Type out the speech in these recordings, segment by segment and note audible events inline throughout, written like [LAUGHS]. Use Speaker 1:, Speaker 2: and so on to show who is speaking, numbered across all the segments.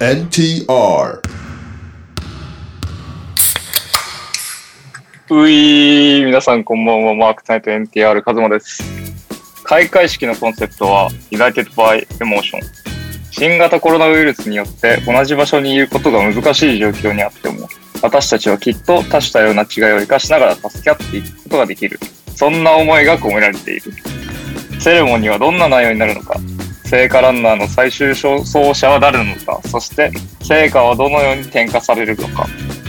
Speaker 1: NTR
Speaker 2: ういー、皆さんこんばんは、マークタイト NTR カズマです。開会式のコンセプトは、United by Emotion。新型コロナウイルスによって同じ場所にいることが難しい状況にあっても、私たちはきっと多種多様な違いを生かしながら助け合っていくことができる。そんな思いが込められている。セレモニーはどんな内容になるのか、聖火ランナーの最終走者は誰なのか、そして聖火はどのように転化されるのか、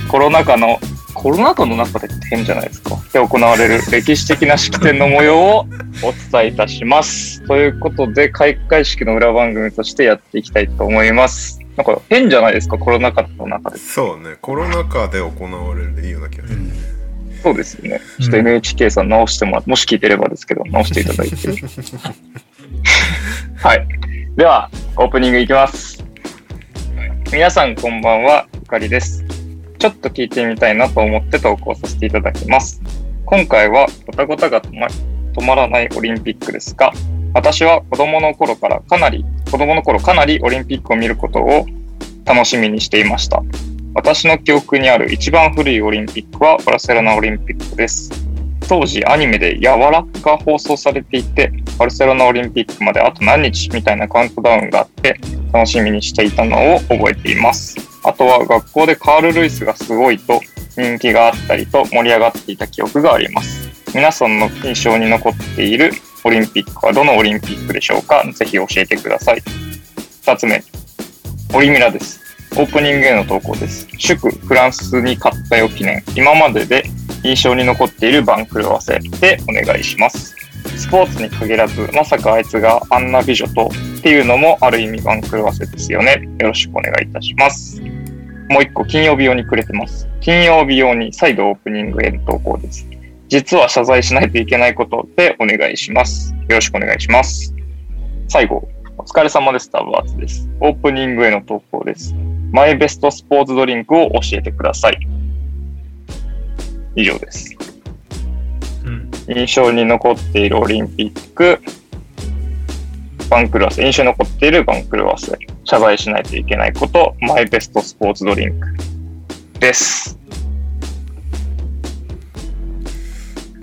Speaker 2: コロナ禍のコロナ禍の中でって変じゃないですか。で行われる歴史的な式典の模様をお伝えいたします。ということで、開会式の裏番組としてやっていきたいと思います。なんか変じゃないですか、コロナ禍の中で。
Speaker 3: そうね、コロナ禍で行われるでいいような気がする。
Speaker 2: そうですよね。ちょっと NHK さん直してもらもし聞いてればですけど、直していた [LAUGHS] だいて。はい。では、オープニングいきます。皆さんこんばんは、ゆかりです。ちょっと聞いてみたいなと思って投稿させていただきます。今回は、ごたごたが止ま止まらないオリンピックですが、私は子供の頃からかなり、子供の頃かなりオリンピックを見ることを楽しみにしていました。私の記憶にある一番古いオリンピックはバルセロナオリンピックです。当時アニメで「やわら」が放送されていてバルセロナオリンピックまであと何日みたいなカウントダウンがあって楽しみにしていたのを覚えていますあとは学校でカール・ルイスがすごいと人気があったりと盛り上がっていた記憶があります皆さんの印象に残っているオリンピックはどのオリンピックでしょうかぜひ教えてください2つ目オリミラですオープニングへの投稿です祝フランスに勝ったよ記念今までで印象に残っている番狂わせでお願いします。スポーツに限らず、まさかあいつがあんな美女とっていうのもある意味番狂わせですよね。よろしくお願いいたします。もう一個、金曜日用にくれてます。金曜日用に再度オープニングへの投稿です。実は謝罪しないといけないことでお願いします。よろしくお願いします。最後、お疲れ様です。タブアーツです。オープニングへの投稿です。マイベストスポーツドリンクを教えてください。以上です。
Speaker 4: うん
Speaker 2: 印象に残っているオリンピック、番狂わせ、印象に残っている番狂わせ、謝罪しないといけないこと、マイベストスポーツドリンクです。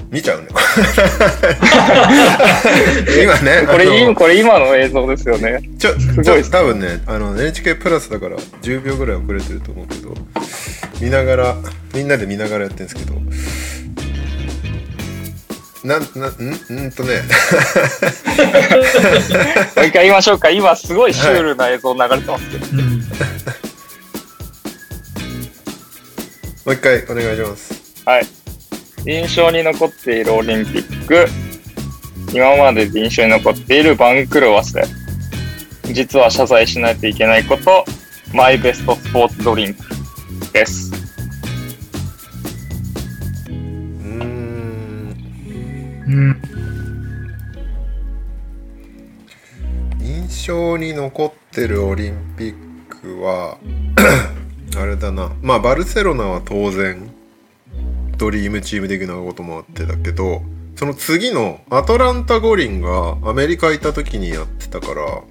Speaker 3: 見ちゃう
Speaker 2: [LAUGHS]
Speaker 3: ね。今ね、
Speaker 2: これ、
Speaker 3: あ
Speaker 2: 今
Speaker 3: の
Speaker 2: これ今の映像ですよ
Speaker 4: [LAUGHS]
Speaker 2: ね。
Speaker 3: ちょ、
Speaker 2: ごい
Speaker 3: ち
Speaker 2: で
Speaker 3: ょ、
Speaker 2: す
Speaker 3: 多分ね、あの NHK プラスだから10秒ぐらい遅れてると思うけど、見ながら、みんなで見ながらやってるんですけど、なん、なん、んんーとね、 [LAUGHS]
Speaker 2: もう一回言いましょうか。今すごいシュールな映像流れてますけど。
Speaker 4: うん
Speaker 3: もう一回お願いします。
Speaker 2: はい。印象に残っているオリンピック、今までで印象に残っている番狂わせ、実は謝罪しないといけないこと、マイベストスポーツドリンクです。
Speaker 3: うーん、
Speaker 4: うん
Speaker 3: 印象に残ってるオリンピックは、 [CLEARS THROAT] あれだな、まあ、バルセロナは当然、ドリームチーム的なこともあってだけど、その次のアトランタ五輪がアメリカ行った時にやってたから、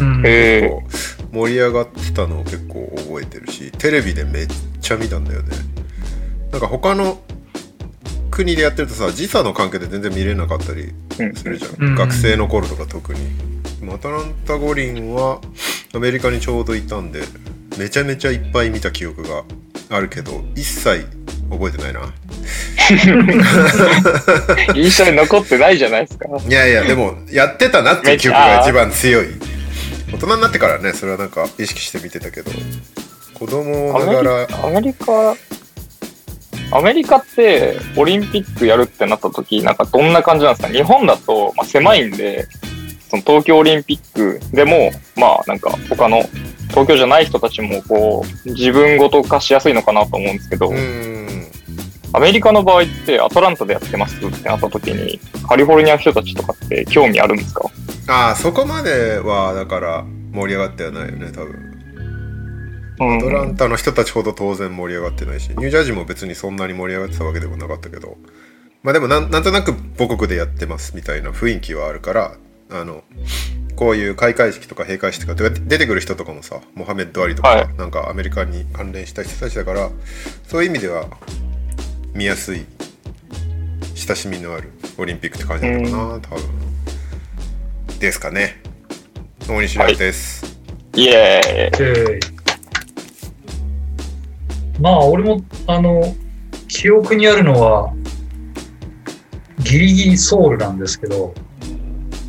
Speaker 4: うん
Speaker 2: え
Speaker 3: こう盛り上がってたのを結構覚えてるしテレビでめっちゃ見たんだよねなんか他の国でやってるとさ時差の関係で全然見れなかったり
Speaker 2: ーうん
Speaker 3: するじゃん、
Speaker 4: うん
Speaker 3: 学生の頃とか特にでもアトランタ五輪はアメリカにちょうどいたんでめちゃめちゃいっぱい見た記憶があるけど一切覚えてないな
Speaker 2: 印象に残ってないじゃないですか。
Speaker 3: いやいや、でも、やってたなっていう記憶が一番強い。大人になってからね、それはなんか意識して見てたけど、子供ながら、
Speaker 2: アメリカ、アメリカってオリンピックやるってなった時、なんかどんな感じなんですか日本だと、まあ、狭いんで、その東京オリンピックでも、まあなんか他の東京じゃない人たちもこう、自分ごと化しやすいのかなと思うんですけど、
Speaker 3: うーん、
Speaker 2: アメリカの場合ってアトランタでやってますってなった時に、カリフォルニアの人たちとかって興味あるんですか
Speaker 3: ああ、そこまでは、だから、盛り上がってはないよね、多分。
Speaker 2: うん
Speaker 3: アトランタの人たちほど当然盛り上がってないし、ニュージャージーも別にそんなに盛り上がってたわけでもなかったけど、まあでもなん、なんとなく母国でやってますみたいな雰囲気はあるから、あの、こういう開会式とか閉会式とかで出てくる人とかもさモハメッド・アリとか、
Speaker 2: はい
Speaker 3: なんかアメリカに関連した人たちだからそういう意味では見やすい親しみのあるオリンピックって感じなのかな、多分ですかね大西亮です、
Speaker 2: イエーイ
Speaker 4: えーまあ、俺も、あの、記憶にあるのは、ギリギリソウルなんですけど、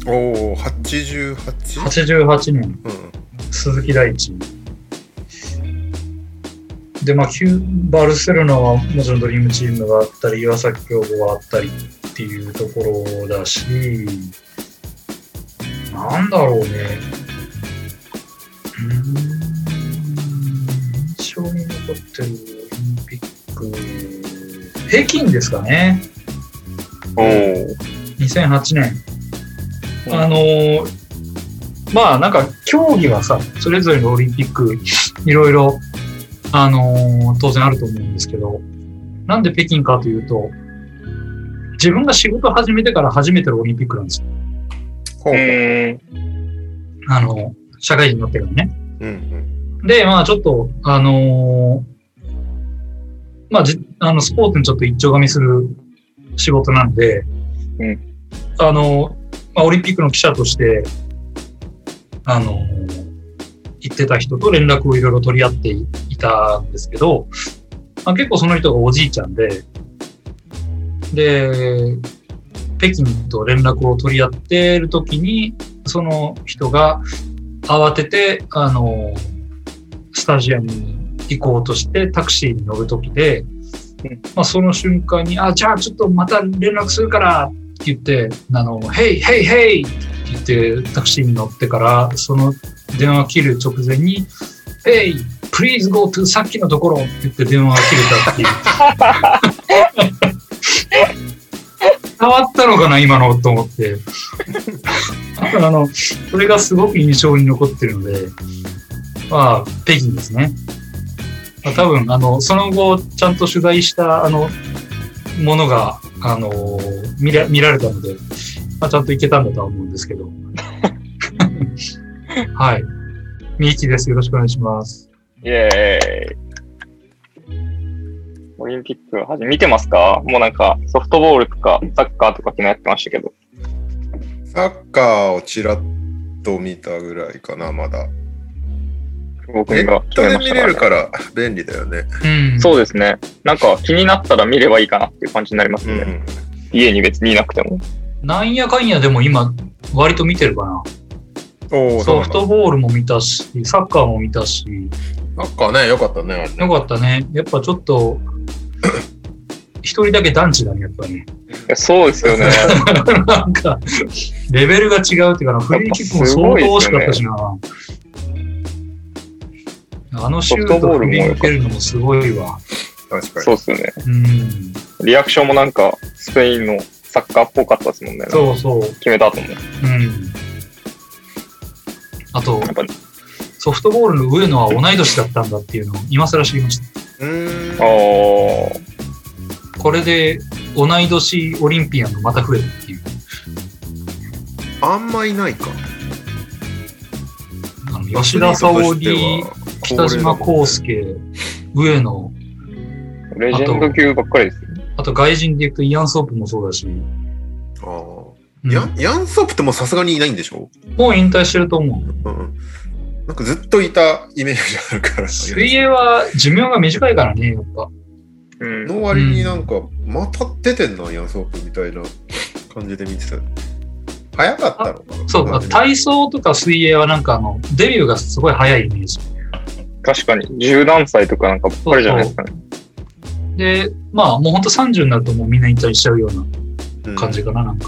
Speaker 3: おお 88?
Speaker 4: 88年、
Speaker 3: うん
Speaker 4: 鈴木大地。で、まあ、キュバルセロナはもちろんドリームチームがあったり、岩崎京吾があったりっていうところだし、なんだろうね。うーん、印象に残ってるオリンピック、北京ですかね、
Speaker 2: おー
Speaker 4: 2008年。
Speaker 2: うん
Speaker 4: あのーまあなんか競技はさそれぞれのオリンピックいろいろ、あのー当然あると思うんですけどなんで北京かというと自分が仕事始めてから初めてのオリンピックなんですよ。
Speaker 3: ほうほ
Speaker 2: う
Speaker 3: う
Speaker 2: ーん。
Speaker 4: あの社会人になってからね。
Speaker 3: うんうん
Speaker 4: でまあちょっとあのーまあじあのスポーツにちょっと一丁噛みする仕事なんで、
Speaker 2: うん
Speaker 4: あの、まあ、オリンピックの記者として、あの、行ってた人と連絡をいろいろ取り合っていたんですけど、まあ、結構その人がおじいちゃんで、で、北京と連絡を取り合ってる時に、その人が慌てて、あの、スタジアムに行こうとしてタクシーに乗る時で、
Speaker 2: うん
Speaker 4: まあ、その瞬間に、あ、じゃあちょっとまた連絡するからって言って、あの、ヘイヘイヘイって言って、タクシーに乗ってから、その電話を切る直前に、ヘイ please go to さっきのところって言って電話が切れたっていう。 [LAUGHS] 伝わったのかな、今のと思って。あの、それがすごく印象に残ってるので、まあ、北京ですね。まあ、多分、あの、その後、ちゃんと取材した、あの、ものが、あのー見ら見られたので、まあ、ちゃんといけたんだとは思うんです [LAUGHS] けど。はい。みいきです。よろしくお願いします。
Speaker 2: イエーイオリンピックはじ見てますかもうなんかソフトボールとかサッカーとか昨日やってましたけど。
Speaker 3: サッカーをちらっと見たぐらいかなまだ
Speaker 2: 僕
Speaker 3: ネ
Speaker 2: が
Speaker 3: ット
Speaker 2: 決め
Speaker 3: で
Speaker 2: まし
Speaker 3: 見
Speaker 2: た
Speaker 3: れ
Speaker 2: から、
Speaker 3: る
Speaker 2: ね。
Speaker 3: から便利だよね
Speaker 4: うん。
Speaker 2: そうですね。なんか気になったら見ればいいかなっていう感じになります
Speaker 3: う
Speaker 2: ね。
Speaker 3: ん
Speaker 2: 家に別にいなくても。
Speaker 4: なんやかんやでも今、割と見てるかな。
Speaker 3: おお
Speaker 4: ソフトボールも見たし、サッカーも見たし、
Speaker 3: サッカーね、よかったね、あれね
Speaker 4: よかったね。やっぱちょっ [LAUGHS] と、一人だけ団地だね、やっぱね。
Speaker 2: いやそうです
Speaker 3: [LAUGHS]
Speaker 2: よね。
Speaker 4: なんか、レベルが違うっていうかな、フリーキックも相当惜しかったしな。あのシュート振り抜けるのもすごいわ。
Speaker 3: 確かに。
Speaker 2: そうですよね。
Speaker 4: うん。
Speaker 2: リアクションもなんかスペインのサッカーっぽかったですもんね。
Speaker 4: そうそう。
Speaker 2: 決めた後も。や
Speaker 4: うん。あと、
Speaker 2: っぱ
Speaker 4: ソフトボールの上野は同い年だったんだっていうのを今更知りました。
Speaker 3: うーん。
Speaker 2: ああ。
Speaker 4: これで同い年オリンピアンがまた増えるっていう。
Speaker 3: あんまいないか。
Speaker 4: あの吉田沙保里、北島康介、上野、
Speaker 2: レジェンド級ばっかりですよ。
Speaker 4: あと外人で言うとイアン・ソープもそうだし、うん
Speaker 3: ああー。ヤンヤンソップってもうさすがにいないんでしょ
Speaker 4: もう引退してると思う。
Speaker 3: うんうん。なんかずっといたイメージあるから。
Speaker 4: 水泳は寿命が短いからね、やっぱ。
Speaker 2: うん。
Speaker 3: の割になんか、また出てんな、ヤンソップみたいな感じで見てた。早かったのかな
Speaker 4: そう
Speaker 3: な
Speaker 4: か、
Speaker 3: んか
Speaker 4: 体操とか水泳はなんかあの、デビューがすごい早いイメージ。
Speaker 2: 確かに。十何歳とかなんかばっかりじゃないですかね。
Speaker 4: で、まあもうほんと30になるともうみんな引退しちゃうような
Speaker 3: うん
Speaker 4: 感じかな、なんか。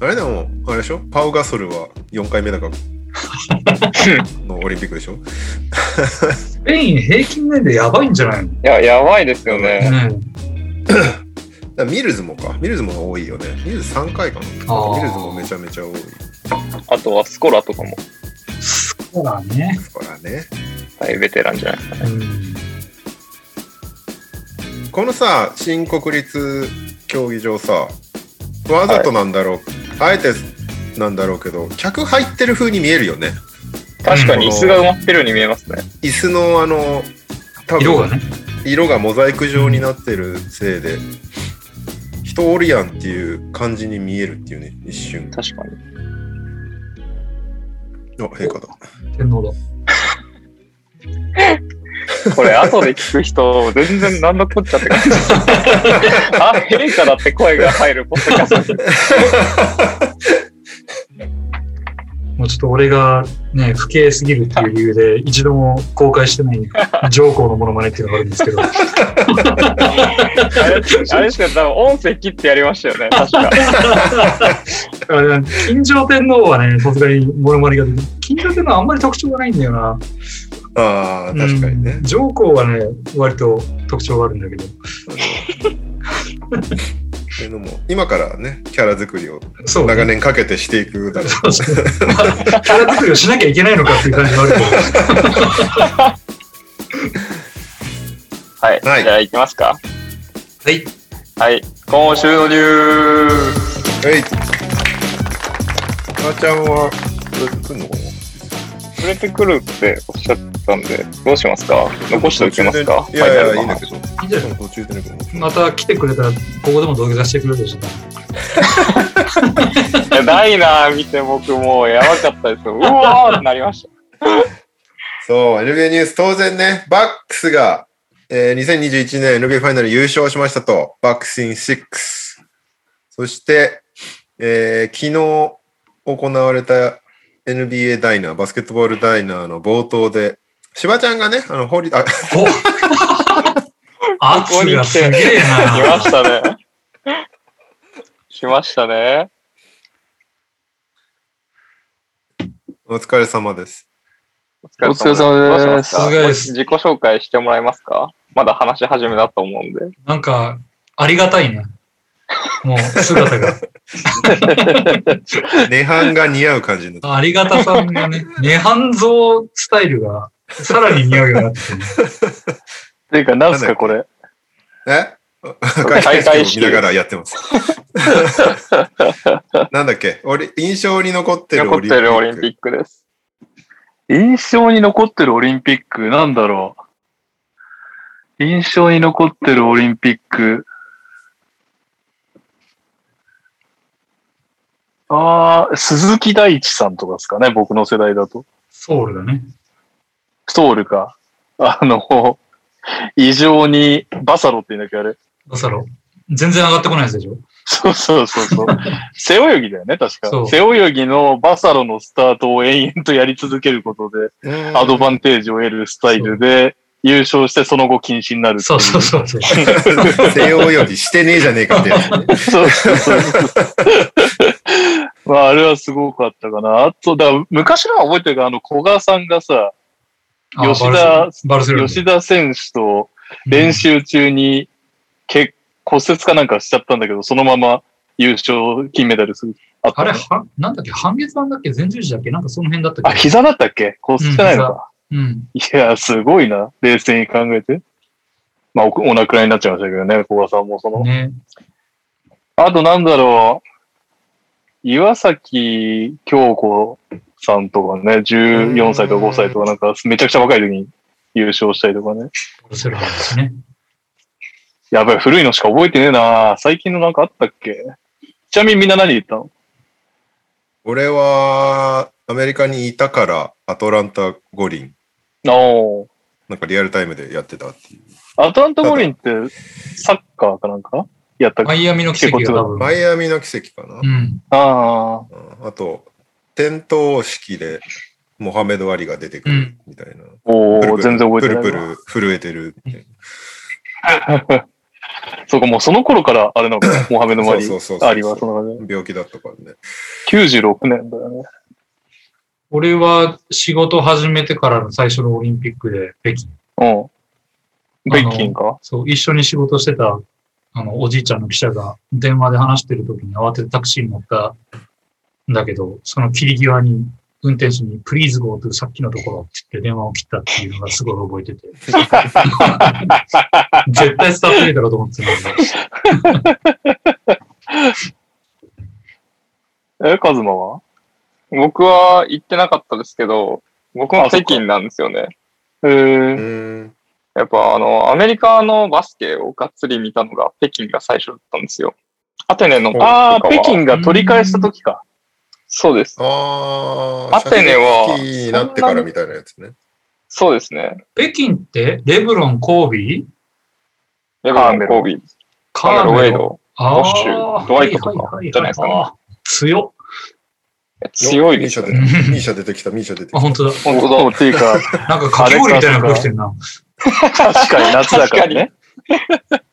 Speaker 3: あれでも、あれでしょパウガソルは4回目だ
Speaker 4: [LAUGHS]
Speaker 3: から。のオリンピックでしょ
Speaker 4: スペイン平均年齢やばいんじゃないの
Speaker 2: いや、やばいですよね。
Speaker 4: ね
Speaker 3: だからミルズもか。ミルズも多いよね。ミルズ3回かな。
Speaker 4: あー
Speaker 3: ミルズもめちゃめちゃ多いで
Speaker 2: あとはスコラとかも
Speaker 4: え。そうだね。
Speaker 3: すからね。
Speaker 2: 大ベテランじゃないですかね。
Speaker 4: うん。
Speaker 3: このさ、新国立競技場さ、わざとなんだろう。あえてなんだろうけど客入ってる風に見えるよね
Speaker 2: 確かに椅子が埋まってるように見えますね。
Speaker 3: 椅子のあの多分
Speaker 4: 色がね。
Speaker 3: 色がモザイク状になってるせいで人おるやんっていう感じに見えるっていうね一瞬
Speaker 2: 確かに。
Speaker 3: あ陛下だ
Speaker 4: 天皇だ。
Speaker 2: これ、後で聞く人、全然何のこっちゃって感
Speaker 3: [LAUGHS]
Speaker 2: じ。あ、陛下だって声が入るポッドキャスト
Speaker 3: [LAUGHS]
Speaker 2: ですね。
Speaker 4: もうちょっと俺がね、不敬すぎるっていう理由で、一度も公開して [LAUGHS] ない上皇のモノマネっていうのがあるんですけど、
Speaker 2: あれあれですけど、多分音声切ってやりましたよね、確か。
Speaker 4: [LAUGHS] あれ金城天皇はね、さすがにモノマネができる、金城天皇はあんまり特徴がないんだよな。
Speaker 3: あー確かにね
Speaker 4: うん上皇はね、割と特徴があるんだけど、
Speaker 3: っていうのも今からねキャラ作りを
Speaker 4: そう、
Speaker 3: 長
Speaker 4: [LAUGHS]
Speaker 3: 年かけてしていくだろ
Speaker 4: そうそうキャラ作りをしなきゃいけないのかっていう感じがあるけど、
Speaker 2: はい。
Speaker 3: はい
Speaker 2: じゃあ、行きますか。
Speaker 4: はい。
Speaker 2: はい。今週のニュース。
Speaker 3: うはい母ちゃんはどれ作るのかな
Speaker 2: 触れてくるっておっしゃったんで、どうしますか残しておきますか
Speaker 3: いやいやいやいいん
Speaker 2: ファイナルの
Speaker 3: だ
Speaker 2: 話
Speaker 3: けど
Speaker 4: いいんじゃない
Speaker 3: 途中でねこの
Speaker 4: また来てくれたら、ここでも土下座してくれるでしょうね。
Speaker 2: いやダイナー見て僕もうやばかったですよ。うわーってなりました。
Speaker 3: そう NBA ニュース当然ねバックスが、えー、2021年 NBA ファイナル優勝しましたとバックスイン6そして、えー昨日行われた NBA ダイナーバスケットボールダイナーの冒頭でしばちゃんがねあのホリあ [LAUGHS]
Speaker 4: [LAUGHS] お圧がすげえ
Speaker 2: 来ま
Speaker 4: な。
Speaker 2: したね。来ましたね。
Speaker 3: お疲れ様です
Speaker 2: お疲
Speaker 1: お疲れ様
Speaker 2: どう
Speaker 1: で
Speaker 2: し
Speaker 1: す
Speaker 2: ま
Speaker 4: お疲れ様です
Speaker 2: すか自己紹介してもらえますかまだ話し始めだと思うんで。
Speaker 4: なんか、ありがたいね。もう姿が。
Speaker 3: 涅槃が似合う感じになって
Speaker 4: ありがたさんがね、涅槃像スタイルが、さらに似合うようになってきてね
Speaker 2: ていうか、なん
Speaker 3: すか
Speaker 2: これ。
Speaker 3: え
Speaker 2: [LAUGHS] 開会式
Speaker 3: 見ながらやっ
Speaker 2: [LAUGHS]
Speaker 3: てます。なんだっけオリ印象に残ってる
Speaker 2: 残
Speaker 3: オ
Speaker 2: っ
Speaker 3: リンピッ
Speaker 2: て
Speaker 3: ク。
Speaker 2: るオリンピックです。
Speaker 1: 印象に残ってるオリンピック、なんだろう。印象に残ってるオリンピック。ああ、鈴木大地さんとかですかね、僕の世代だと。
Speaker 4: ソウルだね。
Speaker 1: ソウルか。あの、異常に、バサロって言うんだっけ、あれ。
Speaker 4: バサロ。全然上がってこないやつでしょ。
Speaker 1: そうそうそうそう。背泳ぎだよね、確
Speaker 4: そ
Speaker 1: か
Speaker 4: う。
Speaker 1: 背泳ぎのバサロのスタートを延々とやり続けることで、
Speaker 3: うん
Speaker 1: アドバンテージを得るスタイルで、優勝してその後禁止になるってい
Speaker 4: そうそうそうそう。
Speaker 3: [LAUGHS] 背泳ぎしてねえじゃねえかってやつね。
Speaker 1: そうそうそうまあ、あれはすごかったかな。あと、だから昔のは覚えてるから、あの、古賀さんがさ、
Speaker 4: あ
Speaker 1: 吉田
Speaker 4: バルセロナ。
Speaker 1: 吉田選手と練習中に、け骨折かなんかしちゃったんだけど、そのまま優勝、金メダルする。あっ
Speaker 4: あ
Speaker 1: た
Speaker 4: れ、
Speaker 1: ね
Speaker 4: は、なんだっけ、半月板だっけ前十字だっけなんかその辺だった
Speaker 1: あ、
Speaker 4: っけ
Speaker 1: 膝だったっけ骨折じゃないのか。
Speaker 4: うん。
Speaker 1: いや、すごいな。冷静に考えて。まあ、おお亡くなりになっちゃいましたけどね、古賀さんもその。
Speaker 4: ね。
Speaker 1: あとなんだろう、岩崎京子さんとかね、14歳とか5歳とかなんか、めちゃくちゃ若い時に優勝したりとかね。
Speaker 4: バルセロナですね。
Speaker 1: やばい、古いのしか覚えてねえな最近のなんかあったっけちなみにみんな何言ったの
Speaker 3: 俺は、アメリカにいたから、アトランタ五輪、
Speaker 1: あ
Speaker 3: なんかリアルタイムでやってたっていう。
Speaker 1: あ。アトランタ五輪ってサッカーかなんかやったっけ
Speaker 4: マイアミの奇跡が多分。
Speaker 3: マイアミの奇跡かな
Speaker 4: う。ん。
Speaker 1: ああ。
Speaker 3: うんあと、点灯式で、モハメド・アリが出てくるみたいな。
Speaker 1: お
Speaker 3: プルプ
Speaker 1: お、
Speaker 3: ル
Speaker 1: 全然覚えてない。
Speaker 3: プルプル震えてるっていう。
Speaker 1: そうか、もうその頃からあれな
Speaker 3: [LAUGHS]
Speaker 1: のかな、モハメド・マリ。
Speaker 3: そうそうそうそう
Speaker 1: ありはそんな感じ。
Speaker 3: 病気だったからね。
Speaker 1: 96年だよね。
Speaker 4: 俺は仕事始めてからの最初のオリンピックで北京。
Speaker 1: うん。ベッキンか。
Speaker 4: そう、一緒に仕事してた、あの、おじいちゃんの記者が電話で話してる時に慌ててタクシーに乗ったんだけど、その切り際に運転手に、プリーズゴーとさっきのところって言って電話を切ったっていうのがすごい
Speaker 2: [LAUGHS]
Speaker 4: 覚えてて。絶対伝わってねえだろうと思ってたんだけど
Speaker 1: え、カズマは
Speaker 2: 僕は行ってなかったですけど、僕も北京なんですよね。
Speaker 1: え
Speaker 3: う
Speaker 1: ー、
Speaker 3: ーん。
Speaker 2: やっぱあの、アメリカのバスケをがっつり見たのが北京が最初だったんですよ。アテネの時とかは。
Speaker 1: ああ、北京が取り返した時か。
Speaker 2: そうです。
Speaker 3: ああ、
Speaker 2: アテネは
Speaker 3: 射撃になってからみたいなやつね。
Speaker 2: そうですね。
Speaker 4: 北京って、レブロン、コービー、
Speaker 2: レ
Speaker 1: カ
Speaker 2: バ
Speaker 1: ー
Speaker 2: ー
Speaker 1: メ
Speaker 2: メ
Speaker 1: ル
Speaker 2: コービー、カーメル・ウェイド。
Speaker 4: あー
Speaker 2: ボッシュドワイトとかじゃないですかね
Speaker 4: ははははあー強っ。
Speaker 2: 強いですよ
Speaker 3: ミ
Speaker 2: ね。
Speaker 3: ーシャ出てミーシャ出てきた、ミーシャ出てきた。
Speaker 4: あ、本当だ。
Speaker 2: 本当
Speaker 1: そう、っていうか、
Speaker 4: なんかかき氷みたいなのが来てるな。
Speaker 1: 確かに夏だか
Speaker 2: 確
Speaker 1: ら
Speaker 2: か
Speaker 1: ね。 [LAUGHS]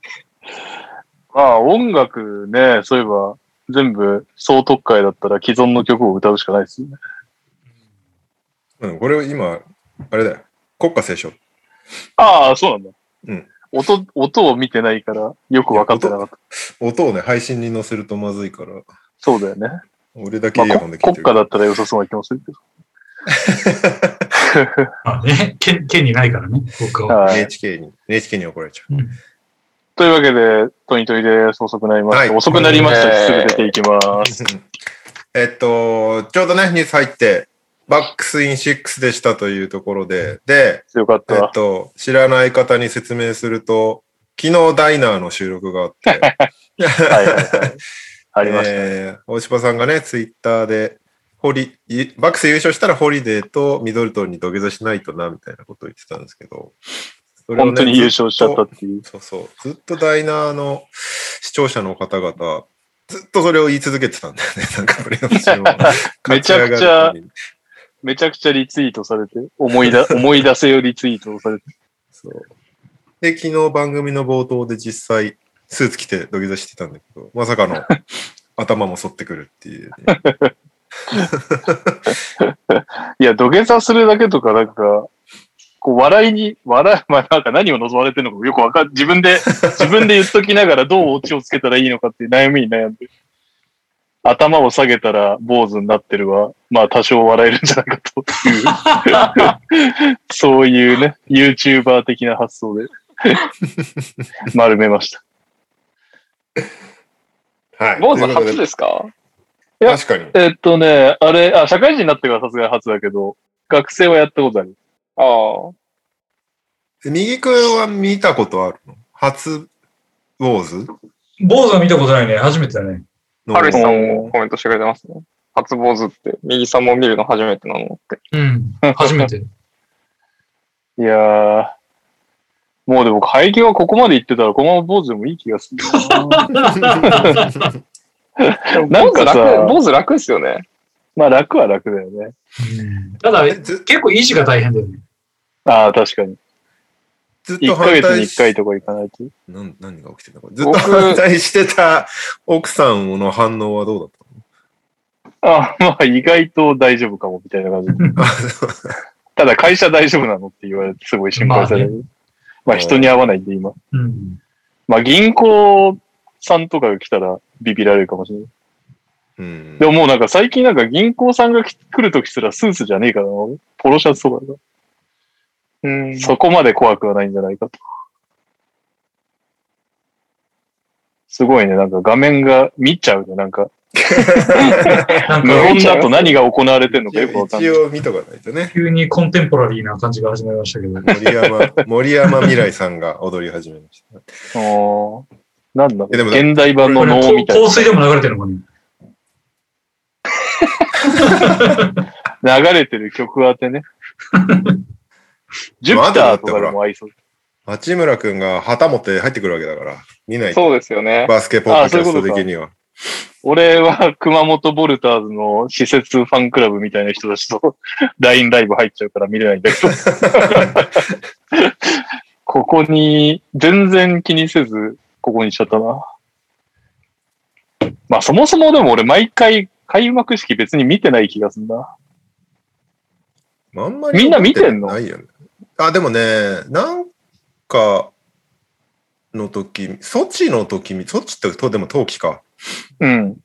Speaker 1: まあ音楽ね、そういえば全部総特会だったら既存の曲を歌うしかないですよね。
Speaker 3: うん、これを今、あれだよ。国家聖書。
Speaker 1: ああ、そうなんだ。
Speaker 3: うん
Speaker 1: 音、音を見てないからよく分かってなかった。
Speaker 3: 音をね、配信に載せるとまずいから、
Speaker 1: そうだよね。
Speaker 3: 俺だけ
Speaker 1: まあ
Speaker 3: イヤホンで
Speaker 1: こ
Speaker 3: 聞い
Speaker 1: 国
Speaker 3: てる。
Speaker 1: 家だったら良さそうな気もする
Speaker 3: [LAUGHS]
Speaker 1: けど。
Speaker 4: まあね、県県にないからね、僕は。
Speaker 1: はい
Speaker 3: NHK に、NHK に怒られちゃう。
Speaker 4: うん
Speaker 1: というわけで、トニトニです。遅くなりました。
Speaker 3: はい
Speaker 1: 遅くなりました。
Speaker 2: えー
Speaker 1: すぐ出ていきます。
Speaker 3: [LAUGHS] えっと、ちょうどね、ニュース入って、バックスイン6でしたというところで、で、
Speaker 1: よかっ。
Speaker 3: [LAUGHS] えったと、知らない方に説明すると、昨日ダイナーの収録があって、
Speaker 1: はいはいはい。ありました。
Speaker 3: えー大柴さんがね、ツイッターで、ホリ、いバックス優勝したらホリデーとミドルトンに土下座しないとな、みたいなことを言ってたんですけど、それをね
Speaker 1: 本当に優勝しちゃったっていう。
Speaker 3: そうそう。ずっとダイナーの視聴者の方々、ずっとそれを言い続けてたんだよね。 [LAUGHS] なんかプレイオフ中も
Speaker 1: めちゃく
Speaker 3: 勝上
Speaker 1: ちゃ
Speaker 3: がるのに
Speaker 1: めちゃくちゃリツイートされて、思いだ、思い出 [LAUGHS] せよリツイートをされて。
Speaker 3: そう。で、昨日番組の冒頭で実際、スーツ着て土下座してたんだけど、まさか
Speaker 1: [LAUGHS]
Speaker 3: の頭も反ってくるっていう、ね。
Speaker 1: いや、土下座するだけとか、なんか、こう、笑いに、笑い、 [LAUGHS] まあ、なんか何を望まれてるのかよくわかん、自分で、自分で言っときながらどうオチをつけたらいいのかっていう悩みに悩んで。頭を下げたら坊主になってるわ。まあ、多少笑えるんじゃないかという。 [LAUGHS] そういうね、YouTuber 的な発想 [LAUGHS] で丸めました。
Speaker 3: はい。
Speaker 2: 坊主
Speaker 3: ということで
Speaker 2: 初ですか
Speaker 1: いや
Speaker 3: 確かに。
Speaker 1: えっとね、あれ、あ、社会人になってからさすがに初だけど、学生はやったことある。
Speaker 2: ああ。
Speaker 3: 右くんは見たことあるの初坊主
Speaker 4: 坊主は見たことないね、初めてだね。
Speaker 3: の
Speaker 2: ハルシさんもコメントしてくれてますね。初坊主って、右さんも見るの初めてなのって。
Speaker 1: [LAUGHS]
Speaker 4: うん、初めて。
Speaker 1: いやー、もうでも廃業はここまで行ってたら、このまま坊主でもいい気がす
Speaker 3: [LAUGHS]
Speaker 1: るな。なん
Speaker 2: 坊主
Speaker 1: かさ
Speaker 2: 楽、坊主楽ですよね。
Speaker 1: まあ楽は楽だよね。
Speaker 4: うんただ、
Speaker 3: え
Speaker 4: 結
Speaker 3: ず
Speaker 4: 構維持が大変だよね。
Speaker 1: ああ、確かに。
Speaker 3: ずっ
Speaker 1: 1
Speaker 3: と
Speaker 1: ヶ
Speaker 3: 反対
Speaker 1: 月に1
Speaker 3: し
Speaker 1: 回とか行かないと。
Speaker 3: なん何が起きてんだこれずっと反対してた奥さんの反応はどうだったの
Speaker 1: ああ、まあ意外と大丈夫かも、みたいな感じ。ただ会社大丈夫なのって言われて、すごい心配される。まあ、人に会わないんで、今。
Speaker 4: うん。
Speaker 1: まあ銀行さんとかが来たらビビられるかもしれない。
Speaker 3: うん
Speaker 1: でももうなんか最近なんか銀行さんが来来るときすらスーツじゃねえからな。ポロシャツとかだな
Speaker 2: うん
Speaker 1: そこまで怖くはないんじゃないかと。すごいね、なんか画面が見ちゃうね、なんか。
Speaker 4: なん
Speaker 1: 無
Speaker 4: か、
Speaker 1: 音だと何が行われてるのかよくわかんな
Speaker 3: 一
Speaker 1: い。
Speaker 3: 応見とかないとね。
Speaker 4: 急にコンテンポラリーな感じが始まりました
Speaker 1: [LAUGHS]
Speaker 4: けど。
Speaker 3: 森山、森山未来さんが踊り始めました。
Speaker 1: おーなんだろう
Speaker 3: えでも
Speaker 1: 現代版の脳みたい
Speaker 4: 香水でも流れてるのかね。
Speaker 1: な。流れてる曲当てね。ジュピターとかでも合いそう。
Speaker 3: 町村くんが旗持って入ってくるわけだから、見ないと
Speaker 2: そうですよね。
Speaker 3: バスケポッドキャスト的には。
Speaker 1: 俺は熊本ボルターズの施設ファンクラブみたいな人たちと [LAUGHS] LINE ライブ入っちゃうから見れないんだけど。
Speaker 3: [LAUGHS]
Speaker 1: ここに、全然気にせず、ここにしちゃったな。まあそもそもでも俺毎回開幕式別に見てない気がするな。
Speaker 3: まああんまり
Speaker 1: みんな見てんの
Speaker 3: ないよね。あ、でもね、なんか、の時、ソチの時み、ソチってとでも冬季か。
Speaker 1: うん。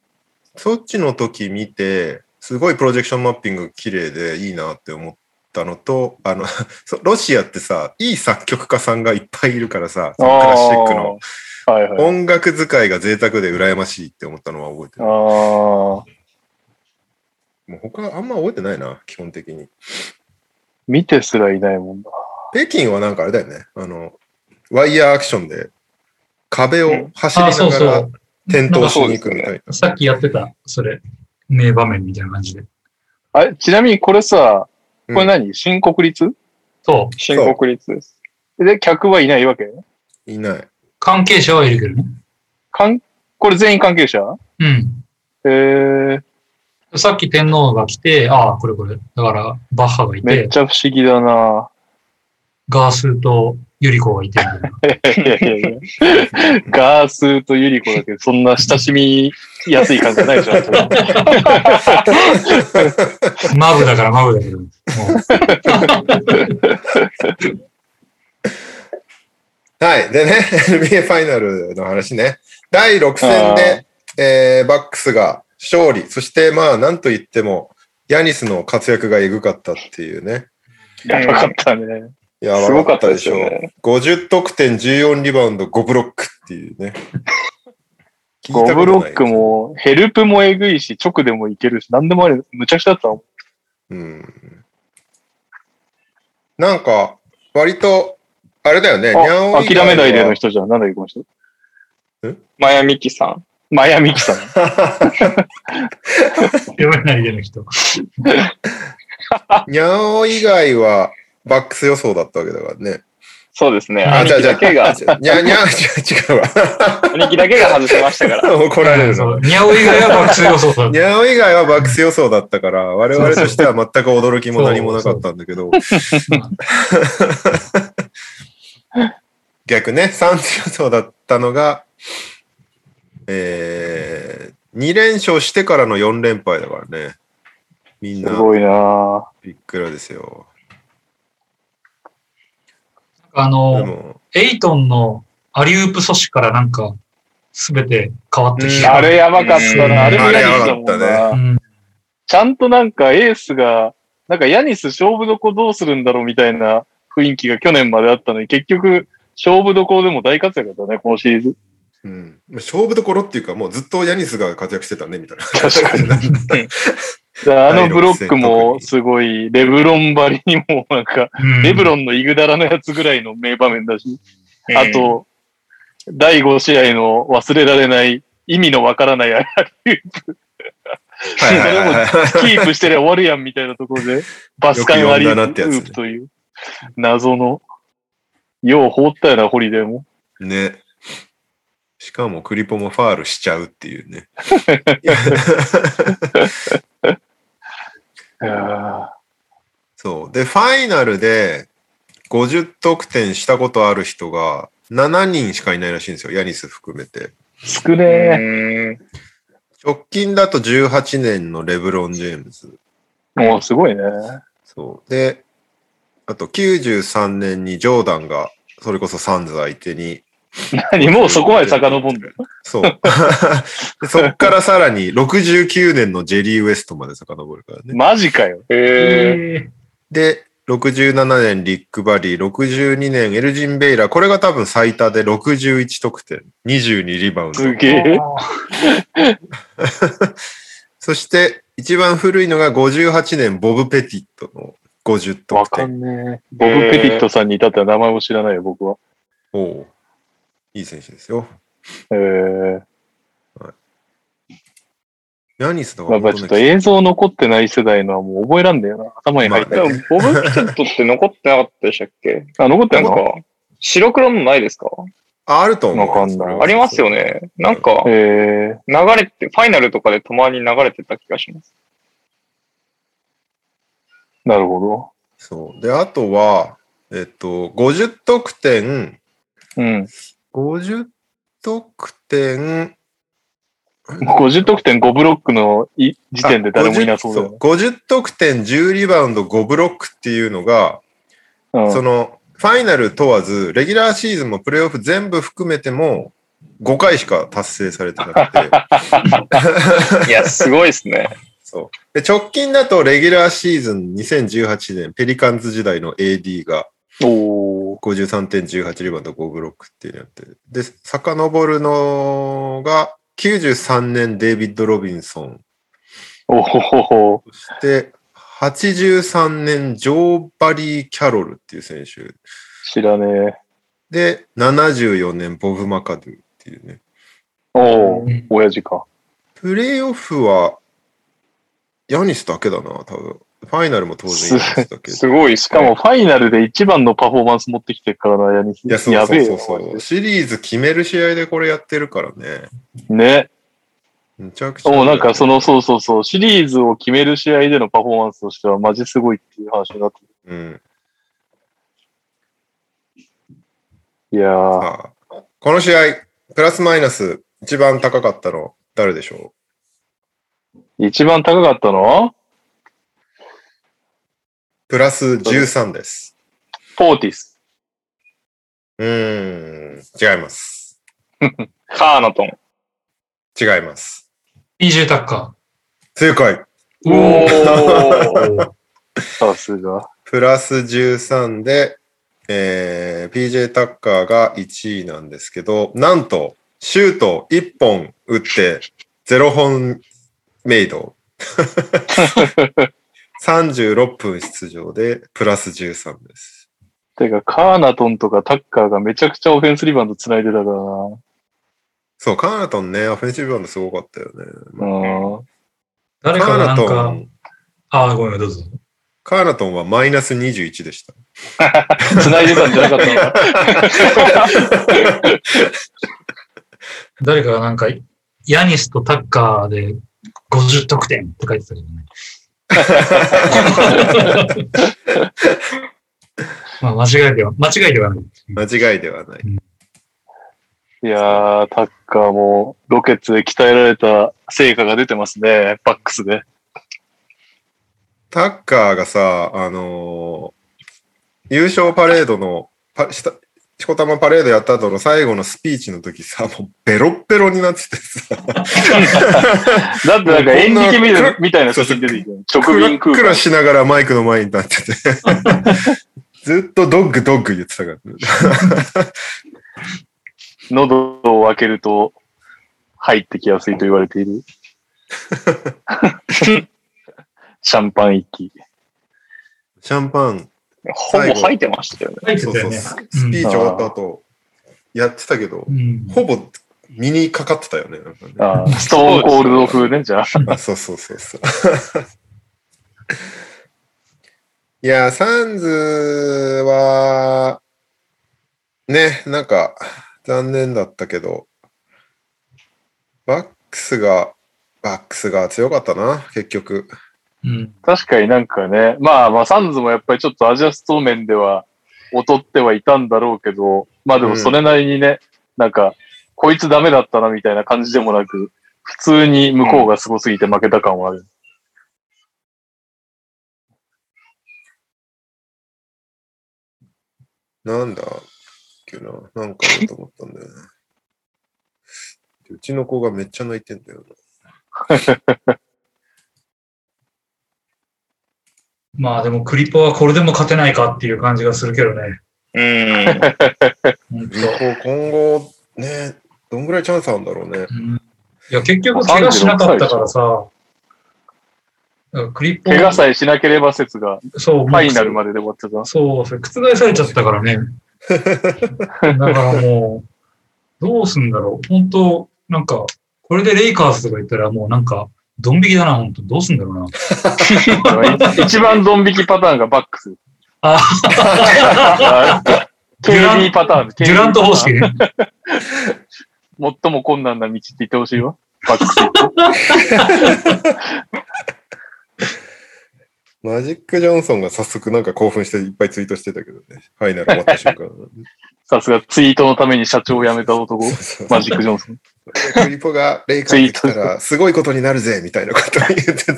Speaker 3: ソチの時見て、すごいプロジェクションマッピング綺麗でいいなって思ったのと、あの、 [LAUGHS] そロシアってさ、いい作曲家さんがいっぱいいるからさ、そのクラシックの。
Speaker 1: あー。はいはい。
Speaker 3: 音楽使いが贅沢で羨ましいって思ったのは覚えてる。
Speaker 1: ああ。
Speaker 3: もう他あんま覚えてないな、基本的に。
Speaker 1: 見てすらいないもんな。
Speaker 3: 北京はなんかあれだよね。あの、ワイヤーアクションで壁を走り
Speaker 1: [LAUGHS]
Speaker 4: あ、そう
Speaker 3: な
Speaker 4: そ
Speaker 3: がら
Speaker 4: う。
Speaker 3: 転倒しに行くみたいな。
Speaker 4: さっきやってた、それ。名場面みたいな感じで。
Speaker 1: あれ、ちなみにこれさ、
Speaker 3: う
Speaker 1: こ
Speaker 3: ん
Speaker 1: れ何、新国立
Speaker 4: そう。
Speaker 2: 新国立です。
Speaker 1: で、客はいないわけ
Speaker 3: いない。
Speaker 4: 関係者はいるけどね。
Speaker 1: かんこれ全員関係者
Speaker 4: うん。
Speaker 1: えー、
Speaker 4: さっき天皇が来て、ああ、これこれ。だから、バッハがい、
Speaker 1: めってちゃ不思議だな
Speaker 4: ガースーとユリコがいてみたいな、
Speaker 1: いやいやいや [LAUGHS] ガースーとユリコだけど、そんな親しみやすい感じない
Speaker 3: [LAUGHS]
Speaker 1: じゃん。
Speaker 4: マブだからマブだけど。もう
Speaker 3: はい。でね、NBA [LAUGHS] ファイナルの話ね。第6戦で、えーバックスが勝利。そして、まあ、なんと言っても、ヤニスの活躍がエグかったっていうね。
Speaker 1: やばかったね。
Speaker 3: や
Speaker 2: す
Speaker 3: ば
Speaker 2: ご
Speaker 3: か
Speaker 2: か
Speaker 3: っ
Speaker 2: ったた
Speaker 3: で
Speaker 2: で
Speaker 3: し
Speaker 2: す
Speaker 3: ょう。
Speaker 2: よね。
Speaker 3: 50得点、14リバウンド、5ブロックっていう
Speaker 1: [LAUGHS]
Speaker 3: ね。聞い
Speaker 1: ゴ
Speaker 3: たこ
Speaker 1: ブ
Speaker 3: と
Speaker 1: ロ
Speaker 3: ない
Speaker 1: ック。も、ヘルプもえぐいし、直でもいけるし、なんでもある。むちゃくちゃだったも
Speaker 3: う
Speaker 1: ん。
Speaker 3: ん。なんか、割と、あれだよね。にゃんお
Speaker 1: あ
Speaker 3: 以外
Speaker 1: 諦
Speaker 3: は
Speaker 1: めない
Speaker 3: [LAUGHS]
Speaker 1: での人じゃん。なんだっけ、この人。
Speaker 2: マヤミキさん。
Speaker 1: マヤミキさん。
Speaker 4: 読めないでの人。
Speaker 3: にゃんお以外は、バックス予想だったわけだからね。
Speaker 2: [LAUGHS] そうですね。
Speaker 3: あ、
Speaker 2: 兄
Speaker 3: じゃ
Speaker 2: 貴
Speaker 3: あじゃ
Speaker 2: だ
Speaker 3: あ、
Speaker 2: けが、
Speaker 3: にゃ
Speaker 1: [LAUGHS]
Speaker 3: にゃ、違うわ。 [LAUGHS]
Speaker 2: 兄貴だけが外せましたから。
Speaker 3: 怒られる
Speaker 4: そ
Speaker 3: の。
Speaker 4: うニャオ以外は爆睡予想
Speaker 3: [LAUGHS]
Speaker 4: だっ
Speaker 3: ニャオ以外は爆死予想だったから、我々としては全く驚きも何もなかったんだけど、
Speaker 4: た。
Speaker 3: [LAUGHS] 逆ね、3予想だったのが、えー、2連勝してからの4連敗だからね。みん
Speaker 1: す
Speaker 3: な
Speaker 1: ごいな
Speaker 3: びっくらですよ。
Speaker 4: あ
Speaker 3: で
Speaker 4: の、
Speaker 3: も、
Speaker 4: エイトンのアリウープ阻止からなんか、すべて変わってき
Speaker 3: うん
Speaker 4: た。
Speaker 1: あれやばかった
Speaker 2: うん
Speaker 1: な。あれもヤニスだもん
Speaker 3: あれやばか
Speaker 4: う
Speaker 1: な。
Speaker 4: ん
Speaker 1: ちゃんとなんかエースが、なんかヤニス勝負どこどうするんだろうみたいな雰囲気が去年まであったのに、結局、勝負どころでも大活躍だったね、このシリーズ。
Speaker 3: うん、勝負どころっていうか、もうずっとヤニスが活躍してたね、みたいな。[LAUGHS]
Speaker 1: 確かにだからあのブロックもすごい、レブロンばりにもなんか、
Speaker 4: うん
Speaker 1: レブロンのイグダラのやつぐらいの名場面だし、あ
Speaker 2: [LAUGHS] うん、
Speaker 1: と、第5試合の忘れられない、意味のわからない、あれ
Speaker 3: はいはいはいはい
Speaker 1: キープしてりゃ終わるやんみたいなところで、バスカンアリウープという、謎の、よう放ったようなホリデーも。
Speaker 3: ね。しかもクリポもファールしちゃうっていうね。そう。で、ファイナルで50得点したことある人が7人しかいないらしいんですよ。ヤニス含めて。
Speaker 1: 少
Speaker 2: う
Speaker 1: ねえ。
Speaker 2: ん
Speaker 3: 直近だと18年のレブロン・ジェームズ。
Speaker 1: もうすごいね。
Speaker 3: そう。で、あと93年にジョーダンが、それこそサンズ相手に。
Speaker 1: 何もうそこまで遡んの
Speaker 3: そう。で [LAUGHS] そっからさらに69年のジェリー・ウエストまで遡るからね。
Speaker 1: マジかよ。
Speaker 2: へえ。
Speaker 4: え
Speaker 3: で、67年リック・バリー、62年エルジン・ベイラー、これが多分最多で61得点、22リバウンド。
Speaker 1: すげ
Speaker 4: ー
Speaker 1: え。
Speaker 3: そして、一番古いのが58年ボブ・ペティットの50
Speaker 1: わ
Speaker 3: 得
Speaker 1: か
Speaker 3: 点。
Speaker 1: んねえ。ボブ・ペティットさんに至っては名前も知らないよ、僕は。
Speaker 3: おういい選手ですよ。
Speaker 1: えー、
Speaker 3: ヤニスとか
Speaker 1: まあ、やっぱちょっと映像残ってない世代のはもう覚えらんだよな。頭に入って
Speaker 2: で
Speaker 1: ない。
Speaker 2: も、ボブ・ピチェットって残ってなかったでしたっけ
Speaker 1: あ、残って
Speaker 2: なんん
Speaker 1: の
Speaker 2: か、白黒のないですか
Speaker 3: ああると思う。
Speaker 1: わかんない
Speaker 2: ありますよ。ね。なんか、流
Speaker 1: え
Speaker 2: れて、ファイナルとかでたまに流れてた気がします。
Speaker 1: ー、なるほ
Speaker 3: そう。で、あとは、えっと、50得点、
Speaker 1: ど。うん。
Speaker 3: 50得点、
Speaker 1: もう50得点5ブロックのい時点で誰もいなそうだよね
Speaker 3: あ50そう50得点、10リバウンド、5ブロックっていうのが、
Speaker 1: うん
Speaker 3: その、ファイナル問わず、レギュラーシーズンもプレーオフ全部含めても、5回しか達成されてなくて、
Speaker 1: [LAUGHS]
Speaker 2: いや、すごいですね。
Speaker 3: そう。で、直近だと、レギュラーシーズン2018年、ペリカンズ時代の AD が
Speaker 1: おー
Speaker 3: 53.18リバウンド、5ブロックっていうのやって、で、遡るのが、93年デイビッド・ロビンソン、
Speaker 1: おほほほ。
Speaker 3: そして、83年、ジョー・バリー・キャロルっていう選手。
Speaker 1: 知らねえ。
Speaker 3: で、74年、ボブ・マカドゥっていうね。
Speaker 1: おお、
Speaker 4: うん
Speaker 1: 親父か。
Speaker 3: プレーオフは、ヤニスだけだな、多分。ファイナルも当然ヤニスだけど。
Speaker 2: すごいっす
Speaker 1: しか
Speaker 2: ね
Speaker 1: もファイナルで一番のパフォーマンス持ってきてるからな、やに
Speaker 3: いや、そう
Speaker 1: や
Speaker 3: そ
Speaker 1: べえ
Speaker 3: う
Speaker 1: よ
Speaker 3: そうそう。シリーズ決める試合でこれやってるからね。
Speaker 1: ね。
Speaker 3: めちゃくちゃ。
Speaker 1: おなんかその、そうそうそう、シリーズを決める試合でのパフォーマンスとしてはマジすごいっていう話になってる。
Speaker 3: うん。
Speaker 1: いやー、
Speaker 3: ああこの試合、プラスマイナス、一番高かったの、誰でしょ
Speaker 1: 一番高かった
Speaker 3: う
Speaker 1: の
Speaker 3: プラス13です。
Speaker 1: ポーティス。
Speaker 3: うーん、違います。
Speaker 2: カーナトン。
Speaker 3: 違います。
Speaker 4: PJ タッカ
Speaker 3: 正解。
Speaker 4: ー。
Speaker 2: [LAUGHS] おー
Speaker 4: おー
Speaker 1: さすが。
Speaker 3: プラス13で、えー、PJ タッカーが1位なんですけど、なんと、シュート1本打って、0本メ
Speaker 2: [LAUGHS]
Speaker 3: イド。36分出場で、プラス13です。
Speaker 1: てか、カーナトンとかタッカーがめちゃくちゃオフェンスリバウンド繋いでたからな。
Speaker 3: そう、カーナトンね、オフェンシブバウンドすごかったよね。
Speaker 1: うん。
Speaker 4: 誰
Speaker 3: カ
Speaker 4: か
Speaker 3: ー
Speaker 4: がな
Speaker 3: ナ
Speaker 4: ん
Speaker 3: ト
Speaker 4: か、
Speaker 3: ン、
Speaker 4: あー、ごめん、どうぞ。
Speaker 3: カーナトンはマイナス21でした。
Speaker 1: 繋いでたんじゃなかったのか
Speaker 4: 誰かがなんか、ヤニスとタッカーで50得点って書いてたけどね。まあ、間違いでは、間違いではない。
Speaker 3: 間違いではない。
Speaker 1: いやー、タッカーもロケッツで鍛えられた成果が出てますね。バックスで。
Speaker 3: タッカーがさ、あのー優勝パレードの、パしたしこたまパレードやった後の最後のスピーチの時さ、もうベロッベロになっててさ、
Speaker 1: だってなんか演劇見
Speaker 3: こん
Speaker 1: る
Speaker 3: な
Speaker 1: みたいな写真出てきてる。
Speaker 3: ク
Speaker 1: 直
Speaker 3: ラ
Speaker 1: 輪空
Speaker 3: クラ
Speaker 1: 間。
Speaker 3: しながらマイクの前に立ってて、
Speaker 1: [LAUGHS]
Speaker 3: ずっとドッグドッグ言ってたから、ね、
Speaker 1: 喉を開けると入ってきやすいと言われて
Speaker 3: [LAUGHS]
Speaker 1: いる。シャンパン一気。
Speaker 3: シャンパン、
Speaker 2: ほぼ吐いてましたよね。
Speaker 4: 書いて
Speaker 3: そう
Speaker 4: た
Speaker 3: そ
Speaker 4: よ
Speaker 3: う、
Speaker 4: ね。
Speaker 3: スピーチ終わった後、やってたけど
Speaker 4: う、ん。
Speaker 3: ほぼ身にかかってたよね。なんかね
Speaker 1: あーストーンコールド風ね、じゃあ。
Speaker 3: あそうそうそうそう。 [LAUGHS] いや、サンズは、ね、なんか、残念だったけど、バックスが、バックスが強かったな、結局。
Speaker 4: うん。
Speaker 1: 確かになんかね、まあまあサンズもやっぱりちょっとアジャスト面では劣ってはいたんだろうけど、まあでもそれなりにね、なんか、こいつダメだったなみたいな感じでもなく、普通に向こうがすごすぎて負けた感はある。
Speaker 3: なんだっけな、なんかなと思ったんだよね。うちの子がめっちゃ泣いてんだよな。
Speaker 4: まあでもクリパはこれでも勝てないかっていう感じがするけどね。
Speaker 2: うん。
Speaker 4: 本当
Speaker 3: 今後、ね、どんぐらいチャンスあるんだろうね。
Speaker 4: うんいや、結局怪我しなかったからさ、だからクリップを
Speaker 1: 怪我さえしなければ説が
Speaker 4: そう、
Speaker 1: ファイナル
Speaker 4: ま
Speaker 1: までで終わってた。
Speaker 4: そう、それ覆されちゃったからね。だからもう、どうすんだろう。本当なんか、これでレイカーズとか言ったらもうなんか、ドン引きだな、本当どうすんだろうな。
Speaker 1: 一番ドン引きパターンがバックス。
Speaker 4: あ
Speaker 1: [LAUGHS]
Speaker 4: デュラン
Speaker 1: KD パターン。
Speaker 4: デュラント方式
Speaker 1: KD [LAUGHS]
Speaker 4: ね。
Speaker 1: パターン。最も困難な道って言ってほしいわ。バックス。
Speaker 3: マジック・ジョンソンが早速なんか興奮していっぱいツイートしてたけどね。ファイナル終わった瞬間。 [LAUGHS]
Speaker 1: さすがツイートのために社長を辞めた男
Speaker 3: そう。そう
Speaker 1: マジック・ジョンソン。
Speaker 3: クリポがレイカーズ来たらすごいことになるぜみたいなことを言ってて。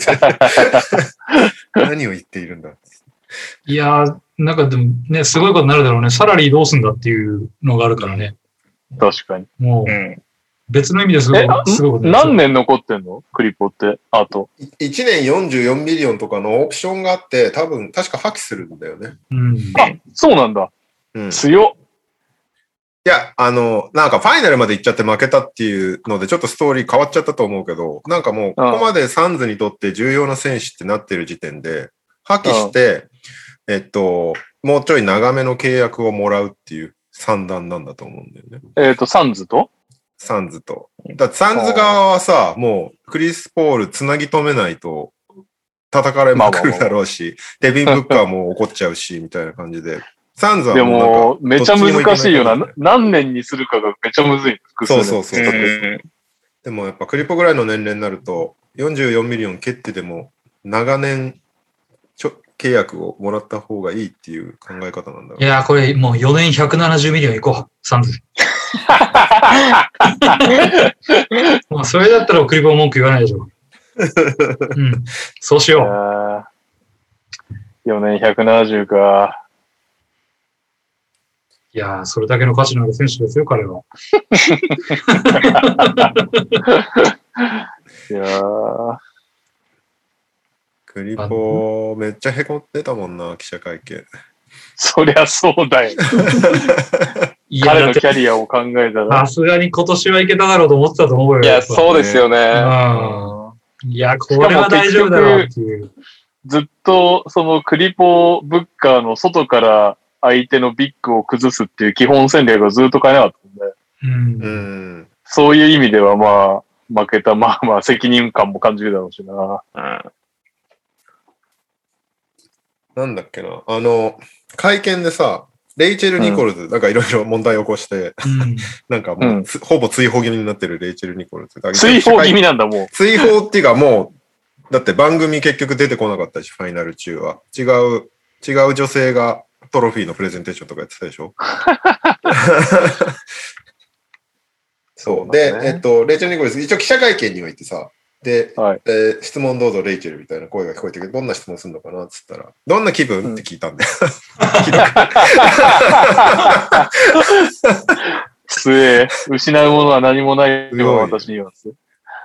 Speaker 3: 何を言っているんだ。
Speaker 4: いやー、なんかでもね、すごいことになるだろうね。サラリーどうすんだっていうのがあるからね。
Speaker 1: 確かに。
Speaker 4: も
Speaker 2: う
Speaker 4: う、
Speaker 2: ん。
Speaker 4: 別の意味ですごい
Speaker 1: え、あ、
Speaker 4: すごいことになる
Speaker 1: 何年残ってんのクリポって、あと。
Speaker 3: 1年44ミリオンとかのオプションがあって、多分確か破棄するんだよね。
Speaker 4: うん。
Speaker 1: そうなんだ。
Speaker 3: うん、
Speaker 1: 強っ。
Speaker 3: いや、あの、なんかファイナルまで行っちゃって負けたっていうので、ちょっとストーリー変わっちゃったと思うけど、なんかもう、
Speaker 1: うん
Speaker 3: ここまでサンズにとって重要な選手ってなってる時点で、破棄して、えっと、もうちょい長めの契約をもらうっていう算段なんだと思うんだよね。
Speaker 1: えっ、と、サンズと
Speaker 3: サンズと。だってサンズ側はさ、もうクリス・ポールつなぎ止めないと叩かれまくるだろうし、デビン・ブッカーも怒っちゃうし、みたいな感じで。サンズは
Speaker 1: で
Speaker 3: も
Speaker 1: も、めちゃ難しいよな。
Speaker 3: どっ
Speaker 1: な何年にするかがめちゃむずい。複数
Speaker 3: そう
Speaker 1: 年
Speaker 3: そうそう。
Speaker 2: うん
Speaker 3: でもやっぱクリポぐらいの年齢になると、44ミリオン蹴ってでも長年ちょ契約をもらった方がいいっていう考え方なんだろう
Speaker 4: い。やー、これもう4年170ミリオンいこう、サンズ。まあ、それだったら送り棒文句言わないでしょ。うん。そうしよ
Speaker 1: あー4年170か。
Speaker 4: う。いやー、それだけの価値のある選手ですよ、彼は。
Speaker 1: いやー
Speaker 3: クリポめっちゃへこんでたもんな、記者会見。
Speaker 1: そりゃそうだよ。
Speaker 4: いや、
Speaker 1: 彼
Speaker 4: だ
Speaker 1: の
Speaker 4: って
Speaker 1: キャリアを考えたら。
Speaker 4: さすがに今年はいけただろうと思ってたと思う
Speaker 2: [LAUGHS]
Speaker 4: よ。
Speaker 2: いや、
Speaker 4: う。
Speaker 2: そうですよね。
Speaker 4: いや、これは大丈夫だろうっていう。
Speaker 1: ずっと、そのクリポブッカーの外から相手のビッグを崩すっていう基本戦略をずっと変えなかったんで、
Speaker 4: うん
Speaker 3: う。ん。
Speaker 1: そういう意味ではまあ、負けた、まあまあ責任感も感じるだろうしな。
Speaker 2: うん
Speaker 3: なんだっけな。あの、会見でさ、レイチェル・ニコルズ、なんかいろいろ問題起こして、
Speaker 4: うん
Speaker 3: なんかもう、
Speaker 1: うん
Speaker 3: つほぼ追放気味になってるレイチェル・ニコルズ。だから
Speaker 1: 追放気味なんだ、も
Speaker 3: 追放っていうかもう、だって番組結局出てこなかったし、ファイナル中は。違う、違う女性がトロフィーのプレゼンテーションとかやってたでし
Speaker 1: [LAUGHS]
Speaker 3: ょそう。で、
Speaker 1: そうだね
Speaker 3: えっと、レイチェル・ニコルズ、一応記者会見においてさ、で、
Speaker 1: う。はい。
Speaker 3: えー質問どうぞレイチェルみたいな声が聞こえてきて、どんな質問するのかなっつったら、どんな気分って聞いたん
Speaker 1: [LAUGHS]
Speaker 3: だよ。ひどく
Speaker 1: 末、失うものは何もない
Speaker 3: すご
Speaker 1: よ、
Speaker 3: い
Speaker 1: 私には。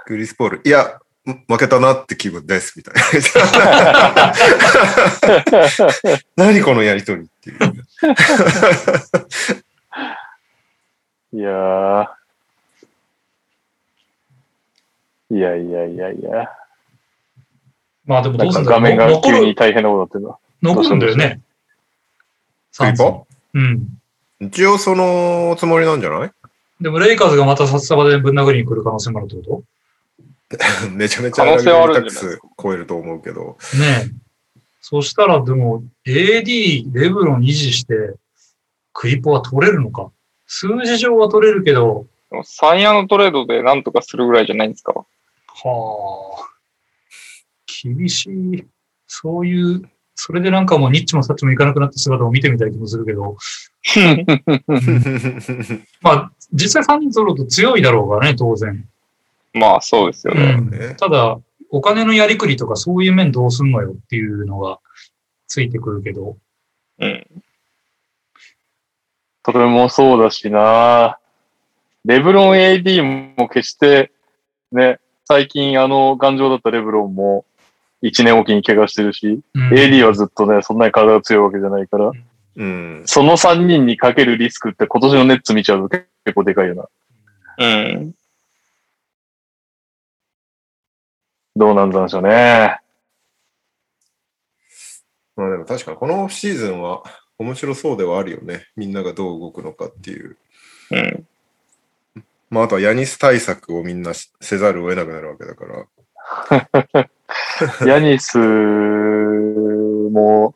Speaker 3: クリス・ポール、いや、ん負けたなって気分です、みたい
Speaker 1: [LAUGHS]
Speaker 3: な。 [LAUGHS] 何このやりとりって
Speaker 1: [LAUGHS]
Speaker 3: いう。
Speaker 1: いやー。いやいやいやいや。
Speaker 4: まあでもど
Speaker 1: なん
Speaker 4: うす
Speaker 1: か
Speaker 4: んだろう。
Speaker 1: 画面が
Speaker 4: 残
Speaker 1: 急に
Speaker 4: る、
Speaker 1: 大変なことになって
Speaker 4: 残るんだよね。
Speaker 3: クリポ
Speaker 4: うん。
Speaker 3: 一応そのつもりなんじゃない [LAUGHS]
Speaker 4: でも、レイカーズがまた札束でぶん殴りに来る可能性もあるってこ
Speaker 3: めちゃめちゃ
Speaker 2: 可能性はあるんじゃない
Speaker 3: ラグビータックス超えると思うけど。 [LAUGHS]
Speaker 4: とねえ。そしたら、でも、AD、レブロン維持して、クリポは取れるのか。数字上は取れるけど、
Speaker 2: でもサイヤのトレードでなんとかするぐらいじゃないんですか。
Speaker 4: はあ、厳しい。そういう、それでなんかもうニッチもサッチもいかなくなった姿を見てみたい気もするけど、まあ、実際3人揃うと強いだろうがね、当然。
Speaker 2: まあ、そうですよ
Speaker 4: う
Speaker 2: ね。
Speaker 4: ん
Speaker 3: ね
Speaker 4: ただ、お金のやりくりとかそういう面どうすんのよっていうのがついてくるけど、
Speaker 2: うん。
Speaker 1: それもそうだしなレブロン AD も決して、ね、最近あの頑丈だったレブロンも1年おきに怪我してるし、
Speaker 4: うん、
Speaker 1: AD はずっとね、そんなに体が強いわけじゃないから、
Speaker 3: うん。
Speaker 1: その3人にかけるリスクって今年のネッツ見ちゃうと結構でかいよな。
Speaker 2: うん。
Speaker 1: どうなんでしょうね。
Speaker 3: まあでも確かにこのオフシーズンは面白そうではあるよね。みんながどう動くのかっていう。
Speaker 2: うん。
Speaker 3: まああとはヤニス対策をみんなしせざるを得なくなるわけだから。
Speaker 1: ヤニスも、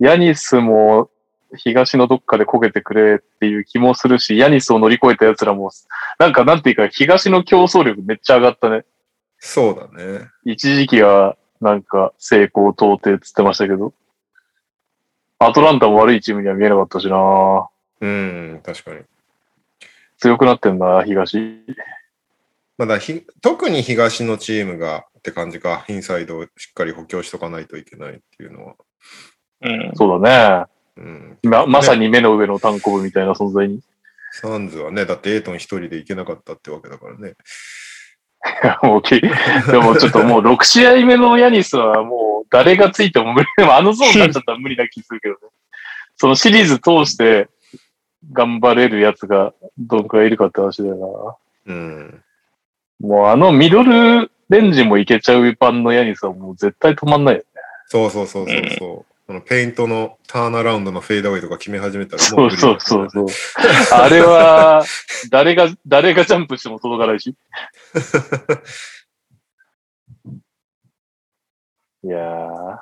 Speaker 1: ヤニスも東のどっかで焦げてくれっていう気もするし、ヤニスを乗り越えた奴らも、なんかなんていうか東の競争力めっちゃ上がったね。
Speaker 3: そうだね。
Speaker 1: 一時期はなんか成功到底っつってましたけど。アトランタも悪いチームには見えなかったしな
Speaker 3: うん、確かに。
Speaker 1: 強くなってんな、東。
Speaker 3: まあだひ特に東のチームがって感じか、インサイドをしっかり補強しとかないといけないっていうのは。
Speaker 2: うん。
Speaker 1: そうだね。
Speaker 3: うん、
Speaker 1: ま、まさに目の上の単行部みたいな存在に。い
Speaker 3: サンズはね、だってエイトン一人で行けなかったってわけだからね。
Speaker 1: やもうき、でもちょっともう6試合目のヤニスはもう誰がついても無理。でもあのゾーンになっちゃったら無理な気するけどね。そのシリーズ通して、頑張れるやつがどのくらいいるかって話だよ
Speaker 3: うん。
Speaker 1: な。もうあのミドルレンジもいけちゃう版のヤニスはもう絶対止まんないよ。
Speaker 3: そうそうそうそうそう。あのペイントのターンアラウンドのフェードアウェイとか決め始めたら
Speaker 1: そ
Speaker 3: もう
Speaker 1: う
Speaker 3: 無理
Speaker 1: そうそうそう。あれは、誰が、誰がジャンプしても届かないし。 [LAUGHS] いやー、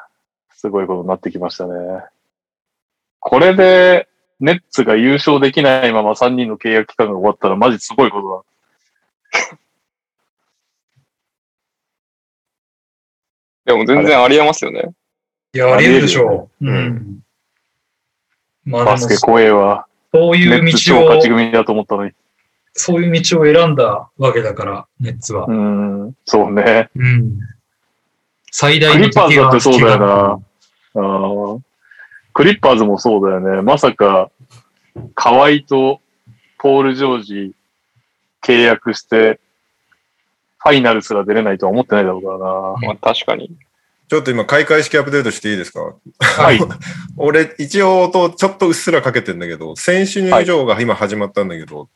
Speaker 1: すごいことになってきましたね。これで、ネッツが優勝できないまま3人の契約期間が終わったらマジすごいこと
Speaker 2: でも全然ありえますよね。
Speaker 4: いや、ありえるでしょう。
Speaker 3: う
Speaker 4: うんん。ま
Speaker 1: だ。
Speaker 4: あ
Speaker 1: バ
Speaker 4: で
Speaker 1: ス
Speaker 4: も
Speaker 1: ケ、怖えわ。
Speaker 4: そう
Speaker 1: ネ
Speaker 4: いう
Speaker 1: ッツ
Speaker 4: 道
Speaker 1: 超勝
Speaker 4: を
Speaker 1: ち、組だと思ったのに。
Speaker 4: そういう道を選んだわけだから、ネッツは
Speaker 1: う。ん、そうね。
Speaker 4: うん。最大の
Speaker 1: クリッパーズだってそうだよな
Speaker 4: 敵が
Speaker 1: あークリッパーズもそうだよね。まさか、河合とポール・ジョージ契約して、ファイナルすら出れないとは思ってないだろうか
Speaker 2: まあ確かに。
Speaker 3: ちょっと今開会式アップデートしていいですか
Speaker 1: らな。はい。
Speaker 3: 俺、一応とちょっとうっすらかけてんだけど、選手入場が今始まったんだけど、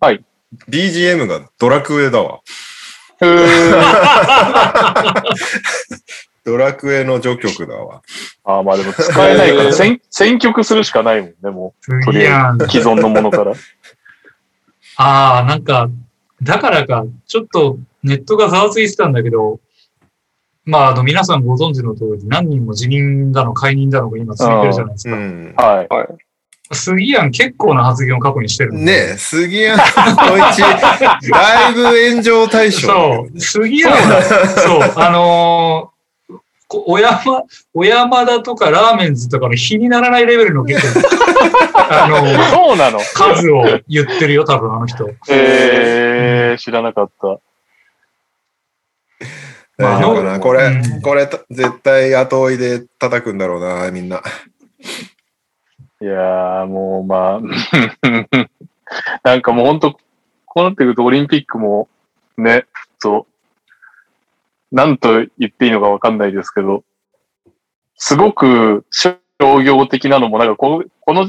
Speaker 1: はい。
Speaker 3: BGM がドラクエだわ。ドラクエの序曲だわ。
Speaker 1: ああ、まあでも使えないから、選選曲するしかないもんね、も
Speaker 4: すげえやん
Speaker 1: う。既存のものから。
Speaker 4: ああ、なんか、だからか、ちょっとネットがざわついてたんだけど、まあ、あの、皆さんご存知の通り、何人も辞任だの、解任だのが今続いてるじゃないです
Speaker 3: う
Speaker 4: か。
Speaker 3: ん。
Speaker 1: [LAUGHS] はい。
Speaker 4: 杉谷結構な発言を過去にしてるんで
Speaker 3: ねえ、杉谷の一、だいぶ炎上対象だけ
Speaker 4: そ
Speaker 3: どね。
Speaker 4: う、杉山そう、あのーこ小山、小山田とかラーメンズとかの比にならないレベルの結 [LAUGHS] 構、あのー
Speaker 1: そうなの
Speaker 4: 数を言ってるよ、多分あの人。
Speaker 1: えー、知らなかった。
Speaker 3: 大丈夫かなこ
Speaker 4: う
Speaker 3: れ
Speaker 4: ん、
Speaker 3: これ、絶対後追いで叩くんだろうな、みんな。
Speaker 1: いやー、もうまあ、 [LAUGHS] なんかもう本当、こうなってくるとオリンピックもね、そう、なんと言っていいのかわかんないですけど、すごく商業的なのも、なんかこの、この、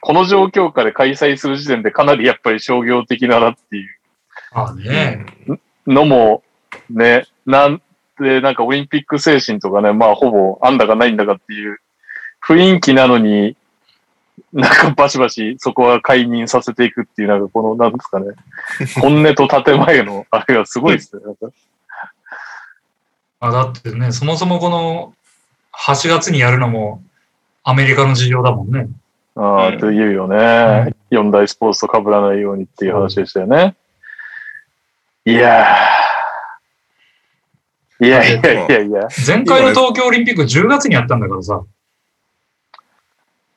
Speaker 1: この状況下で開催する時点でかなりやっぱり商業的だなっていう
Speaker 4: まあね、
Speaker 1: のも、ね、なんで、なんかオリンピック精神とかね、まあほぼあんだかないんだかっていう雰囲気なのに、なんかバシバシそこは解任させていくっていう、なんかこの、なんです
Speaker 2: [LAUGHS]
Speaker 1: かね、本音と建前のあれがすごいですね。なんか
Speaker 4: まあ、だってね、そもそもこの8月にやるのもアメリカの事情だもんね。
Speaker 1: あ
Speaker 2: う
Speaker 1: あ、
Speaker 2: ん
Speaker 1: というよね。四、大スポーツと被らないようにっていう話でしたよね。いやー。いやいやいやいや。
Speaker 4: 前回の東京オリンピック10月にやったんだからさ、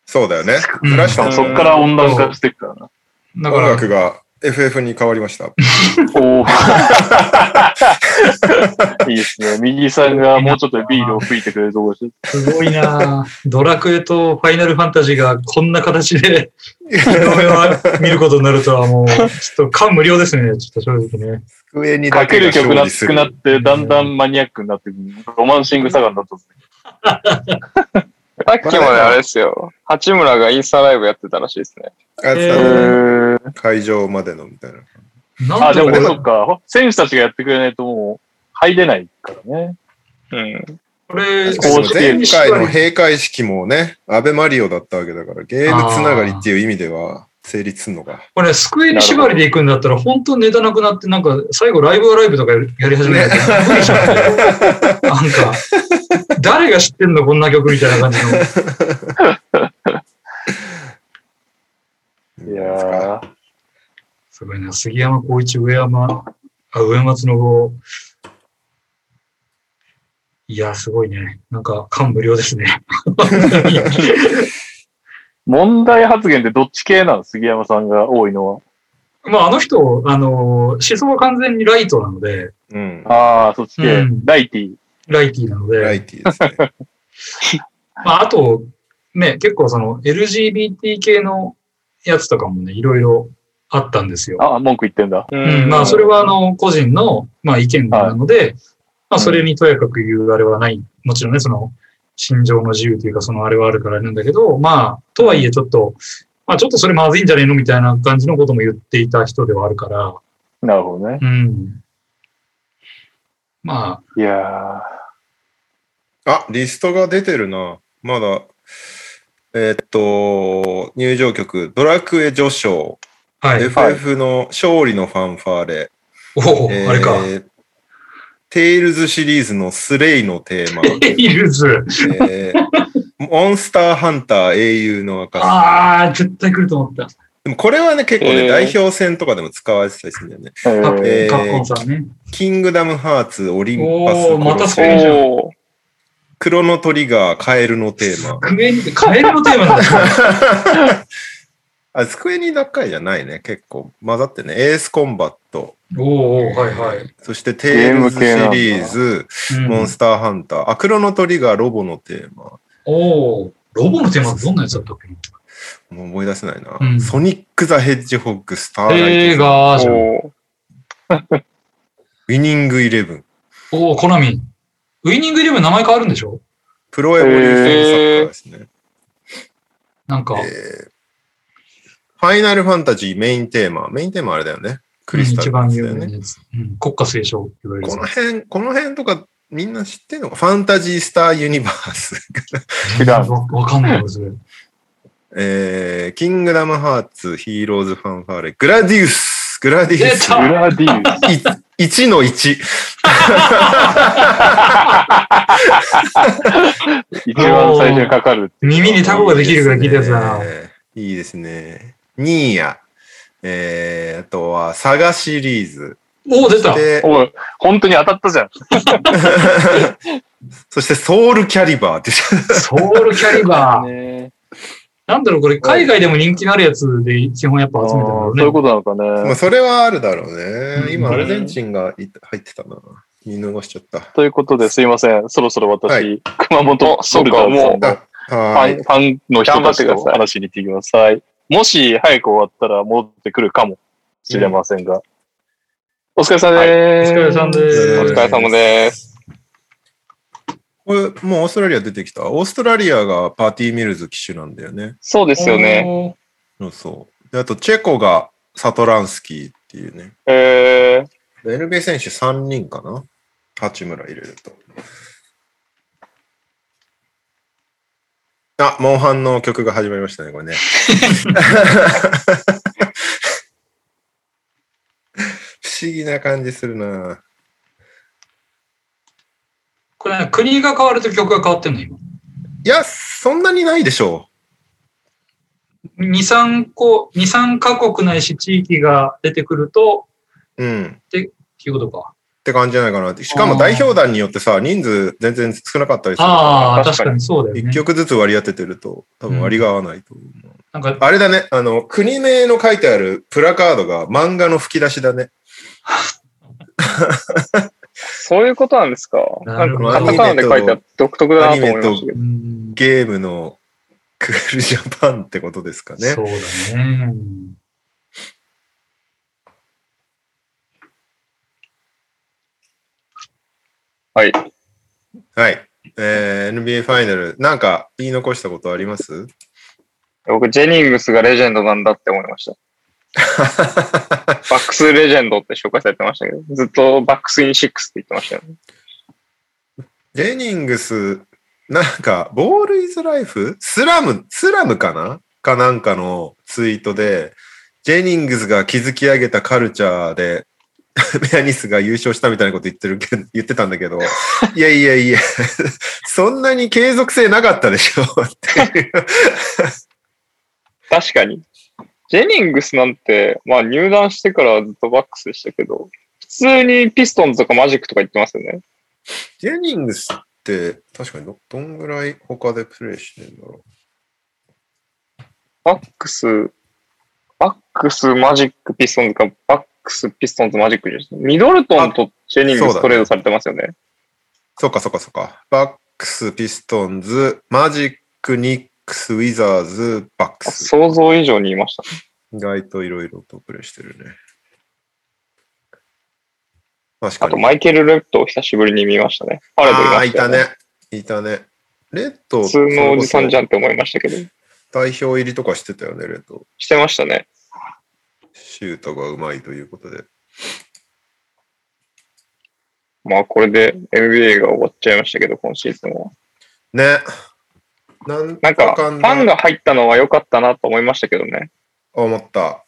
Speaker 3: そうだよね。
Speaker 4: うん
Speaker 3: ずらした
Speaker 1: そ
Speaker 3: の
Speaker 1: っから温暖化していくからな。
Speaker 4: だか
Speaker 3: 音
Speaker 4: ら
Speaker 3: 楽が FF に変わりました。
Speaker 1: おお。 [LAUGHS] いいですね。右さんがもうちょっとビールを吹いてくれるところです。
Speaker 4: すごいなぁドラクエとファイナルファンタジーがこんな形で、日の目を見ることになるとはもう、ちょっと感無量ですね、ちょっと正直ね。
Speaker 3: 上に
Speaker 1: かける曲な
Speaker 3: す
Speaker 1: くなって、だんだんマニアックになってくる。ロマンシングサガンだったんですね。
Speaker 2: さっきまであれですよ。八村がインスタライブやってたらしいですね。
Speaker 3: あ
Speaker 4: え
Speaker 3: つ
Speaker 1: へー
Speaker 3: た会場までのみたいな。
Speaker 4: な
Speaker 1: あ、
Speaker 4: ん
Speaker 1: で
Speaker 4: とか
Speaker 1: もそっか。選手たちがやってくれないともう入れないからね。
Speaker 2: うん。
Speaker 4: これ、
Speaker 1: 公式
Speaker 3: 前回の閉会式もね、アベマリオだったわけだから、ゲームつながりっていう意味では成立すんのか。
Speaker 4: これ、スクエニ縛りで行くんだったら、本当ネタなくなって、なんか、最後、ライブはライブとかやりやり始めたけど、無理じゃん。なんか、誰が知ってんの、こんな曲みたいな感じの。
Speaker 1: いやー。
Speaker 4: すごいな、杉山浩一、上山、あ、上松の子。いや、すごいね。なんか、感無量ですね。
Speaker 1: 問題発言ってどっち系なの杉山さんが多いの
Speaker 4: まあ、あの人、あの、思想は完全にライトなので、
Speaker 3: うん
Speaker 1: は。。ああ、そっち系。
Speaker 4: うん
Speaker 1: ライティ。
Speaker 4: ライティーなので、
Speaker 3: ライティですね。
Speaker 4: まあ、あと、ね、結構その LGBT 系のやつとかもね、いろいろあったんですよ。
Speaker 1: あ、文句言ってんだ。
Speaker 4: うん、まあ、それ
Speaker 2: は。
Speaker 4: は、あの、個人の、まあ、意見なので、まあ、それにとやかく言うあれはない。もちろんね、その、心情の自由というか、そのあれはあるからなんだけど、まあ、とはいえ、ちょっと、まあちょっとそれまずいんじゃねえのみたいな感じのことも言っていた人ではあるから、
Speaker 1: なるほどね。
Speaker 4: うん。ま
Speaker 1: いや
Speaker 3: あ、リストが出てるな。まだ、えーっと、入場曲、ドラクエ序章、
Speaker 4: あ、はい。
Speaker 3: FF の勝利のファンファーレ、
Speaker 4: おお、
Speaker 3: えー
Speaker 4: あれか。
Speaker 3: テイルズシリーズのスレイのテ [LAUGHS] ーマ、
Speaker 4: イルズ。
Speaker 3: えーモンスターハンター英雄の証。
Speaker 4: ああ、絶対来ると思った。
Speaker 3: でもこれはね、結構ね、
Speaker 1: えー
Speaker 3: 代表戦とかでも使われてたりするんだよね。
Speaker 1: ー。え
Speaker 4: カ
Speaker 1: ー
Speaker 3: えー
Speaker 4: ッカッコンさんね。
Speaker 3: キングダムハーツ、オリンパス、
Speaker 4: おお、またスペインじゃん。
Speaker 1: おー
Speaker 3: クロノトリガー、カエルのテーマ。
Speaker 4: クエン、カエルのテーマな
Speaker 3: [LAUGHS]
Speaker 4: んだ。
Speaker 3: あ、スクエニばっかりじゃないね。結構混ざってね。エースコンバット。
Speaker 4: おお、はいはい。
Speaker 3: そしてテールズシ
Speaker 1: ゲーム系
Speaker 3: リ
Speaker 1: なん
Speaker 3: ー
Speaker 1: だ
Speaker 3: ズ、
Speaker 4: うん
Speaker 3: モンスターハンター。あ、クロノトリガー、ロボのテーマ。
Speaker 4: おお、ロボのテーマってどんなやつだったっけ
Speaker 3: もう思い出せないな。
Speaker 4: うん
Speaker 3: ソニック・ザ・ヘッジホッグ、スターライト、
Speaker 4: 映画じゃん。
Speaker 1: お
Speaker 3: ウィニング・イレブン、
Speaker 4: おお、コナミ。ウィニングイレブン名前変わるんでしょ
Speaker 3: プロエボリューション・サッカーですね。
Speaker 4: なんか、
Speaker 3: えーファイナル・ファンタジーメインテーマ。メインテーマあれだよね。クリスタ
Speaker 4: 一
Speaker 3: ルなん
Speaker 4: 番
Speaker 3: ですよ
Speaker 4: 有
Speaker 3: ね。
Speaker 4: 名なやつ。うん、国家斉唱って言われる
Speaker 3: こ
Speaker 4: や
Speaker 3: の辺、この辺とかみんな知ってんのかファンタジー・スター・ユニバース。
Speaker 4: つ。
Speaker 1: 知らん
Speaker 4: わわかんないわ、それ。
Speaker 3: [LAUGHS] えー、キングダムハーツ、ヒーローズファンファーレ、グラディウス、グラディウス
Speaker 4: 出、た
Speaker 1: グラディウス。
Speaker 3: い1の1。
Speaker 1: 一番最初にかかる。
Speaker 4: 耳にタコができるから聞いたやつだな。
Speaker 3: えーいいですね。ニーヤ、えー、あとは、サガシリーズ。
Speaker 4: おお、出た
Speaker 3: で、
Speaker 1: おい、本当に当たったじゃん。
Speaker 3: そして、ソウルキャリバーって。
Speaker 4: ソウルキャリバー。
Speaker 1: ね
Speaker 4: なんだろう、これ、海外でも人気のあるやつで基本やっぱ
Speaker 1: あー
Speaker 4: 集めてる
Speaker 1: そ
Speaker 4: ん
Speaker 1: う
Speaker 4: だ
Speaker 1: いう
Speaker 4: ろ
Speaker 1: ことなのか
Speaker 3: まあ、
Speaker 1: ね。
Speaker 3: それはあるだろう
Speaker 4: うん
Speaker 3: ね。今、アルゼンチンがい入ってたな。見逃しちゃった。
Speaker 1: ということですいません。そろそろ私、
Speaker 3: は
Speaker 1: 熊本
Speaker 2: お
Speaker 1: ソルダ
Speaker 2: そ
Speaker 1: ーさ
Speaker 2: うん
Speaker 1: の
Speaker 3: あ
Speaker 1: フ
Speaker 3: はい
Speaker 1: ァン。ファンの人たち
Speaker 2: 頑張ってくだ
Speaker 1: と
Speaker 2: さい
Speaker 1: 話しに行ってきてください。もし早く終わったら戻ってくるかもしれませんが。お疲れ様でーす。
Speaker 4: はいお疲れ様で
Speaker 3: お
Speaker 4: す
Speaker 2: お疲れ様です。
Speaker 3: これ、もうオーストラリア出てきた。オーストラリアがパーティーミルズ機種なんだよね。
Speaker 2: そうで
Speaker 4: う。
Speaker 2: すよね。
Speaker 4: ね。
Speaker 3: そうそう。で、あと、チェコがサトランスキーっていうね。
Speaker 2: えー、
Speaker 3: で NBA 選手3人かな八村入れると。あ、モンハンの曲が始まりましたね、これ [LAUGHS] ね。不思議な感じするな
Speaker 4: これ、ね、国が変わると曲が変わってんの、今。
Speaker 3: いや、そんなにないでしょ
Speaker 4: 2、3個、2、3カ国ないし地域が出てくると、
Speaker 3: う。うん。
Speaker 4: っていうことか。
Speaker 3: って感じじゃないかなって。しかも代表団によってさ、人数全然少なかったりする
Speaker 4: ああ、
Speaker 1: 確かに
Speaker 4: 確かにそうだよ
Speaker 3: 一
Speaker 4: ね。
Speaker 3: 曲ずつ割り当ててると、多分割が合わないと思う。
Speaker 4: なんか、
Speaker 3: あれだね、あの、国名の書いてあるプラカードが漫画の吹き出しだね。
Speaker 2: そういうことなんですか。
Speaker 4: な
Speaker 2: な
Speaker 4: る
Speaker 2: ん
Speaker 4: ほ
Speaker 2: か
Speaker 4: ど
Speaker 2: カタカナで書いてあって独特だなと思いましたけど。
Speaker 4: うん、
Speaker 3: ゲームのクールジャパンってことですかね
Speaker 4: そ。うだね。
Speaker 2: はい。
Speaker 3: はい。えー、NBA ファイナル、なんか言い残したことあります
Speaker 2: 僕、ジェニングスがレジェンドなんだって思いま [LAUGHS] した。バックスレジェンドって紹介されてましたけど、ずっとバックスインシックスって言ってましたよね。
Speaker 3: レニングス、なんか、ボールイズライフスラム、スラムかなかなんかのツイートで、ジェニングスが築き上げたカルチャーで、メアニスが優勝したみたいなこと言ってるけど、言ってたんだけど、いやいやいや、そんなに継続性なかったでしょっていう。
Speaker 2: 確かに。ジェニングスなんて、まあ入団してからはずっとバックスでしたけど、普通にピストンズとかマジックとか言ってますよね。
Speaker 3: ジェニングスって、確かにどどんぐらい他でプレイしてんだろ
Speaker 2: バックス、バックス、マジック、ピストンズか、バックス、ピストンズ、マジックです。ミドルトンとジェニング
Speaker 3: そうだ
Speaker 2: ス
Speaker 3: ね
Speaker 2: トレードされてますよね。
Speaker 3: う。そうかそうかそうか。バックス、ピストンズ、マジック、ニックス、ウィザーズ、バックス。
Speaker 2: 想像以上にいましたね。
Speaker 3: 意外といろいろとプレイしてるね。確か
Speaker 2: あと、
Speaker 3: に。
Speaker 2: マイケル・レッドを久しぶりに見ましたね。パレード
Speaker 3: ああー、
Speaker 2: いまし
Speaker 3: い
Speaker 2: た
Speaker 3: た
Speaker 2: よね。
Speaker 3: ね。いたね。レッド、
Speaker 2: 普通のおじさんじゃ
Speaker 3: ん。
Speaker 2: んって思いましたけど。
Speaker 3: 代表入りとかしてたよね、レッド。
Speaker 2: してましたね。
Speaker 3: シュートがうまいということで。
Speaker 2: まあ、これで NBA が終わっちゃいましたけど、今シーズンは。
Speaker 3: ね。なん
Speaker 2: なんか、フ
Speaker 3: かんだ
Speaker 2: ァンが入ったのは良かったなと思いましたけどね。
Speaker 3: 思った。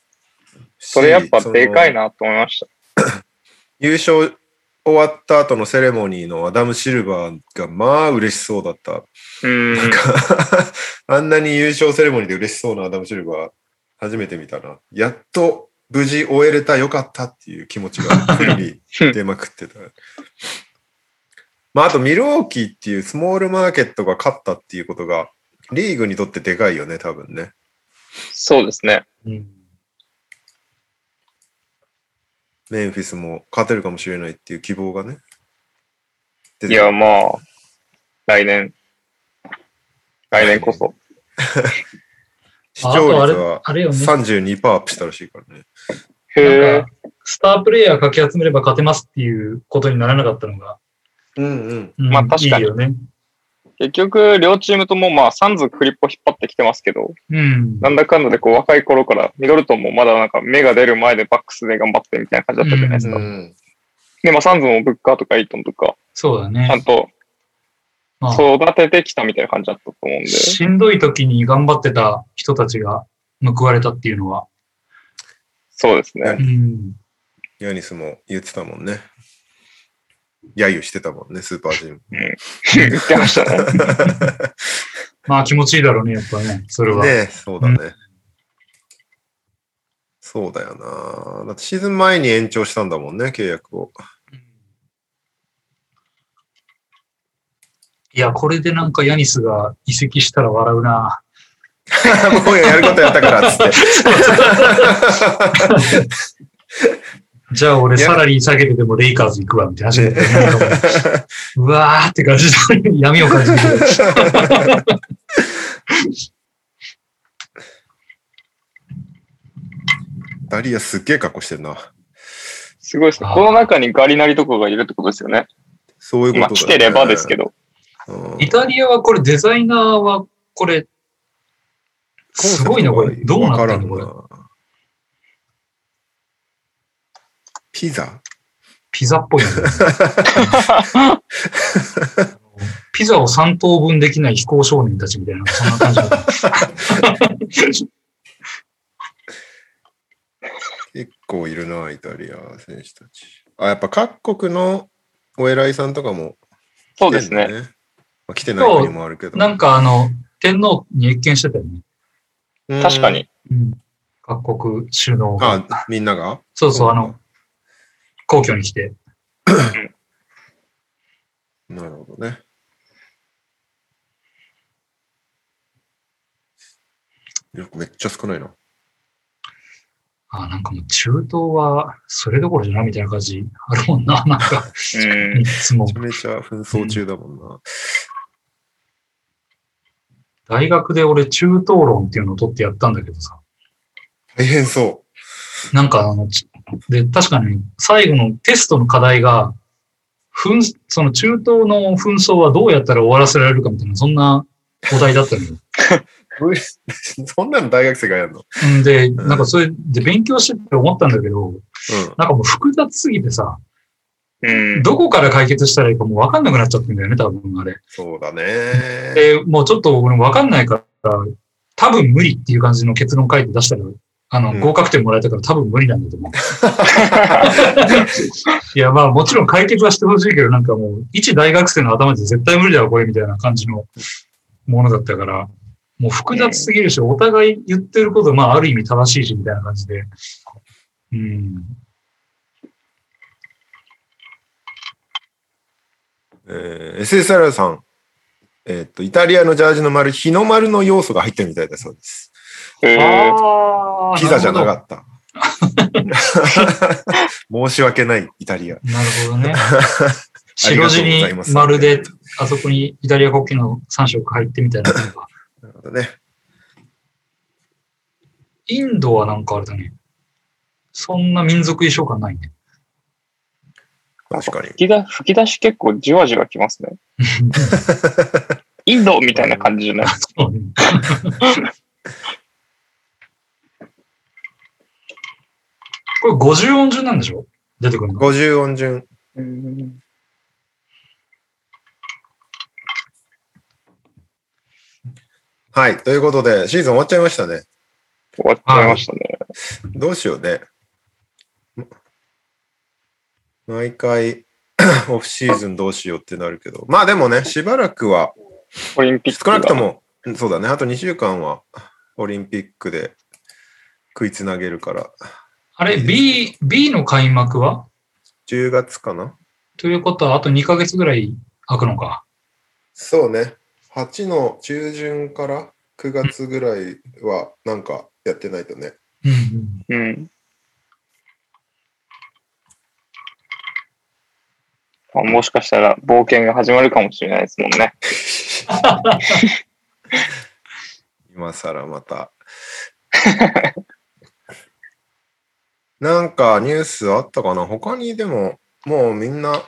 Speaker 2: それやっぱ
Speaker 3: し
Speaker 2: でかい。
Speaker 3: その
Speaker 2: なと思いました。
Speaker 3: 優勝終わった後のセレモニーのアダム・シルバーが、まあ嬉しそうだった。
Speaker 2: うーん。
Speaker 3: [LAUGHS] あんなに優勝セレモニーで嬉しそうなアダム・シルバー、初めて見たな。やっと無事終えれた、よかったっていう気持ちがフルに出まくってた。まあ、あと、ミルウォーキーっていうスモールマーケットが勝ったっていうことが、リーグにとってでかいよね、多分ね。
Speaker 2: そうですね。
Speaker 4: うん。
Speaker 3: メンフィスも勝てるかもしれないっていう希望がね。出
Speaker 2: い
Speaker 3: てくる
Speaker 2: や、まあ、来年、来年こそ。
Speaker 3: 視聴率
Speaker 4: あ
Speaker 3: は
Speaker 4: とあれあれよね。
Speaker 3: 32%アップしたらしいからね。
Speaker 2: へ
Speaker 4: な
Speaker 2: え
Speaker 4: ん。か、スタープレイヤーかき集めれば勝てますっていうことにならなかったのが、
Speaker 3: うんうん。
Speaker 4: うん
Speaker 2: まあ確かに
Speaker 4: いいよね。
Speaker 2: 結局、両チームともまあ、サンズ、クリッポ引っ張ってきてますけど、
Speaker 4: うん。
Speaker 2: なんだかんだでこう若い頃から、ミドルトンもまだなんか目が出る前でバックスで頑張ってみたいな感じだったじゃないですか。
Speaker 3: うん
Speaker 2: で、まあ、サンズもブッカーとかイートンとか、
Speaker 4: そう
Speaker 2: ち
Speaker 4: だ
Speaker 2: ゃん
Speaker 4: ね。
Speaker 2: と
Speaker 4: まあ
Speaker 2: 育ててきたみたいな感じだったと思うんで、
Speaker 4: しんどい時に頑張ってた人たちが報われたっていうのは、
Speaker 2: そうですね。
Speaker 4: うん。
Speaker 3: ヤニスも言ってたもんね。揶揄してたもんね、スーパージム。
Speaker 2: 言ってましたね。
Speaker 3: [LAUGHS]
Speaker 4: まあ気持ちいいだろうね、やっぱね、それは。
Speaker 3: ねえそうだね。
Speaker 4: う
Speaker 3: そうだよな。だってシーズン前に延長したんだもんね、契約を。 [LAUGHS]
Speaker 4: いや、これでなんかヤニスが移籍したら笑うな。
Speaker 3: もうやることやったからっつって。 [LAUGHS]
Speaker 4: じゃあ俺
Speaker 3: いや
Speaker 4: サラリー下げてでもレイカーズ行くわ、みたいな話で。
Speaker 3: [LAUGHS]
Speaker 4: うわーって感じで、 [LAUGHS] 闇を感じる。
Speaker 3: ダリアすっげえ格好してんな。
Speaker 2: すごいですね。この中にガリナリとかがいるってことですよね。
Speaker 3: そういうことだ、ね。
Speaker 2: まあ、来てればですけど。
Speaker 3: うん。
Speaker 4: イタリアはこれデザイナーはこれ、すごいな、これ。どうなってんのこれ
Speaker 3: わ。からんなピザ
Speaker 4: ピザっぽいな。
Speaker 3: [LAUGHS]
Speaker 4: ピザを3等分できない非行少年たちみたいな、そんな感じ
Speaker 3: [LAUGHS]
Speaker 4: だった。
Speaker 3: 結構いるな、イタリア選手たち。あ、やっぱ各国のお偉いさんとかも
Speaker 2: そ
Speaker 3: 来
Speaker 2: うで
Speaker 3: てん
Speaker 2: す
Speaker 3: だ
Speaker 2: ね
Speaker 3: ね。。まあ、来てない国もあるけど。
Speaker 4: なんかあの、天皇に謁見してたよね。
Speaker 3: うん
Speaker 2: 確か。に。
Speaker 4: うん。各国首脳が。
Speaker 3: あ、みんなが
Speaker 4: そうそう、あの、皇居に来て。
Speaker 3: なるほどね。いやめっちゃ少ないな。
Speaker 4: あ、なんかもう中東はそれどころじゃないみたいな感じあるもんな。なんか、
Speaker 2: うん
Speaker 4: い。つも
Speaker 3: めち。ゃめちゃ紛争中だもんな。
Speaker 4: 大学で俺中東論っていうのを取ってやったんだけどさ。
Speaker 3: 大変そ
Speaker 4: なんかあの、ちで、確かに最後のテストの課題が、紛その中東の紛争はどうやったら終わらせられるかみたいな、そんなお題だったのよ。
Speaker 3: う。 [LAUGHS] そんなの大学生がやるの。
Speaker 4: うんで、なんかそれで勉強してって思ったんだけど、
Speaker 3: う
Speaker 4: なんかもう複雑すぎてさ、
Speaker 2: うん。
Speaker 4: どこから解決したらいいかもうわかんなくなっちゃってんだよね、多分あれ。
Speaker 3: そうだね。
Speaker 4: で、もうちょっと俺もわかんないから、多分無理っていう感じの結論書いて出したら、あの、
Speaker 3: うん
Speaker 4: 合格点もらえたから多分無理なんだ
Speaker 3: [LAUGHS]
Speaker 4: と思う。いや、まあもちろん解決はしてほしいけど、なんかもう、一大学生の頭で絶対無理だろ、これみたいな感じのものだったから、もう複雑すぎるし、お互い言ってること、まあある意味正しいし、みたいな感じで。うん。
Speaker 3: えー SSR さん。えーっと、イタリアのジャージの丸、日の丸の要素が入ってるみたいだそうです。
Speaker 2: へえ
Speaker 4: あ
Speaker 3: ピザじゃなか
Speaker 4: っ
Speaker 3: った。 [LAUGHS] 申し訳ない、イタリア。
Speaker 4: た。なるほ
Speaker 3: [LAUGHS]
Speaker 4: どね。白地
Speaker 3: ありがとうご
Speaker 4: に
Speaker 3: ざいます
Speaker 4: 丸で、あそこにイタリア国旗の3色入ってみたいなの
Speaker 3: [LAUGHS]
Speaker 4: が。
Speaker 3: なるほどね。
Speaker 4: インドはなんかあれだね。そんな民族衣装感ないね。
Speaker 3: 確かに。
Speaker 2: 吹き出吹き出し結構じわじわき
Speaker 3: [LAUGHS]
Speaker 2: ますね。インドみたいな感じじゃない
Speaker 4: そうねこれ50音順なんでしょ出てくるの。
Speaker 3: 50音順。はい。ということで、シーズン終わっちゃいましたね。
Speaker 2: 終わっちゃいましたね。
Speaker 3: どうしようね。ま毎回、 [COUGHS] オフシーズンどうしようってなるけど。まあでもね、しばらくは、
Speaker 2: オリンピック
Speaker 3: 少
Speaker 2: が
Speaker 3: なくとも、うんそうだね。あと2週間は、オリンピックで食いつなげるから、
Speaker 4: あれ、B、B の開幕は
Speaker 3: 10月かな
Speaker 4: ということは、あと2ヶ月ぐらい開くのか。
Speaker 3: そうね。8の中旬から9月ぐらいは、なんかやってないとね。
Speaker 4: うんうん。
Speaker 2: うん。まあもしかしたら冒険が始まるかもしれないですもんね。
Speaker 3: 今更また。 [LAUGHS] なんかニュースあったかな他にでも、もうみんな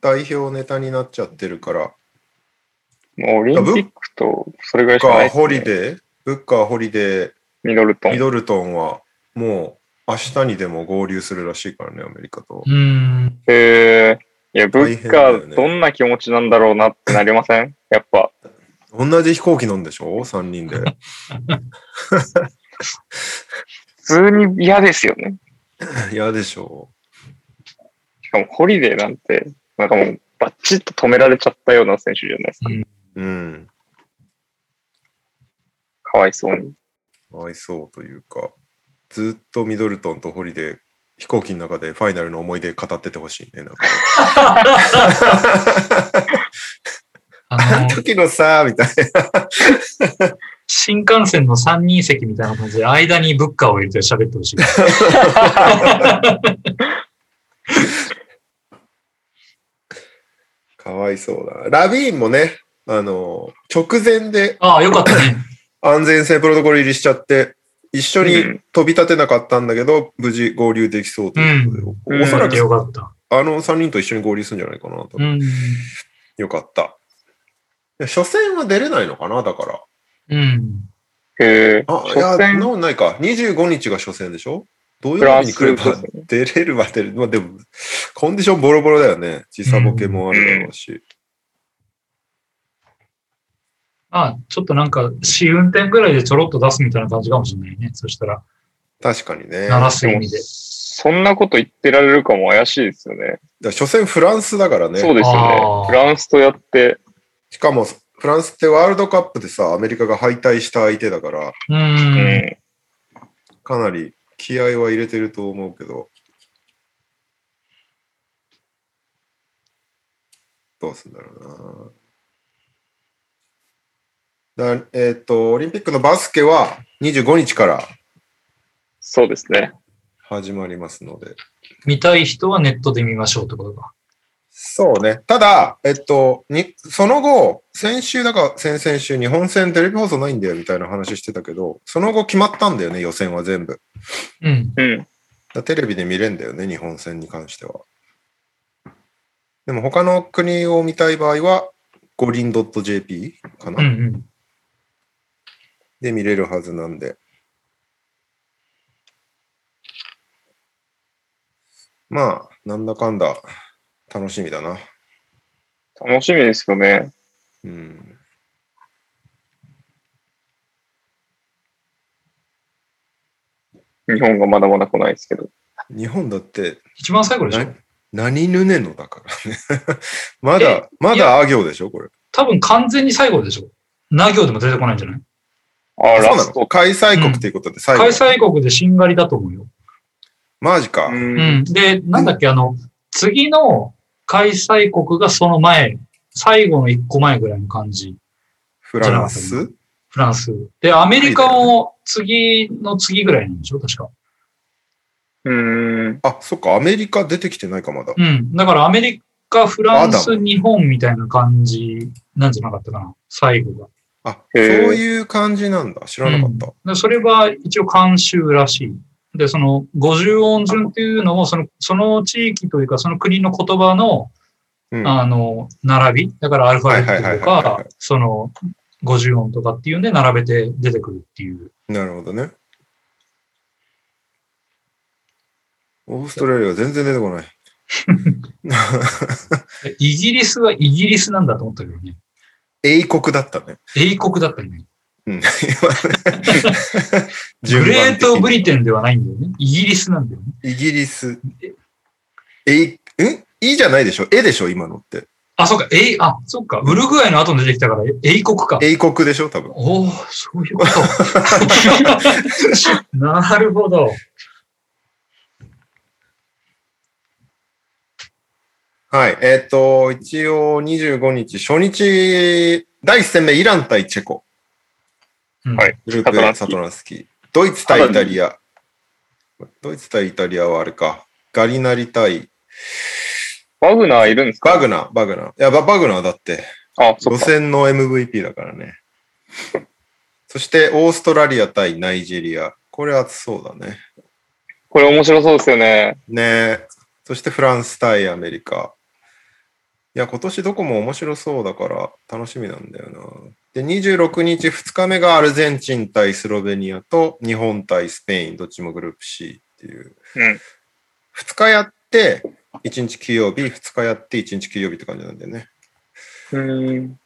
Speaker 3: 代表ネタになっちゃってるから。
Speaker 2: もうオリンピックとそれぐら
Speaker 3: ブ
Speaker 2: いしか
Speaker 3: ッカ
Speaker 2: ないで
Speaker 3: ー
Speaker 2: す、ね。
Speaker 3: ホリデーブッカーホリデ
Speaker 2: ミドルト
Speaker 3: ー、ミ
Speaker 2: ン。
Speaker 3: ドルトンはもう明日にでも合流するらしいからね、アメリカと
Speaker 4: う。ーん。
Speaker 2: えー、いや、ブ
Speaker 3: 大
Speaker 2: ッ
Speaker 3: 変だ
Speaker 2: カ
Speaker 3: よね
Speaker 2: ーどんな気持ちなんだろうなってなりません [LAUGHS] やっぱ。
Speaker 3: 同じ飛行機なんでしょ ?3 人で。 [LAUGHS]
Speaker 2: 普通に嫌ですよね。
Speaker 3: 嫌でしょ
Speaker 2: しかもホリデーなんて、なんかもうバッチッと止められちゃったような選手じゃないですか。
Speaker 3: うん。
Speaker 2: かわいそうに。
Speaker 3: かわいそうというか。ずっとミドルトンとホリデー、飛行機の中でファイナルの思い出語っててほしいね。なんか
Speaker 4: あ
Speaker 3: [LAUGHS]
Speaker 4: の、
Speaker 3: 時のさ、みたいな。
Speaker 4: 新幹線の3人席みたいな感じで、間にブッカーを入れて喋ってほしい。
Speaker 3: かわいそうだ。ラビーンもね、あの、直前で
Speaker 4: ああ、よかった
Speaker 2: [LAUGHS]
Speaker 4: ね。
Speaker 3: 安全性プロトコル入りしちゃって、一緒に
Speaker 2: うん
Speaker 3: 飛び立てなかったんだけど、無事合流できそうということで、
Speaker 2: うん
Speaker 3: おそら
Speaker 4: よ
Speaker 3: く
Speaker 4: かった。
Speaker 3: あの3人と一緒に合流するんじゃないかなと。
Speaker 4: うん。
Speaker 3: よかった。いや初戦は出れないのかなだから。
Speaker 4: うん。
Speaker 2: えー、
Speaker 3: あ、いや、
Speaker 2: 初
Speaker 3: そんな
Speaker 2: 戦
Speaker 3: ことないか。25日が初戦でしょ土曜日に来れ
Speaker 2: フラン
Speaker 3: ば
Speaker 2: ス
Speaker 3: 出れるは出れる。まあ [LAUGHS] でも、コンディションボロボロだよね。時差ボケもあるだろうし。
Speaker 4: まあ、ちょっとなんか、試運転ぐらいでちょろっと出すみたいな感じかもしれないね。そしたら、
Speaker 3: 確かにね。
Speaker 4: 鳴らす意味で。
Speaker 2: そんなこと言ってられるかも怪しいですよね。
Speaker 3: だから初戦フランスだからね。
Speaker 2: そうですよ
Speaker 4: あー
Speaker 2: ね。フランスとやって、
Speaker 3: しかも、フランスってワールドカップでさ、アメリカが敗退した相手だから、
Speaker 4: う。
Speaker 2: うんん。
Speaker 3: かなり気合は入れてると思うけど、どうすんだろうな。だえっ、と、オリンピックのバスケは25日から
Speaker 2: そうですね。
Speaker 3: 始まりますので。
Speaker 4: 見たい人はネットで見ましょうってことか。
Speaker 3: そうね。ただ、えっと、にその後、先週だから先々週、日本戦テレビ放送ないんだよみたいな話してたけど、その後決まったんだよね、予選は全部。
Speaker 4: うん。
Speaker 2: うん。
Speaker 3: だテレビで見れんだよね、日本戦に関しては。でも他の国を見たい場合は、五輪 .jp かな、
Speaker 4: うんうん。
Speaker 3: で見れるはずなんで。まあ、なんだかんだ楽しみだな。
Speaker 2: 楽しみですよね。
Speaker 3: うん。
Speaker 2: 日本がまだまだ来ないですけど。
Speaker 3: 日本だって
Speaker 4: 一番最後でしょ
Speaker 3: な何ぬねのだからね。 [LAUGHS] まだ、ま
Speaker 4: いや
Speaker 3: だあ行でしょ、これ。
Speaker 4: 多分完全に最後でしょな行でも出てこないんじゃない
Speaker 2: あー、
Speaker 3: そう
Speaker 2: ラ
Speaker 3: な
Speaker 2: ス
Speaker 3: の
Speaker 2: ト。
Speaker 3: 開催国っていうことで最後。
Speaker 4: 開催国でしんがりだと思うよ。
Speaker 3: マジか。
Speaker 2: うん
Speaker 4: うん。で、なんだっけ、あの、次の開催国がその前、最後の一個前ぐらいの感じ。
Speaker 3: フランス
Speaker 4: フランス。で、アメリカも次の次ぐらいなんでしょ確か。
Speaker 2: うん。
Speaker 3: あ、そっか、アメリカ出てきてないか、まだ。
Speaker 4: うん。だからアメリカ、フラン
Speaker 3: ア
Speaker 4: ス、日本みたいな感じなんじゃなかったかな最後が。
Speaker 3: あ、そ
Speaker 2: へ
Speaker 3: う
Speaker 2: ー
Speaker 3: いう感じなんだ。知らなかった。
Speaker 4: でそれは一応慣習らしい。で、その50音順っていうのをその、その地域というか、その国の言葉の、
Speaker 3: うん
Speaker 4: あの、並び、だからアルファベットと
Speaker 3: はいはいはいはいは
Speaker 4: か
Speaker 3: い、
Speaker 4: その50音とかっていうんで並べて出てくるっていう。
Speaker 3: なるほどね。オーストラリアは全然出てこない。
Speaker 4: イギリスはイギリスなんだと思ったけどね。
Speaker 3: 英国だったね。
Speaker 4: 英国だったりね。
Speaker 3: うん。 [LAUGHS]
Speaker 4: グレートブリ
Speaker 3: ン。
Speaker 4: テンではないんだよね。イギリスなんだよね。
Speaker 3: イギリス。えい、んいいじゃないでしょ。えでしょ、今のって。
Speaker 4: あ、そうか、えい、あ、そうか、ウルグアイの後に出てきたから、え英国か。
Speaker 3: 英国でしょ、多分。
Speaker 4: おおそういうこと。 [LAUGHS] なるほど。
Speaker 3: はい。えっ、と、一応25日、初日、第1戦目、イラン対チェコ。
Speaker 4: うん
Speaker 2: はい
Speaker 3: グループ
Speaker 2: サトラ
Speaker 3: A、
Speaker 2: ンスキー
Speaker 3: サトランスキー。ドイツ対イタリア。ドイツ対イタリアはあれか。ガリナリ対、
Speaker 2: ワグナーいるんですか
Speaker 3: バグナー、バグナー。いや、ババグナーだって、
Speaker 2: あ、そ
Speaker 3: 予
Speaker 2: っか。
Speaker 3: 選の MVP だからね。そして、オーストラリア対ナイジェリア。これ熱そうだね。
Speaker 2: これ面白そうですよね。
Speaker 3: ねえ。そして、フランス対アメリカ。いや、今年どこも面白そうだから、楽しみなんだよな。で、26日、2日目がアルゼンチン対スロベニアと、日本対スペイン、どっちもグループ C っていう。
Speaker 2: うん。
Speaker 3: 2日やって、1日休養日、2日やって、1日休養日って感じなんだよね。
Speaker 2: うん。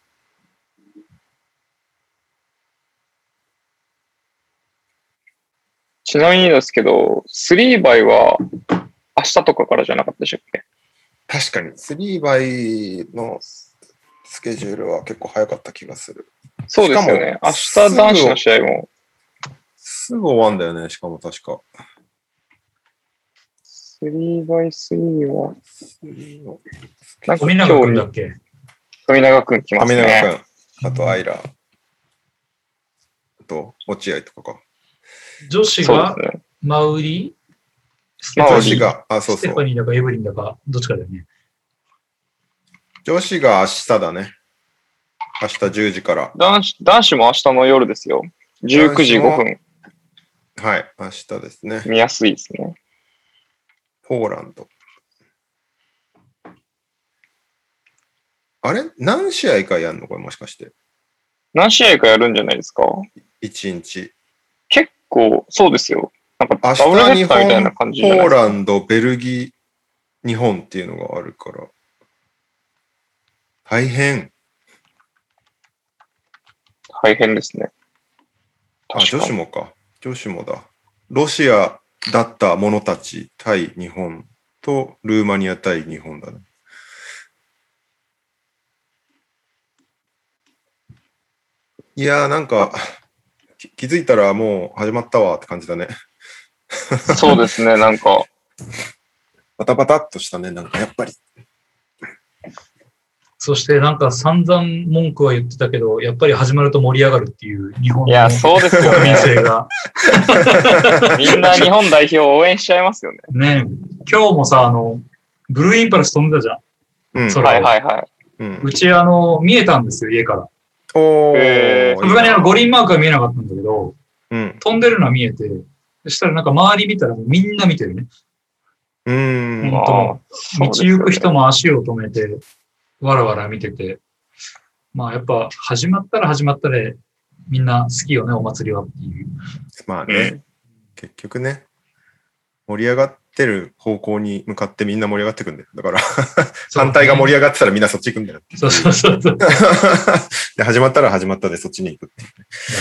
Speaker 2: ちなみにですけど、3バイは明日とかからじゃなかったでしたっけ
Speaker 3: 確かに。3バイのスケジュールは結構早かった気がする。
Speaker 2: そうですよね。明
Speaker 3: し
Speaker 2: 日
Speaker 3: かも
Speaker 2: 男子の試合も、
Speaker 3: すぐ終わんだよね、しかも確か。
Speaker 2: 3バイ3は、なんか
Speaker 4: 富永
Speaker 2: 今
Speaker 4: 君だ
Speaker 2: 日
Speaker 4: っ、け
Speaker 2: 富永くん来ます
Speaker 3: 亀
Speaker 2: ね。
Speaker 3: 永君、あとアイラ、あと落合とかか。
Speaker 4: 女子
Speaker 2: そう
Speaker 4: が
Speaker 2: ですね。
Speaker 4: マウリ、ステ
Speaker 2: まあ
Speaker 4: ファ
Speaker 3: 女
Speaker 4: ニ
Speaker 3: 子
Speaker 4: ー
Speaker 3: が、あ、そう
Speaker 4: ステ
Speaker 3: そ
Speaker 4: ファ
Speaker 3: う。
Speaker 4: ニーだかエブリンだか、どっちかだよね。
Speaker 3: 女子が明日だね。明日10時から。
Speaker 2: 男子、男子も明日の夜ですよ。19時5分。
Speaker 3: はい、明日ですね。
Speaker 2: 見やすいですね。
Speaker 3: ポーランド。あれ何試合かやんのこれもしかして。
Speaker 2: 何試合かやるんじゃないですか
Speaker 3: 1日。
Speaker 2: 結構、そうですよ。なんか
Speaker 3: 明
Speaker 2: ダブル
Speaker 3: 日
Speaker 2: ヘ
Speaker 3: 日
Speaker 2: ッダーみたい
Speaker 3: 本、
Speaker 2: な
Speaker 3: ポ
Speaker 2: 感じじゃない
Speaker 3: ー
Speaker 2: ですか
Speaker 3: ランド、ベルギー、日本っていうのがあるから。大変。
Speaker 2: 大変ですね。
Speaker 3: あ、女子
Speaker 2: も。
Speaker 3: もか。女子もだ。ロシアだった者たち対日本とルーマニア対日本だね。いやーなんかき気づいたらもう始まったわって感じだね。
Speaker 2: そうですね、なんか、
Speaker 3: バタバタっとしたね、なんかやっぱり。
Speaker 4: そしてなんか散々文句は言ってたけど、やっぱり始まると盛り上がるっていう日本
Speaker 2: い
Speaker 4: の
Speaker 2: や、そうですよね
Speaker 4: 人。
Speaker 2: [LAUGHS]
Speaker 4: 生が。
Speaker 2: みんな日本代表を応援しちゃいますよね。
Speaker 4: ね今日もさ、あの、ブルーインパルス飛んでたじゃん。
Speaker 3: うん。
Speaker 4: そ
Speaker 2: はいはいは
Speaker 3: うん
Speaker 4: うち、あの、見えたんですよ、家から。
Speaker 3: おー
Speaker 2: へー
Speaker 4: さすがにあの、五輪マークは見えなかったんだけど、
Speaker 3: うん。
Speaker 4: 飛んでるのは見えて、そしたらなんか周り見たらもうみんな見てるね。
Speaker 3: う
Speaker 2: い。
Speaker 3: ん。
Speaker 4: 本当
Speaker 2: まあ
Speaker 4: 道行く人
Speaker 2: も。
Speaker 4: も足を止めて、わらわら見てて。まあやっぱ始まったら始まったで、みんな好きよね、お祭りはっていう。
Speaker 3: まあ
Speaker 2: う
Speaker 3: ね、
Speaker 2: ん
Speaker 3: 結局ね、盛り上がってる方向に向かってみんな盛り上がってくんだよ。だから、反対が盛り上がってたらみんなそっち行くんだ [LAUGHS] よ。
Speaker 4: そうそうそうそう。だか
Speaker 3: で、始まったら始まったでそっちに行く。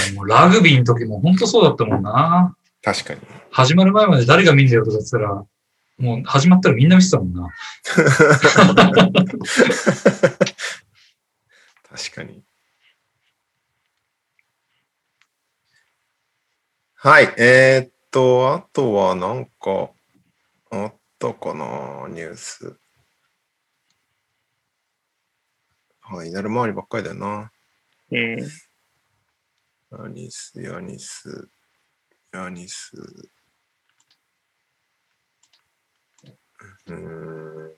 Speaker 4: らもうラグビーの時も本当そうだったもんな。
Speaker 3: 確かに。
Speaker 4: 始まる前まで誰が見んだよとか言ってたら、もう始まったらみんな見てたもんな。
Speaker 3: 確かに。はい。えーっと、あとはなんか、あったかな、ニュース。ファイナル周りばっかりだよな。
Speaker 2: うん。
Speaker 3: ヤニス、ヤニス、ヤニス。うーん。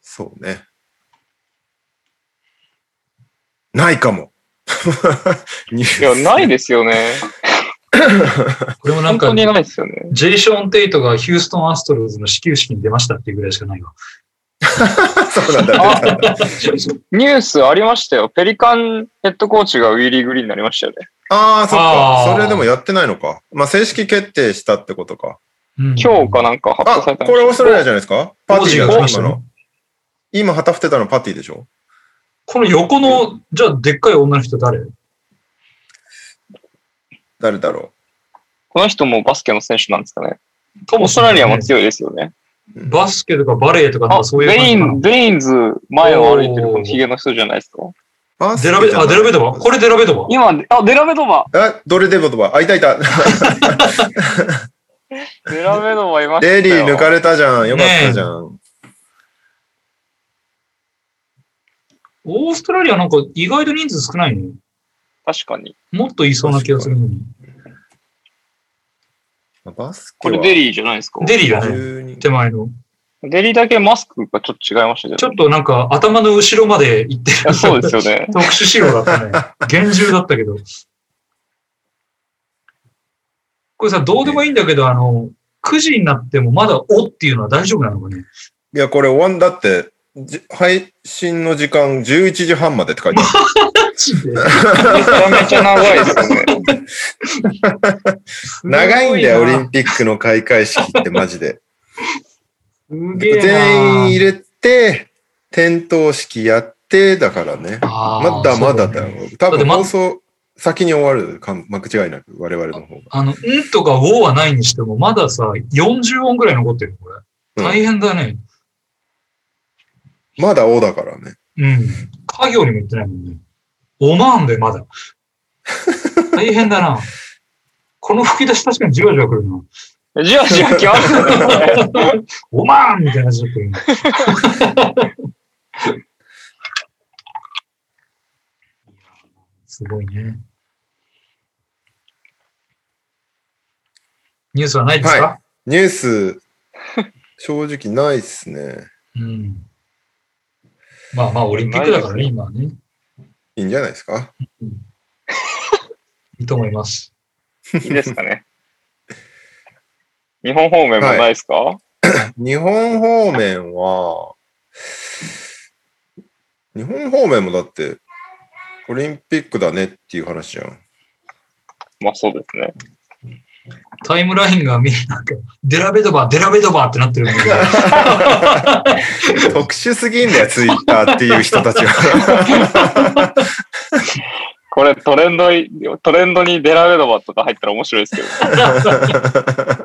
Speaker 3: そうね。ないかも。ニュース
Speaker 2: いや、ないですよね。
Speaker 4: これもなん
Speaker 2: 本
Speaker 4: か
Speaker 2: 当、にないですよね。
Speaker 4: ジェイション・テイトがヒューストン・アストロズの始球式に出ましたっていうぐらいしかないわ。
Speaker 3: [LAUGHS] そうな
Speaker 2: [LAUGHS]
Speaker 3: んだ。
Speaker 2: あ、ニュースありましたよ。ペリカンヘッドコーチがウィリー・グリーンになりましたよね。
Speaker 3: ああ、そっ
Speaker 4: あ
Speaker 3: か。
Speaker 4: ー
Speaker 3: それでもやってないのか。まあ、正式決定したってことか。
Speaker 4: うん
Speaker 2: 今日かなんか発
Speaker 3: あ、
Speaker 2: 表されたん
Speaker 3: これオーストラリアじゃないですかパティが
Speaker 4: 王子が来まし
Speaker 3: 今
Speaker 4: た
Speaker 3: の
Speaker 4: ね。
Speaker 3: 今旗振ってたのパティでしょ
Speaker 4: この横の、じゃあでっかい女の人誰
Speaker 3: 誰だろ
Speaker 2: この人もバスケの選手なんですかね。
Speaker 4: か
Speaker 2: オーストラリアも
Speaker 4: い。
Speaker 2: 強いですよね。
Speaker 3: う
Speaker 4: バスケとかバレエとかなん
Speaker 2: あ
Speaker 4: か、そういう
Speaker 2: ベ
Speaker 4: 感
Speaker 2: イ
Speaker 4: じかな
Speaker 2: ン、ベインズ前を歩いてるこ
Speaker 4: お
Speaker 2: の
Speaker 4: ー
Speaker 2: ヒゲの人じゃないですか。
Speaker 3: バスケ
Speaker 4: デラベ、
Speaker 3: じゃない
Speaker 4: あ、デラベドバこれデラベドバ
Speaker 2: 今、あ、デラベドバ。
Speaker 3: あ、どれデラベドバあ、いたい
Speaker 4: [LAUGHS]
Speaker 3: た。
Speaker 2: デラベドバいましたよ。
Speaker 3: レリー抜かれたじゃん。よかったじゃん。
Speaker 4: オーストラリアなんか意外と人数少ないね。
Speaker 2: 確かに。
Speaker 4: もっといそうな気がするのに。
Speaker 3: バスケ
Speaker 2: こ
Speaker 3: は
Speaker 2: れデリーじゃないですか。
Speaker 4: デリーだね。
Speaker 3: 10人
Speaker 4: 手前の。
Speaker 2: デリーだけマスクがちょっと違いましたけ
Speaker 4: ち
Speaker 2: ど。
Speaker 4: ょっとなんか頭の後ろまで行って
Speaker 2: いや
Speaker 4: る。。
Speaker 2: そうですよ [LAUGHS] ね
Speaker 4: [LAUGHS] 特殊仕様だったね。厳重だったけど。これさ、どうでもいいんだけど、あの、9時になってもまだおっていうのは大丈夫なのかね。
Speaker 3: いや、これ終わんだって、じ配信の時間11時半までって書いてある。
Speaker 2: めちゃめちゃ長いですよね。
Speaker 4: [LAUGHS]
Speaker 3: 長いんだよ、オリ
Speaker 4: 俺
Speaker 3: ンピックの開会式ってマジで。
Speaker 4: すげえな。
Speaker 3: 全員入れて、点灯式やって、だからね。
Speaker 4: あー
Speaker 3: まだまだだ
Speaker 4: そう
Speaker 3: よ。多
Speaker 4: だって
Speaker 3: 分
Speaker 4: ま
Speaker 3: 放送先に終わるか、間違いなく、我々の方が。
Speaker 4: あの、んとかおはないにしても、まださ、40音ぐらい残ってる、これ。
Speaker 3: うん
Speaker 4: 大変だね。
Speaker 3: まだ王だからね。
Speaker 4: うん。家業にも行ってないもんね。オマーンで
Speaker 3: [LAUGHS]
Speaker 4: まだ。大変だな。この吹き出し確かにじわじわくるな。
Speaker 2: じわじわ来ますよね。
Speaker 4: オマーンみたいな感 [LAUGHS] じだったよね。すごいね。ニュースはないですか、
Speaker 3: はニュー
Speaker 4: [LAUGHS]
Speaker 3: ス、正直ないっすね。
Speaker 4: うん。まあまあ、オリンピックだからね、今はね。
Speaker 3: いいんじゃないですか
Speaker 4: いいと思います。
Speaker 2: いいですかね。日本方面もないですか、
Speaker 3: 日本方面は、日本方面もだって、オリンピックだねっていう話じゃん。
Speaker 2: まあそうですね。
Speaker 4: タイムラインがみんななんか、デラベドバー、デラベドバーってなってるもん
Speaker 2: [LAUGHS]
Speaker 4: ね。
Speaker 3: 特殊すぎんだよ、ツイッターっていう人たちは。
Speaker 2: これトレンド、トレンドにデラベドバとか入ったら面白いですけど。 [LAUGHS]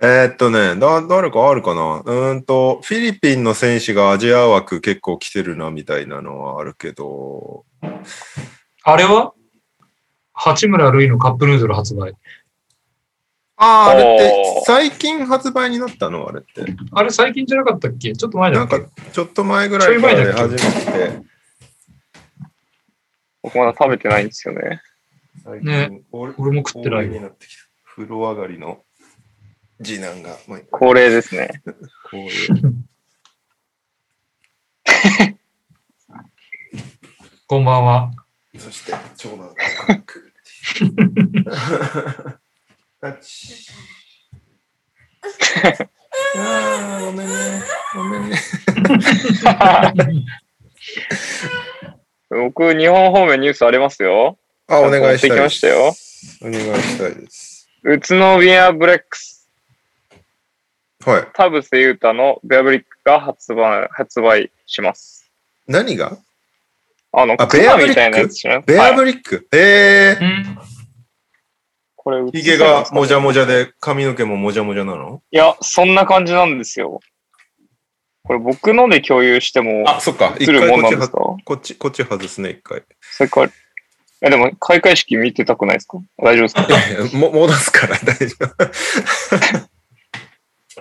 Speaker 3: えーっとね、だ、誰かあるかなうーんと、フィリピンの選手がアジア枠結構来てるなみたいなのはあるけど、
Speaker 4: あれは八村塁のカップヌードル発売。
Speaker 3: ああ、あれって
Speaker 2: おー
Speaker 3: 最近発売になったのあれって。
Speaker 4: あれ最近じゃなかったっけちょっと前だ
Speaker 3: なん
Speaker 4: っけ
Speaker 3: かちょっと前ぐらいから出始めて、
Speaker 2: 僕まだ食べてないんですよね。
Speaker 3: 最
Speaker 4: ね
Speaker 3: 俺
Speaker 4: 俺も食ってない
Speaker 3: に
Speaker 4: よ。
Speaker 3: なってきた。風呂上がりの次男が、まあ、こ
Speaker 2: 恒例ですね。
Speaker 3: ういう。
Speaker 4: こんばん
Speaker 2: [LAUGHS]
Speaker 4: は。
Speaker 3: そして長男がカックタッチ。ああ、ごめんね。ごめんね。
Speaker 2: 僕、日本方面ニュースありますよ。
Speaker 3: あ、お願いしたい
Speaker 2: 持ってきま
Speaker 3: で
Speaker 2: し
Speaker 3: す。
Speaker 2: たよ。
Speaker 3: お願いしたいです。
Speaker 2: 宇都宮ブレックス、
Speaker 3: はい。
Speaker 2: 田臥勇太のベアブリックが発売、発売します。
Speaker 3: 何が
Speaker 2: あの、
Speaker 3: あ
Speaker 2: ク
Speaker 3: ベア
Speaker 2: マ
Speaker 3: ブリ
Speaker 2: み
Speaker 3: ック
Speaker 2: たいなやつ知らない
Speaker 3: ベア
Speaker 2: はい
Speaker 3: ブリック。ええ
Speaker 4: うん。
Speaker 2: これ、
Speaker 3: ひげがもじゃもじゃで、髪の毛ももじゃもじゃなの
Speaker 2: いや、そんな感じなんですよ。これ僕ので共有しても
Speaker 3: あ、そっか。
Speaker 2: 映
Speaker 3: 一
Speaker 2: る
Speaker 3: 回
Speaker 2: もん
Speaker 3: こ
Speaker 2: なん
Speaker 3: っち
Speaker 2: ですか
Speaker 3: はこっち、こっち外すね、一回。
Speaker 2: それから、いやでも開会式見てたくないですか大丈夫ですかい
Speaker 3: いやも戻すから大丈夫。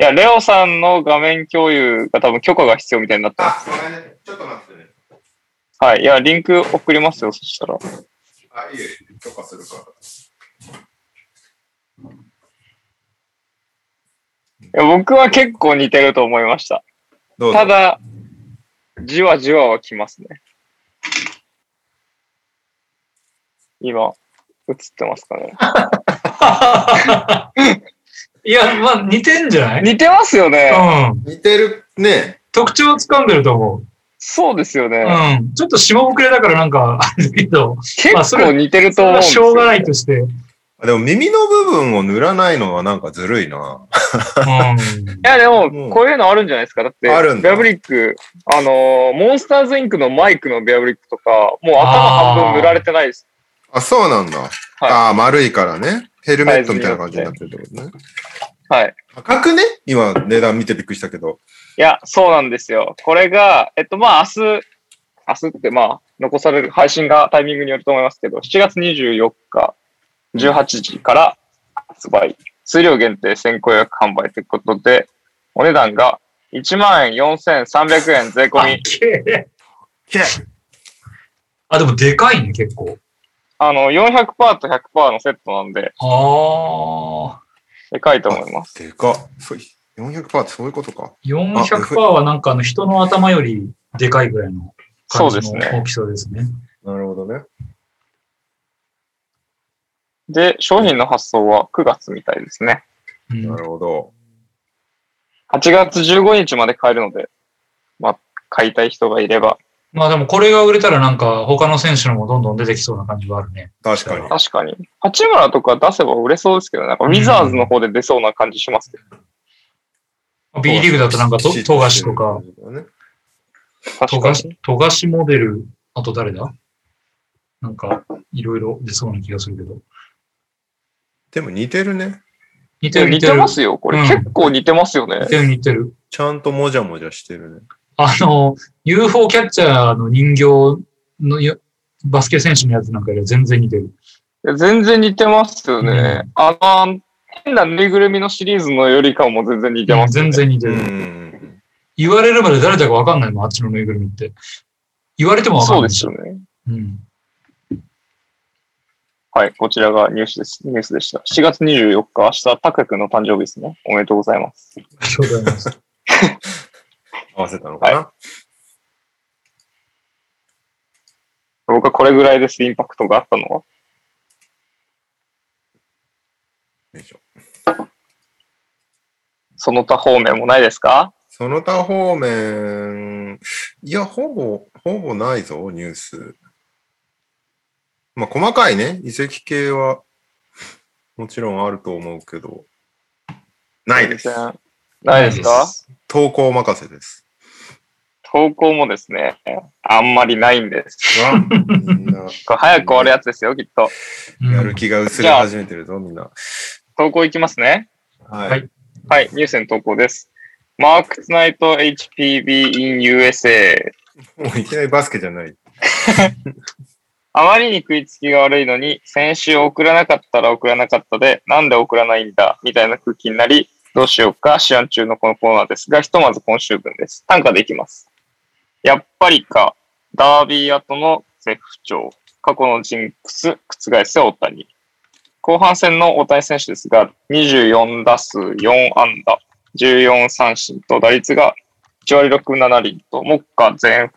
Speaker 2: や、レオさんの画面共有が多分許可が必要みたいになってます。
Speaker 3: ごめんね。ちょっと待ってね。
Speaker 2: はい。いや、リンク送りますよ、そしたら。
Speaker 3: あ、いいよ。許可するから。
Speaker 2: いや僕は結構似てると思いました。
Speaker 3: どうぞ
Speaker 2: ただ、じわじわはきますね。今、映ってますかね。
Speaker 4: いや、まあ、似てんじゃな
Speaker 2: [LAUGHS]
Speaker 4: い
Speaker 2: 似てますよね。
Speaker 4: うん。
Speaker 3: 似てるね。
Speaker 4: 特徴を掴んでると思う。
Speaker 2: そうですよね。
Speaker 4: うん。ちょっと下遅れだからなんか、あるけど、
Speaker 2: 結
Speaker 4: まあそれ
Speaker 2: 構似てると
Speaker 4: それ
Speaker 2: 思うん
Speaker 4: は
Speaker 2: です
Speaker 4: しょ
Speaker 2: よ
Speaker 4: うがないとして。
Speaker 2: [LAUGHS]
Speaker 4: うん。
Speaker 3: でも耳の部分を塗らないのはなんかずるいな。
Speaker 2: いや、で
Speaker 3: うん
Speaker 2: も、こういうのあるんじゃないですか。だって、
Speaker 3: あるんだ
Speaker 2: ベアブリック、あのーモンスターズインクのマイクのベアブリックとか、もう頭半分塗られてないです。
Speaker 3: あ、そうなんだ。ああ、丸いからね。ヘルメットみたいな感じになってるってことね。
Speaker 2: はい。
Speaker 3: 高くね今値段見てびっくりしたけど。
Speaker 2: いや、そうなんですよ。これが、えっと、まあ、明日、明日って、まあ、残される配信がタイミングによると思いますけど、7月24日、18時から発売。数量限定先行予約販売ということで、お値段が1万4300円税込
Speaker 4: あ
Speaker 2: み。
Speaker 4: けーあ、でもでかいね、結構。
Speaker 2: あの、400%と100%のセットなんで、
Speaker 4: ああ。
Speaker 2: でかいと思います。
Speaker 3: でかっ。そう400%ってそういうことか。
Speaker 4: 400%はなんかあの人の頭よりでかいぐらいの感じ
Speaker 2: そ
Speaker 4: の
Speaker 2: うですね
Speaker 4: 大きさですね。
Speaker 3: なるほどね。
Speaker 2: で、商品の発送は9月みたいですね。
Speaker 4: うん
Speaker 3: なるほど。
Speaker 2: 8月15日まで買えるので、まあ、買いたい人がいれば、
Speaker 4: まあでもこれが売れたらなんか他の選手のもどんどん出てきそうな感じはあるね。
Speaker 3: 確かに。
Speaker 2: 確かに。八村とか出せば売れそうですけど、なんかウィザーズの方で出そうな感じしますけど、
Speaker 4: B リーグだとなんかと富樫とか、
Speaker 3: ね。
Speaker 2: 確
Speaker 4: 富
Speaker 2: か
Speaker 4: 樫
Speaker 2: に。
Speaker 4: 富樫モデル、あと誰だなんかいろいろ出そうな気がするけど。
Speaker 3: でも似てるね。
Speaker 4: 似て
Speaker 2: で
Speaker 4: る
Speaker 2: 似
Speaker 4: 似
Speaker 2: て
Speaker 4: てる。
Speaker 2: ますよ。これ、
Speaker 4: うん
Speaker 2: 結構似てますよね。
Speaker 4: 似てる似てる。
Speaker 3: ちゃんともじゃもじゃしてるね。
Speaker 4: あの、UFO キャッチャーの人形のよバスケ選手のやつなんかよりは全然似てる。
Speaker 2: いや全然似てますよね。
Speaker 4: うん
Speaker 2: あの、変なぬいぐるみのシリーズのよりかも全然似てます、
Speaker 4: 全。然似て
Speaker 3: う
Speaker 4: る。
Speaker 3: ん。
Speaker 4: 言われるまで誰だかわかんないもん、あっちのぬいぐるみって。言われてもわか
Speaker 2: そ
Speaker 4: ん
Speaker 2: う
Speaker 4: な
Speaker 2: で
Speaker 4: いし。
Speaker 2: すよね。
Speaker 4: うん。
Speaker 2: はい、こちらがニュースです。ニュースでした。7月24日、明日、タクヤ君の誕生日ですね。おめでとうございます。
Speaker 4: ありがとうございます。
Speaker 3: 合わせたのかな、
Speaker 2: 僕はこれぐらいです、インパクトがあったのは。
Speaker 3: よいしょ
Speaker 2: その他方面もないですか
Speaker 3: その他方面、いや、ほぼ、ほぼないぞ、ニュース。まあ、細かいね、遺跡系は、もちろんあると思うけど、ないです
Speaker 2: 全。然ないですか
Speaker 3: 投稿任せです。
Speaker 2: 投稿もですね、あんまりないんです。
Speaker 3: うわみんな、
Speaker 2: これ早く終わるやつですよ、きっと。
Speaker 4: うん
Speaker 3: やる気が薄れ始めてるぞ、みんな。
Speaker 2: 投稿いきますね。
Speaker 3: はい。
Speaker 4: はい
Speaker 2: はい、ニュースの投稿です。マーク・ツナイト HPV in USA
Speaker 3: もういきなりバスケじゃない。
Speaker 2: あまりに食いつきが悪いのに、先週送らなかったら送らなかったで、なんで送らないんだ、みたいな空気になり、どうしようか、試案中のこのコーナーですが、ひとまず今週分です。短歌でいきます。やっぱりか、ダービー後の絶不調、過去のジンクス、覆せ大谷。後半戦の大谷選手ですが、24打数4安打、14三振と打率が1割6分7厘と、目下全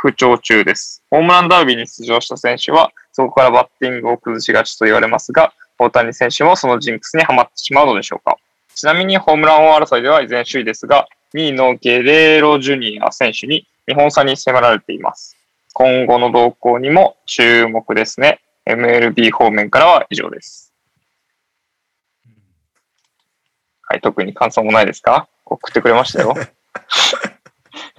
Speaker 2: 不調中です。ホームランダービーに出場した選手は、そこからバッティングを崩しがちと言われますが、大谷選手もそのジンクスにはまってしまうのでしょうか。ちなみにホームラン王争いでは依然首位ですが、2位のゲレーロジュニア選手に2本差に迫られています。今後の動向にも注目ですね。MLB 方面からは以上です。はい、特に感想もないですか送ってくれましたよ。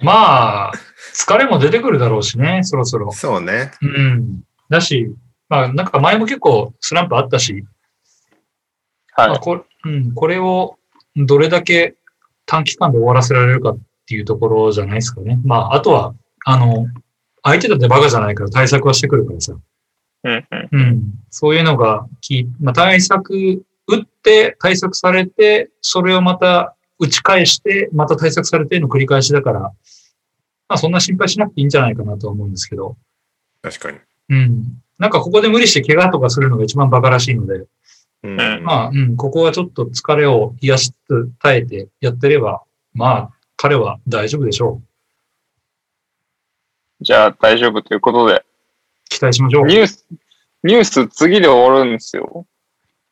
Speaker 4: まあ、疲れも出てくるだろうしね、そろそろ。
Speaker 3: そうね。
Speaker 4: うん。だし、まあ、なんか前も結構スランプあったし、ま
Speaker 2: は
Speaker 4: あ
Speaker 2: い。
Speaker 4: これうん、これをどれだけ短期間で終わらせられるかっていうところじゃないですかね。まあ、あとは、あの、相手だってバカじゃないから対策はしてくるからさ。
Speaker 2: うんうん。
Speaker 4: うん。そういうのがき、まあ、対策、打って、対策されて、それをまた打ち返して、また対策されての繰り返しだから、まあそんな心配しなくていいんじゃないかなとは思うんですけど、
Speaker 3: 確かに。
Speaker 4: うん。なんかここで無理して怪我とかするのが一番バカらしいので、
Speaker 3: うん
Speaker 2: うん
Speaker 4: まあ、うん、ここはちょっと疲れを癒やしつつ耐えてやってれば、まあ、彼は大丈夫でしょう。
Speaker 2: じゃあ大丈夫ということで、
Speaker 4: 期待しましょう。
Speaker 2: ニュース、ニュース次で終わるんですよ。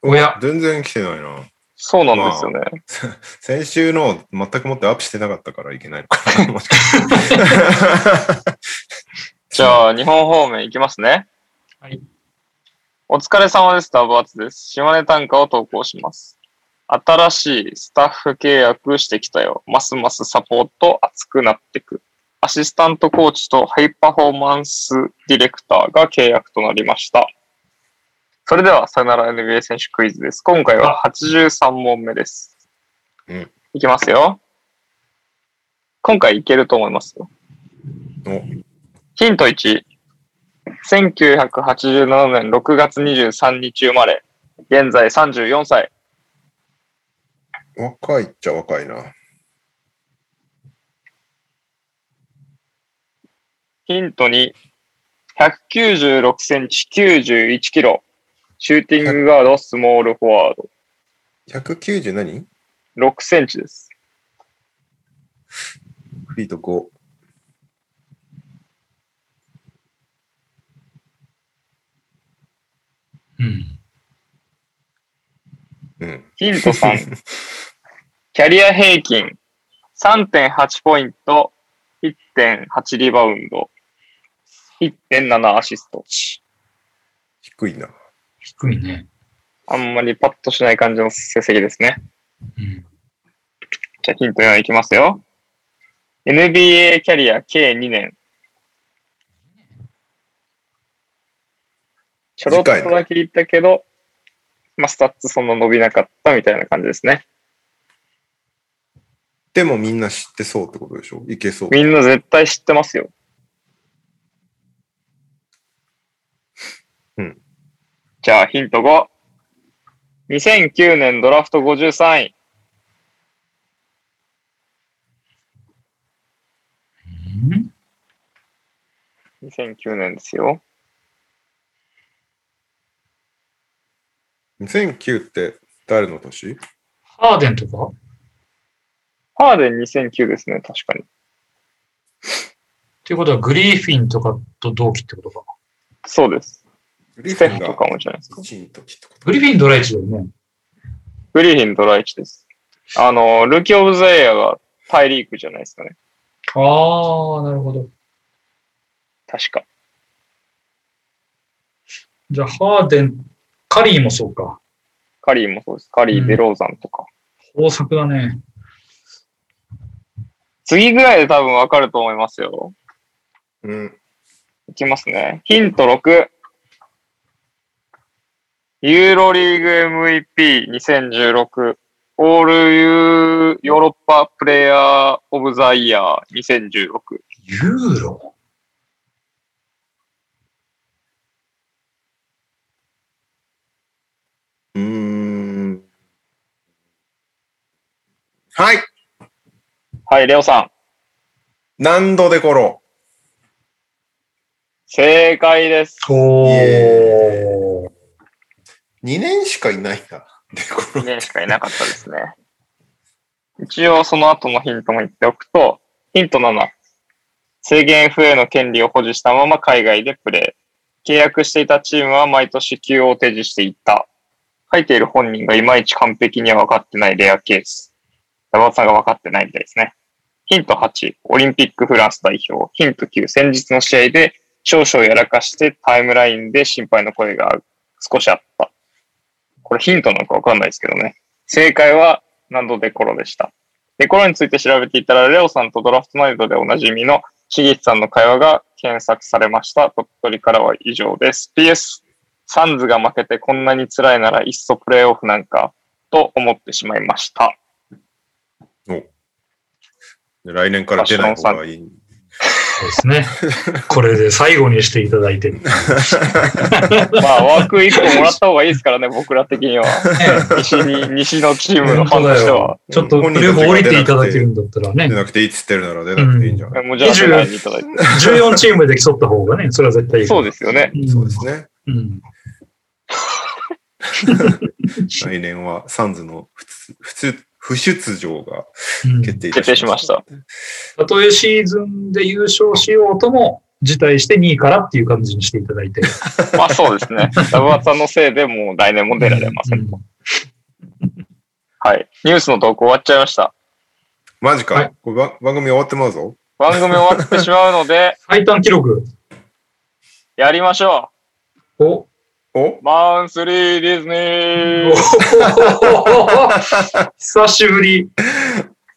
Speaker 4: おや、
Speaker 3: 全然来てないな。
Speaker 2: そうなんですよね。
Speaker 3: 先週の全くもってアップしてなかったからいけないのかな。もしかして
Speaker 2: じゃあ、日本方面行きますね。
Speaker 4: はい。
Speaker 2: お疲れ様です。ダブアツです。島根短歌を投稿します。新しいスタッフ契約してきたよ。ますますサポート熱くなってく。アシスタントコーチとハイパフォーマンスディレクターが契約となりました。それでは、さよなら NBA 選手クイズです。今回は83問目です。
Speaker 3: うん
Speaker 2: いきますよ。今回いけると思いますよ。
Speaker 3: お
Speaker 2: ヒント1。1987年6月23日生まれ。現在34歳。
Speaker 3: 若いっちゃ若いな。
Speaker 2: ヒント2。196センチ91キロ。シューティングガード、スモールフォワー
Speaker 3: 190何
Speaker 2: ド。6センチです。
Speaker 3: フリート5。
Speaker 4: うん。
Speaker 3: うん。
Speaker 2: ヒント3。キャリア平均3.8ポイント、1.8リバウンド、1.7アシスト。
Speaker 3: 低いな。
Speaker 4: 低いね。
Speaker 2: あんまりパッとしない感じの成績ですね。
Speaker 4: うん。
Speaker 2: じゃあヒント4いきますよ。NBA キャリア計2年。ちょろっとだけ言ったけど、まあ、スタッツそんな伸びなかったみたいな感じですね。
Speaker 3: でもみんな知ってそうってことでしょいけそう。
Speaker 2: みんな絶対知ってますよ。
Speaker 3: うん。
Speaker 2: じゃあヒント5。2009年ドラフト53位。
Speaker 4: うん
Speaker 2: 2009年ですよ。
Speaker 3: 2009って誰の年
Speaker 4: ハーデンとか
Speaker 2: ハーデン2009ですね、確かに。
Speaker 4: っていうことはグリーフィンとかと同期ってことか。
Speaker 2: そうです。
Speaker 3: グリ
Speaker 2: ス
Speaker 3: フ
Speaker 2: テ
Speaker 3: ィン
Speaker 2: フと
Speaker 3: が
Speaker 2: かもじゃないですか。
Speaker 3: 1の時ってこと
Speaker 4: グリフィンドライチだよね。
Speaker 2: グリフィン・ドライチです。あの、ルーキー・オブ・ザ・エアがタイリークじゃないですかね。
Speaker 4: ああ、なるほど。
Speaker 2: 確か。
Speaker 4: じゃあ、ハーデン、カリーもそうか。
Speaker 2: カリーもそうです。カリ
Speaker 4: う
Speaker 2: ー・
Speaker 4: ん
Speaker 2: デローザンとか。
Speaker 4: 豊作だね。
Speaker 2: 次ぐらいで多分わかると思いますよ。
Speaker 3: うん。
Speaker 2: いきますね。ヒント6。ユーロリーグ MVP2016。オールユーヨーロッパプレイヤー・オブ・ザ・イヤー2016。
Speaker 4: ユーロ
Speaker 3: うーん。はい
Speaker 2: はい、レオさん。
Speaker 3: 何度でころ
Speaker 2: 正解です。
Speaker 4: お
Speaker 3: イ
Speaker 4: ー。
Speaker 3: う ?2 年しかいないな。でころ
Speaker 2: 2年しかいなかったですね。一応その後のヒントも言っておくと、ヒント7、制限 FA の権利を保持したまま海外でプレー。契約していたチームは毎年休を提示していた。書いている本人がいまいち完璧には分かってないレアケース。山本さんが分かってないみたいですね。ヒント8、オリンピックフランス代表。ヒント9、先日の試合で少々やらかしてタイムラインで心配の声が少しあった。これヒントなのかわかんないですけどね。正解は、何度デコロでした。デコロについて調べていたら、レオさんとドラフトナイトでおなじみのシゲキさんの会話が検索されました。鳥取からは以上です。PS、サンズが負けてこんなに辛いならいっそプレイオフなんかと思ってしまいました。
Speaker 3: [LAUGHS] 来年から出ない方がいい。
Speaker 4: そうですね。これで最後にしていただ
Speaker 2: [LAUGHS]
Speaker 4: いてる。
Speaker 2: まあ、枠1個もらった方がいいですからね、僕ら的には。西に、西のチームのファンとしては。
Speaker 4: ちょっとプレーオ降りていただけるんだったら
Speaker 3: 出
Speaker 4: ね、
Speaker 3: なくていいっつってるなら出なくていいんじゃない、
Speaker 2: もうじゃあ、出ないでいただい
Speaker 4: 14チームで競った方がね、それは絶対い
Speaker 2: て。
Speaker 4: い。
Speaker 2: そうですよね。
Speaker 4: うん
Speaker 3: そうですね。
Speaker 4: うん。
Speaker 3: 来年はサンズの不出不出不出場が
Speaker 4: うん
Speaker 3: 決定いた
Speaker 2: 決定しました。。
Speaker 4: たとえシーズンで優勝しようとも、辞退して2位からっていう感じにしていただいて。
Speaker 2: [LAUGHS] まあそうですね。ダブアツさんのせいでもう来年も出られませんと。
Speaker 4: うん
Speaker 2: はい。ニュースの投稿終わっちゃいました。
Speaker 3: マジか、
Speaker 4: はい
Speaker 3: これば番組終わってまうぞ。
Speaker 2: 番組終わってしまうので、 [LAUGHS]
Speaker 4: 最短記録
Speaker 2: やりましょ
Speaker 4: を。
Speaker 3: お
Speaker 2: う。マンスリーディズニ [LAUGHS]
Speaker 4: お
Speaker 2: ー。
Speaker 4: 久しぶり。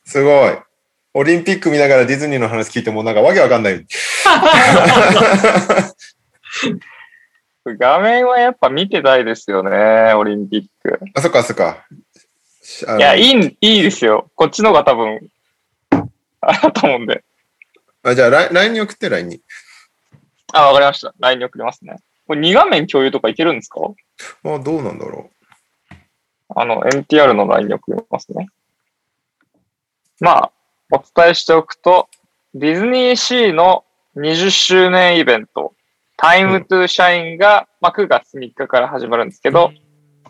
Speaker 3: すごい。オリンピック見ながらディズニーの話聞いてもなんかわけわかん
Speaker 4: [LAUGHS]
Speaker 3: ない。 [LAUGHS]
Speaker 2: 画面はやっぱ見てたいですよね、オリンピック。
Speaker 3: あ、そっかそっか。しあの
Speaker 2: いや、いいん、いいですよ。こっちのが多分、 [LAUGHS] あれだと思うんで。
Speaker 3: あじゃあ、ライン LINE に送って、LINE に。
Speaker 2: あ、わかりました。LINE に送りますね。これ2画面共有とかいけるんですか
Speaker 3: まあ、どうなんだろ
Speaker 2: あの、NTR の LINE に送りますね。まあ、お伝えしておくと、ディズニーシーの20周年イベント、Time to Shine が、まあ、9月3日から始まるんですけど、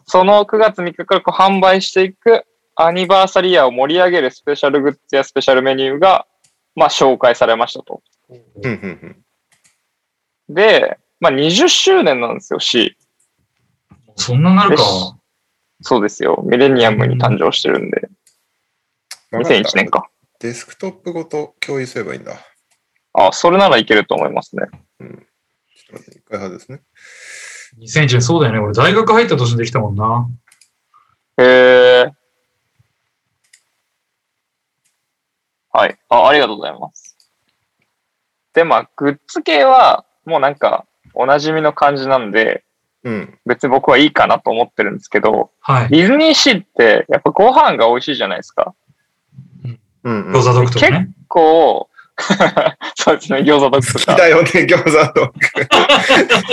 Speaker 2: その9月3日からこう販売していくアニバーサリーイヤーを盛り上げるスペシャルグッズやスペシャルメニューが、まあ、紹介されましたと。
Speaker 3: う。うんうん
Speaker 2: で、まあ、20周年なんですよ、C。
Speaker 4: そんななるか。
Speaker 2: そうですよ。ミレニアムに誕生してるんで、
Speaker 3: う
Speaker 2: 2001
Speaker 3: ん。わかっ
Speaker 2: 年
Speaker 3: た
Speaker 2: か。
Speaker 3: デスクトップごと共有すればいいんだ。
Speaker 2: あ、それならいけると思いますね。
Speaker 3: ちょっと待って一回外ですね。
Speaker 4: 2001年、そうだよね。俺、大学入った年にできたもんな。
Speaker 2: へえ。はい。あ、ありがとうございます。で、まあ、グッズ系は、もうなんか、おなじみの感じなんで、
Speaker 3: うん。
Speaker 2: 別に僕はいいかなと思ってるんですけど、
Speaker 4: はい。
Speaker 2: ディズニーシーって、やっぱご飯が美味しいじゃないですか。
Speaker 3: うん、うん。 [LAUGHS]
Speaker 4: 餃子ドクとかね。
Speaker 2: こう、 [LAUGHS] そうですね、餃子と
Speaker 3: 好き
Speaker 2: か。
Speaker 3: だよね、餃子ドッグ。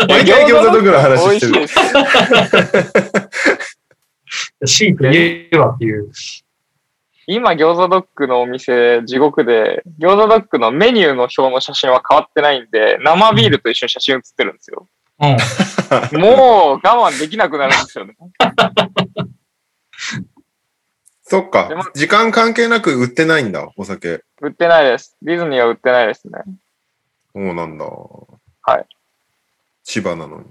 Speaker 3: 毎回餃子ドッグの話
Speaker 2: 美
Speaker 3: し
Speaker 2: 味し
Speaker 3: て
Speaker 2: い
Speaker 3: る。
Speaker 2: です。
Speaker 4: シーと言えばっていう。
Speaker 2: 今、餃子ドッグのお店、地獄で、餃子ドッグのメニューの表の写真は変わってないんで、生ビールと一緒に写真写ってるんですよ。
Speaker 4: うん。
Speaker 2: もう我慢できなくなるんですよね。
Speaker 3: そっ
Speaker 2: でも
Speaker 3: か。時間関係なく売ってないんだ、お酒。
Speaker 2: 売ってないです。ディズニーは売ってないですね。
Speaker 3: そうなんだ。
Speaker 2: はい。
Speaker 3: 千葉なのに。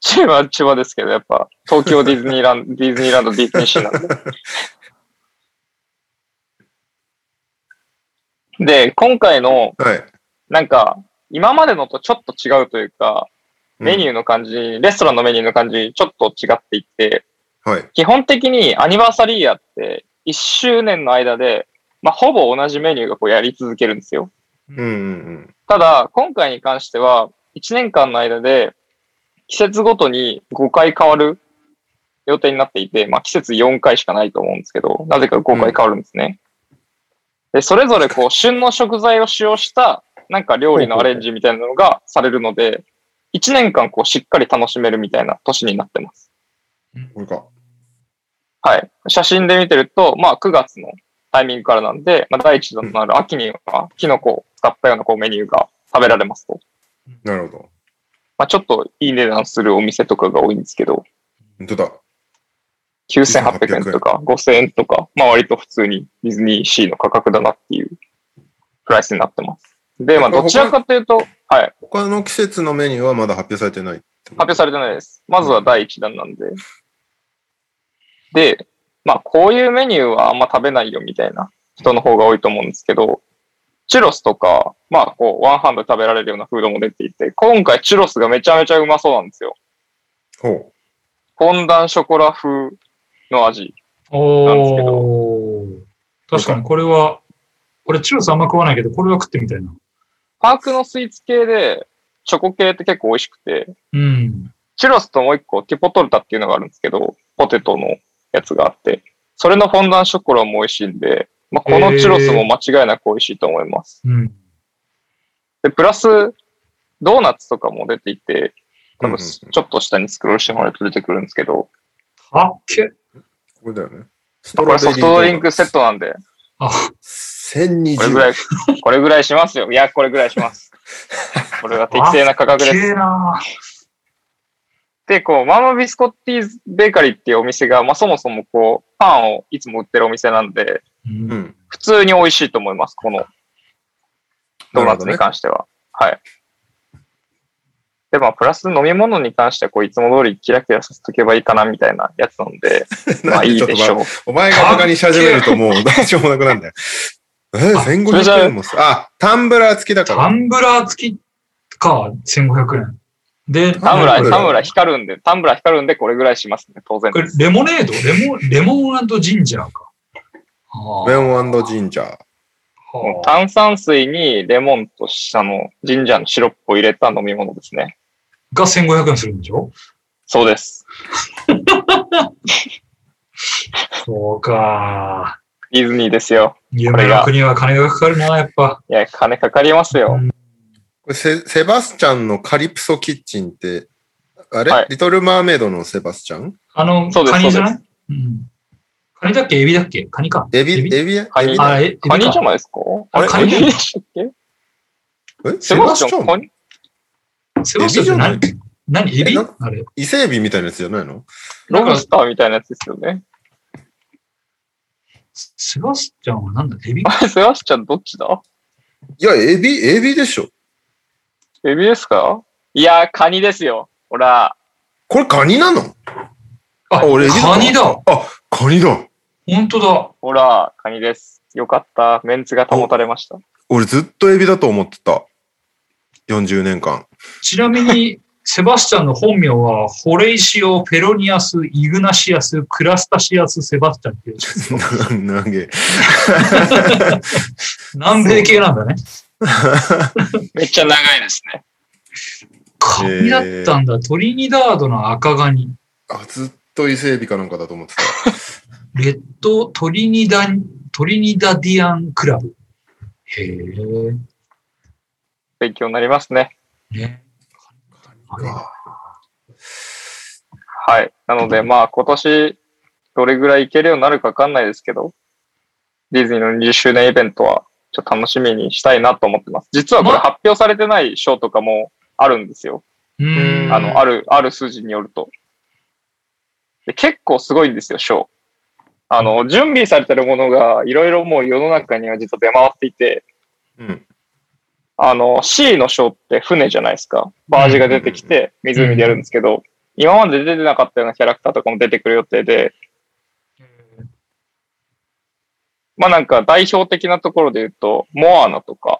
Speaker 2: 千葉は千葉ですけど、やっぱ東京ディズニーランド、ディズニーランド、ディズニーシーなんで。で、今回の、
Speaker 3: はい。
Speaker 2: なんか、今までのとちょっと違うというか、メニ
Speaker 3: ュー。
Speaker 2: ューの感じ、レストランのメニューの感じ、ちょっと違っていて、
Speaker 3: はい。
Speaker 2: 基本的にアニバーサリーイヤーって、1周年の間で、まあ、ほぼ同じメニューがこうやり続けるんですよ。
Speaker 3: うんうん
Speaker 2: ただ、今回に関しては、1年間の間で、季節ごとに5回変わる予定になっていて、まあ季節4回しかないと思うんですけど、なぜか5回変わるんですね。で、それぞれこう、旬の食材を使用した、なんか料理のアレンジみたいなのがされるので、1年間こう、しっかり楽しめるみたいな年になってます。
Speaker 3: うん。これか。
Speaker 2: はい。写真で見てると、まあ9月のタイミングからなんで、まあ第一弾となる秋には、キノコを使ったようなこうメニューが食べられますと。
Speaker 3: なるほど。
Speaker 2: まあ、ちょっといい値段するお店とかが多いんですけど、
Speaker 3: 本当だ。
Speaker 2: 9800円とか5000円とか、まあ割と普通にディズニーシーの価格だなっていうプライスになってます。で、まあどちらかというと、はい、
Speaker 3: 他の季節のメニューはまだ発表されてない。発
Speaker 2: 発表されてないです。まずは第1弾なんで。で、まあこういうメニューはあんま食べないよみたいな人の方が多いと思うんですけど、チュロスとか、まあこうワンハンドで食べられるようなフードも出ていて、今回チュロスがめちゃめちゃうまそうなんですよ。
Speaker 3: ほ
Speaker 2: フォンダンショコラ風の味。なんですけど
Speaker 4: おー。確かに、これは、俺、チュロスあんま食わないけど、これは食ってみたいな。
Speaker 2: パークのスイーツ系で、チョコ系って結構美味しくて、
Speaker 4: うん。
Speaker 2: チュロスともう一個ティポトルタっていうのがあるんですけど、ポテトのやつがあって、それのフォンダンショコラも美味しいんで、まあ、このチュロスも間違いなく美味しいと思います。
Speaker 4: うん。
Speaker 2: で、プラス、ドーナツとかも出ていて、多
Speaker 3: うんう
Speaker 2: 分
Speaker 3: ん
Speaker 2: ちょっと下にスクロールしてもらうと出てくるんですけど、
Speaker 4: はっけ
Speaker 3: う。これだよね。ス
Speaker 2: これソフトドリンクセッ
Speaker 3: ト。
Speaker 2: トなんで、これ
Speaker 4: あ、
Speaker 2: ぐ
Speaker 3: 1020
Speaker 2: らい、これぐらいしますよ。いや、これぐらいし
Speaker 3: [LAUGHS]
Speaker 2: ます。これは適正な価格
Speaker 4: き
Speaker 2: です。
Speaker 4: れいなぁ
Speaker 2: で、こう、ママビスコッティーズベーカリーっていうお店が、まあそもそもこう、パンをいつも売ってるお店なんで、
Speaker 4: うん
Speaker 3: うん。
Speaker 2: 普通に美味しいと思います、このドーナツに関しては。はい。で、まあ、プラス飲み物に関しては、こう、いつも通りキラキラさせとけばいいかな、みたいなやつなん [LAUGHS] で、まあ、いいでしょう。
Speaker 3: お前が馬鹿にし始めるとも
Speaker 2: [LAUGHS]
Speaker 3: う大丈夫なくなるんだよ。えー、
Speaker 4: あ
Speaker 3: 1500円もさ、あ、タンブラー付きだから。
Speaker 4: タンブラー付きか、1500円。で、
Speaker 2: タンブラ
Speaker 3: タンブ
Speaker 2: ー、
Speaker 3: ラー
Speaker 2: タンブラー光るんで、タンブラー光るんで、これぐらいしますね、当然
Speaker 4: こ。れレモネードレモン、レモンジンジャーか。あー
Speaker 3: レモンジンジャー。
Speaker 2: もう
Speaker 4: はあ
Speaker 2: 炭酸水にレモンとあのジンジャーのシロップを入れた飲み物ですね。
Speaker 4: が1500円するんでしょ
Speaker 2: そうです。
Speaker 4: そうか。
Speaker 2: ディズニーですよ。
Speaker 4: 夢の国は金がかかるな、やっぱ。
Speaker 2: いや、金かかりますよ。
Speaker 3: これセセバスチャンのカリプソキッチンって、あれ、
Speaker 2: はい
Speaker 3: リトルマーメイドのセバスチャン
Speaker 4: あの、
Speaker 2: そうです
Speaker 4: カニじゃな
Speaker 2: そ
Speaker 4: いうん。カニだっけエビだっけカニか。
Speaker 3: エビ、エビ、エビ
Speaker 2: カニ
Speaker 3: だ
Speaker 4: あ、えエビか
Speaker 2: カニじゃないですかあれ
Speaker 4: カニ
Speaker 2: エビでしたっけ
Speaker 3: え
Speaker 2: セ
Speaker 3: セ
Speaker 2: バ
Speaker 3: バ
Speaker 2: ス
Speaker 3: ス
Speaker 2: チ
Speaker 3: チ
Speaker 2: ャン
Speaker 3: ャ
Speaker 2: カ
Speaker 3: ン
Speaker 2: ニ
Speaker 4: セバスチャンって
Speaker 3: エ
Speaker 4: 何何エ
Speaker 3: え
Speaker 4: ビ
Speaker 3: な
Speaker 4: あれ。
Speaker 3: 伊勢エビみたいなやつじゃないの
Speaker 4: な
Speaker 2: ロ
Speaker 4: んか
Speaker 2: ブスターみたいなやつですよね。 [LAUGHS]
Speaker 4: セバスチャンはなんだエビ
Speaker 2: あれ、セバスチャンどっちだ
Speaker 3: いや、エビ、エビでしょ。
Speaker 2: エビですかいやー、カニですよ。ほら、
Speaker 3: これカニなの
Speaker 4: あ、
Speaker 3: 俺エビだ
Speaker 4: カニだ。
Speaker 3: カニだ。
Speaker 4: 本当だ。
Speaker 2: ほら、カニです。よかった。メンツが保たれました。
Speaker 3: 俺ずっとエビだと思ってた。40年間。 [LAUGHS]
Speaker 4: ちなみに、セバスチャンの本名は、ホレイシオ、ペロニアス、イグナシアス、クラスタシアス、セバスチャンっていう。
Speaker 3: なげえ。
Speaker 4: 南米系なんだね。
Speaker 2: めっちゃ長いですね。
Speaker 4: カニだったんだ。トリニダードの赤ガニ。
Speaker 3: あ、ずっと伊勢エビかなんかだと思ってた。
Speaker 4: レッドトリニダ、トリニダディアンクラブ。へえ。
Speaker 2: 勉強になりますね。
Speaker 4: ね。
Speaker 2: はい。なので、まあ、今年、どれぐらい行けるようになるかわかんないですけど、ディズニーの20周年イベントは、ちょっと楽しみにしたいなと思ってます。実はこれ
Speaker 4: ま
Speaker 2: 発表されてない賞とかもあるんですよ。
Speaker 4: うーん。
Speaker 2: あの、ある、ある数字によると。で結構すごいんですよ、賞。あの、準備されてるものが、いろいろもう世の中には実は出回っていて、
Speaker 3: うん。
Speaker 2: あの、C のショーって船じゃないですか。バージが出てきて、湖でやるんですけど、今まで出てなかったようなキャラクターとかも出てくる予定で、まあなんか代表的なところで言うと、モアナとか、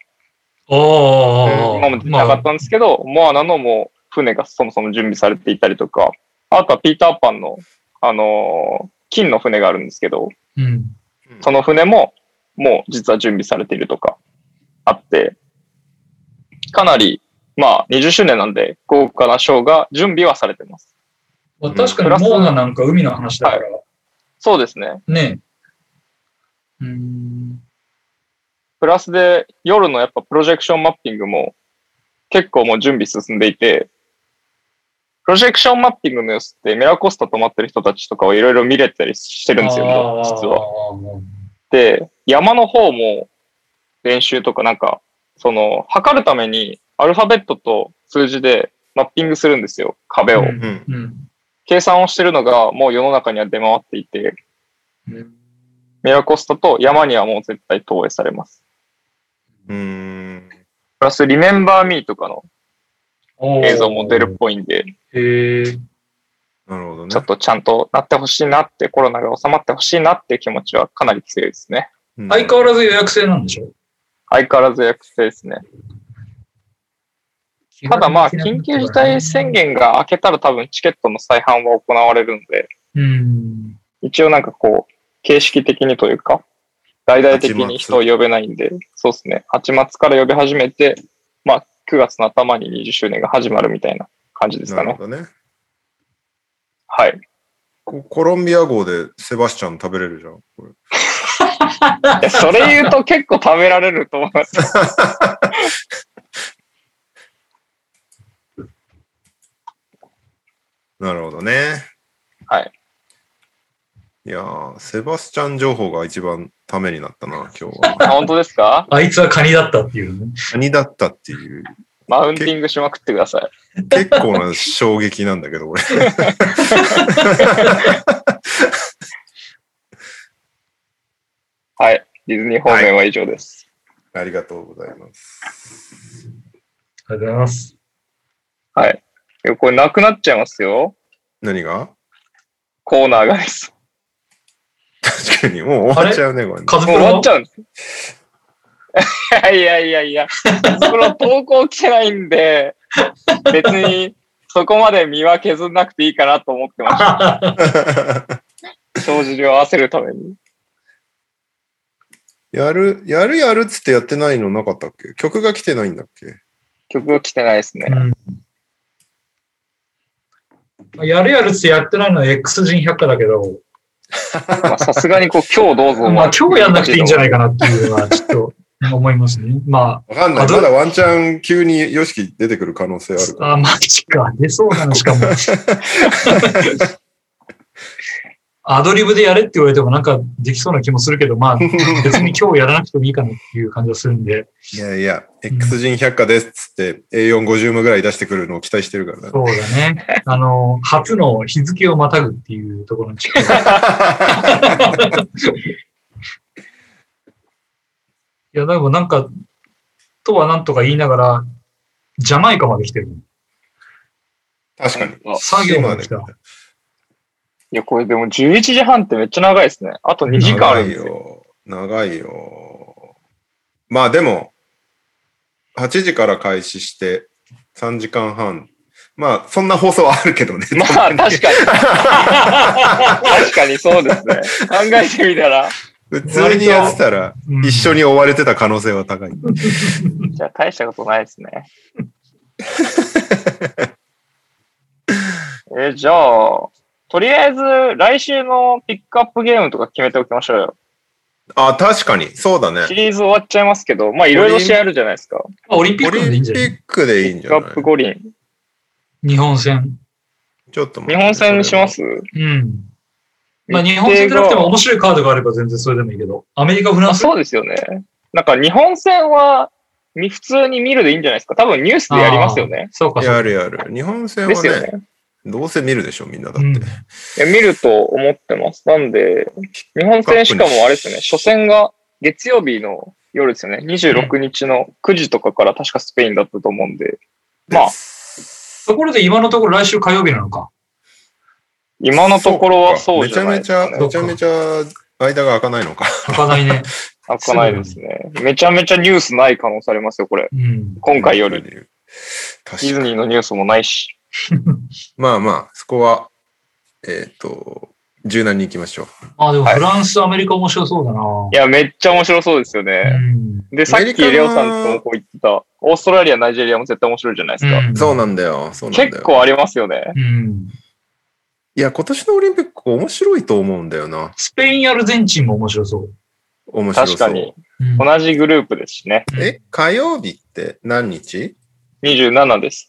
Speaker 4: ああ。
Speaker 2: 今まで出てなかったんですけど、モアナのもう船がそもそも準備されていたりとか、あとはピーターパンの、あのー金の船があるんですけど、
Speaker 4: うん。
Speaker 2: その船も、もう実は準備されているとか、あって、かなり、まあ、20周年なんで、豪華なショーが準備はされてます。
Speaker 4: まあ確かに、モーナなんか海の話だから。
Speaker 2: そうですね。
Speaker 4: ねえ。うーん。
Speaker 2: プラスで、夜のやっぱプロジェクションマッピングも、結構もう準備進んでいて、プロジェクションマッピングの様子って、メラコスタ泊まってる人たちとかをいろいろ見れたりしてるんですよ、もう実は。
Speaker 4: は。
Speaker 2: で、山の方も練習とかなんか、その、測るためにアルファベットと数字でマッピングするんですよ、壁を。
Speaker 4: うん
Speaker 3: うん。
Speaker 4: うん。
Speaker 2: 計算をしてるのがもう世の中には出回っていて、
Speaker 4: うん
Speaker 2: メラコスタと山にはもう絶対投影されます。
Speaker 3: うーん。
Speaker 2: プラス、リメンバーミーとかの映像も出るっぽいんで、
Speaker 4: へえ。
Speaker 3: なるほど
Speaker 2: ちょっ
Speaker 3: ね。
Speaker 2: とちゃんとなってほしいなって、コロナが収まってほしいなっていう気持ちはかなり強いですね。
Speaker 3: うん
Speaker 4: 相変わらず予約制なんでしょ
Speaker 2: 相変わらず役制ですね。ただまあ、緊急事態宣。言が明けたら多分チケットの再販は行われるんで、
Speaker 4: うん。
Speaker 2: 一応なんかこう、形式的にというか、大々的に人を呼べないんで、そうですね。8月から呼び始めて、まあ、9月の頭に20周年が始まるみたいな感じですか
Speaker 3: なる
Speaker 2: ね。
Speaker 3: ほどね。
Speaker 2: はい。
Speaker 3: こコロンビア号でセバスチャン食べれるじゃん。これ
Speaker 2: いやそれ言うと結構食べられると思います。
Speaker 3: [LAUGHS] なるほどね。
Speaker 2: はい。
Speaker 3: いやー、セバスチャン情報が一番ためになったな、今日は。
Speaker 2: あ本当ですか
Speaker 4: あいつはカニだったっていうね。
Speaker 3: 何だったっていう、
Speaker 2: マウンティングしまくってください。
Speaker 3: 結構な衝撃なんだけど、俺。 [LAUGHS]
Speaker 2: はい。ディズニー方面は以上です。
Speaker 3: ありがとうございます。
Speaker 4: ありがとうございます。
Speaker 2: はい。いやこれなくなっちゃいますよ。
Speaker 3: 何が [LAUGHS]
Speaker 2: コーナーがです。
Speaker 3: 確かに、もう終わっちゃうね、これね。
Speaker 4: カズプ
Speaker 2: もう終わ
Speaker 4: ロ
Speaker 2: っちゃうんです。い [LAUGHS] やいやいやいや、その投稿来てないんで、別にそこまで身は削んなくていいかなと思ってました。帳尻を合わせるために。
Speaker 3: やる、やるやるっつってやってないのなかったっけ曲が来てないんだっけ
Speaker 2: 曲が来てないですね。
Speaker 4: うんやるやるってやってないのは X 人百科だけど、
Speaker 2: まあさすがに [LAUGHS] こう、今日どうぞ。
Speaker 4: まあ今日やんなくていいんじゃないかなっていうのはちょっと思いますね。ま
Speaker 3: わかんな
Speaker 4: あ
Speaker 3: い。
Speaker 4: ど
Speaker 3: まだワンチャン急にヨシキ出てくる可能性あるか
Speaker 4: あ、あ、マジか。出そうなのしかも。アドリブでやれって言われてもなんかできそうな気もするけど、まあ別に今日やらなくてもいいかなっていう感じがするんで、
Speaker 3: ら。いやいや、X 人百科ですっつって A450 ムぐらい出してくるのを期待してるから
Speaker 4: そうだね。あの、初の日付をまたぐっていうところに近い
Speaker 3: だ。
Speaker 4: いや、でもなんか、とはなんとか言いながら、ジャマイカまで来てる。
Speaker 3: 確かに。
Speaker 2: あい
Speaker 4: 作業まで来た。
Speaker 2: や、これでも11時半ってめっちゃ長いですね。あと2時間あるん
Speaker 3: 長い
Speaker 2: ですよ。
Speaker 3: よ。長いよ。まあでも、8時から開始して3時間半。まあ、そんな放送はあるけ
Speaker 2: [LAUGHS]
Speaker 3: どね。
Speaker 2: まあ、確かに。確かにそうですね。考えてみたら、
Speaker 3: 普通にやってたら
Speaker 4: うん
Speaker 3: 一緒に追われてた可能性は高い。
Speaker 2: じゃあ大したことないです
Speaker 4: [LAUGHS]
Speaker 2: ね。え、じゃあ、とりあえず来週のピックアップゲームとか決めておきましょうよ。
Speaker 3: あ、確かに。そうだね。
Speaker 2: シリーズ終わっちゃいますけど、まあいろいろ試合あるじゃないですか。
Speaker 4: まあオリンピッ
Speaker 3: オ
Speaker 4: クなんで
Speaker 3: リ
Speaker 4: いい
Speaker 3: ン
Speaker 4: んじ
Speaker 3: ピ
Speaker 4: ゃない
Speaker 3: ックでいいん
Speaker 2: ピ
Speaker 3: じ
Speaker 2: ックア
Speaker 3: ゃな
Speaker 2: ッ
Speaker 3: い
Speaker 2: プ五輪。
Speaker 4: 日本戦。
Speaker 3: ちょっと待
Speaker 2: 日
Speaker 3: って
Speaker 2: 本戦にします
Speaker 4: うん。まあ
Speaker 2: 日
Speaker 4: 日
Speaker 2: 程が
Speaker 4: 本戦じゃなくても面白いカードがあれば全然それでもいいけど、アメリカ、フラ
Speaker 2: あ
Speaker 4: ンス、
Speaker 2: そうですよね。なんか日本戦はみ普通に見るでいいんじゃないですか。多分ニュースでやりますよね。
Speaker 4: そうか、
Speaker 3: それ
Speaker 4: そう
Speaker 3: はや
Speaker 4: か。
Speaker 3: るやる。日本戦
Speaker 2: で
Speaker 3: は
Speaker 2: すよ
Speaker 3: ね、
Speaker 2: ね。
Speaker 3: どうせ見るでしょ、みんなだっ
Speaker 4: う
Speaker 3: て。
Speaker 4: ん。
Speaker 2: いや見ると思ってます。なんで、日本戦しかもあれですよね、初戦が月曜日の夜ですよね。26日の9時とかから確かスペインだったと思うんで、まあ、
Speaker 4: ところで今のところ来週火曜日なのか。
Speaker 2: 今のところはそう
Speaker 3: め
Speaker 2: じ
Speaker 3: ち
Speaker 2: ゃ
Speaker 3: ゃ
Speaker 2: ない
Speaker 3: め
Speaker 2: です
Speaker 3: ちゃ
Speaker 2: か、、ね。
Speaker 3: めちゃめちゃ間が開かないのか。
Speaker 4: 開かないね。
Speaker 2: 開かないですね。めちゃめちゃニュースない可能性ありますよ、これ。
Speaker 4: うん。
Speaker 2: 今回夜。デ
Speaker 3: 確
Speaker 2: ィズ
Speaker 3: かに。
Speaker 2: ニーのニュースもないし。
Speaker 3: まあまあ、そこは、えっ、と、柔軟に行きましょう。
Speaker 4: まあでも
Speaker 2: はい
Speaker 4: フランス、アメリカ面白そうだ
Speaker 2: いや、めっちゃ面白そうですよね。
Speaker 4: な。うん。
Speaker 2: で、さっき
Speaker 3: アメ
Speaker 2: レ
Speaker 3: リカ
Speaker 2: オ
Speaker 3: は
Speaker 2: さんともこう言ってた、オーストラリア、ナイジェリアも絶対面白いじゃないですか。
Speaker 4: ん
Speaker 3: そうなんだよ。そうなんだ
Speaker 2: 結
Speaker 3: よ。
Speaker 2: 構ありますよね。
Speaker 4: うん。
Speaker 3: いや、今年のオリンピック面白いと思うんだよな。
Speaker 4: スペイン、アルゼンチンも面白そう。
Speaker 3: 面白そ
Speaker 2: 確か
Speaker 3: う。
Speaker 2: に。
Speaker 4: うん
Speaker 2: 同じグループですしね。
Speaker 3: え、火曜日って何日
Speaker 2: 27です。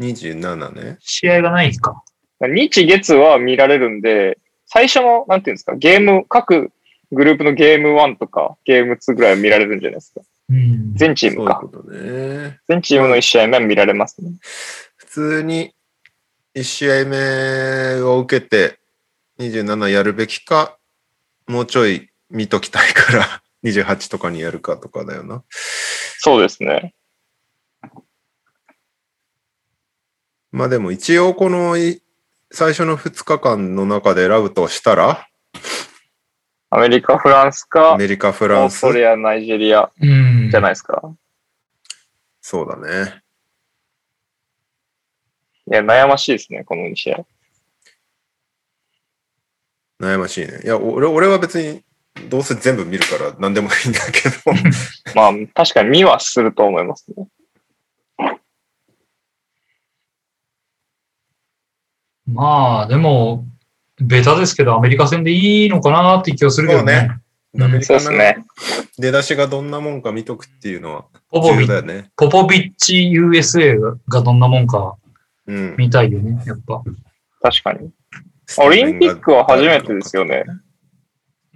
Speaker 3: ?27 ね。
Speaker 4: 試合がない日か。
Speaker 2: 日月は見られるんで、最初の、なんていうんですか、ゲーム、各グループのゲーム1とかゲーム2ぐらいは見られるんじゃないですか。
Speaker 4: うん。
Speaker 2: 全チ
Speaker 3: そ
Speaker 2: ーム
Speaker 3: ういう
Speaker 2: か
Speaker 3: こ。とね。
Speaker 2: 全チームの1試合目は見られますね。
Speaker 3: 普通に1試合目を受けて27やるべきか、もうちょい見ときたいから28とかにやるかとかだよな。
Speaker 2: そうですね。
Speaker 3: まあでも一応このい最初の2日間の中で選ぶとしたら、
Speaker 2: アメリカ、フランス
Speaker 3: ア
Speaker 2: か、
Speaker 3: メリカ、フ
Speaker 2: オ
Speaker 3: ラ
Speaker 2: ー
Speaker 3: ン
Speaker 2: ス
Speaker 3: ス
Speaker 2: ト。リア、ナイジェリア
Speaker 4: うん。
Speaker 2: じゃないですか。
Speaker 3: そうだね。
Speaker 2: いや、悩ましいですね、この2試合。
Speaker 3: 悩ましいね。いや、俺俺は別にどうせ全部見るから何でもいいんだけど。
Speaker 2: まあ、確かに見はすると思いますね。
Speaker 4: まあ、でも、ベタですけど、アメリカ戦でいいのかなって気がするけどね。
Speaker 3: アメリ
Speaker 2: そうで
Speaker 3: カ
Speaker 2: す
Speaker 3: の
Speaker 2: ね。
Speaker 3: 出だしがどんなもんか見とくっていうのは
Speaker 4: ポポ
Speaker 3: 重
Speaker 4: ビ
Speaker 3: 要だ
Speaker 4: ッ
Speaker 3: よね。
Speaker 4: ポポビッチ USA がどんなもんか
Speaker 3: うん。
Speaker 4: 見たいよね、やっぱ。
Speaker 2: 確かに。オリンピックは初めてですよね。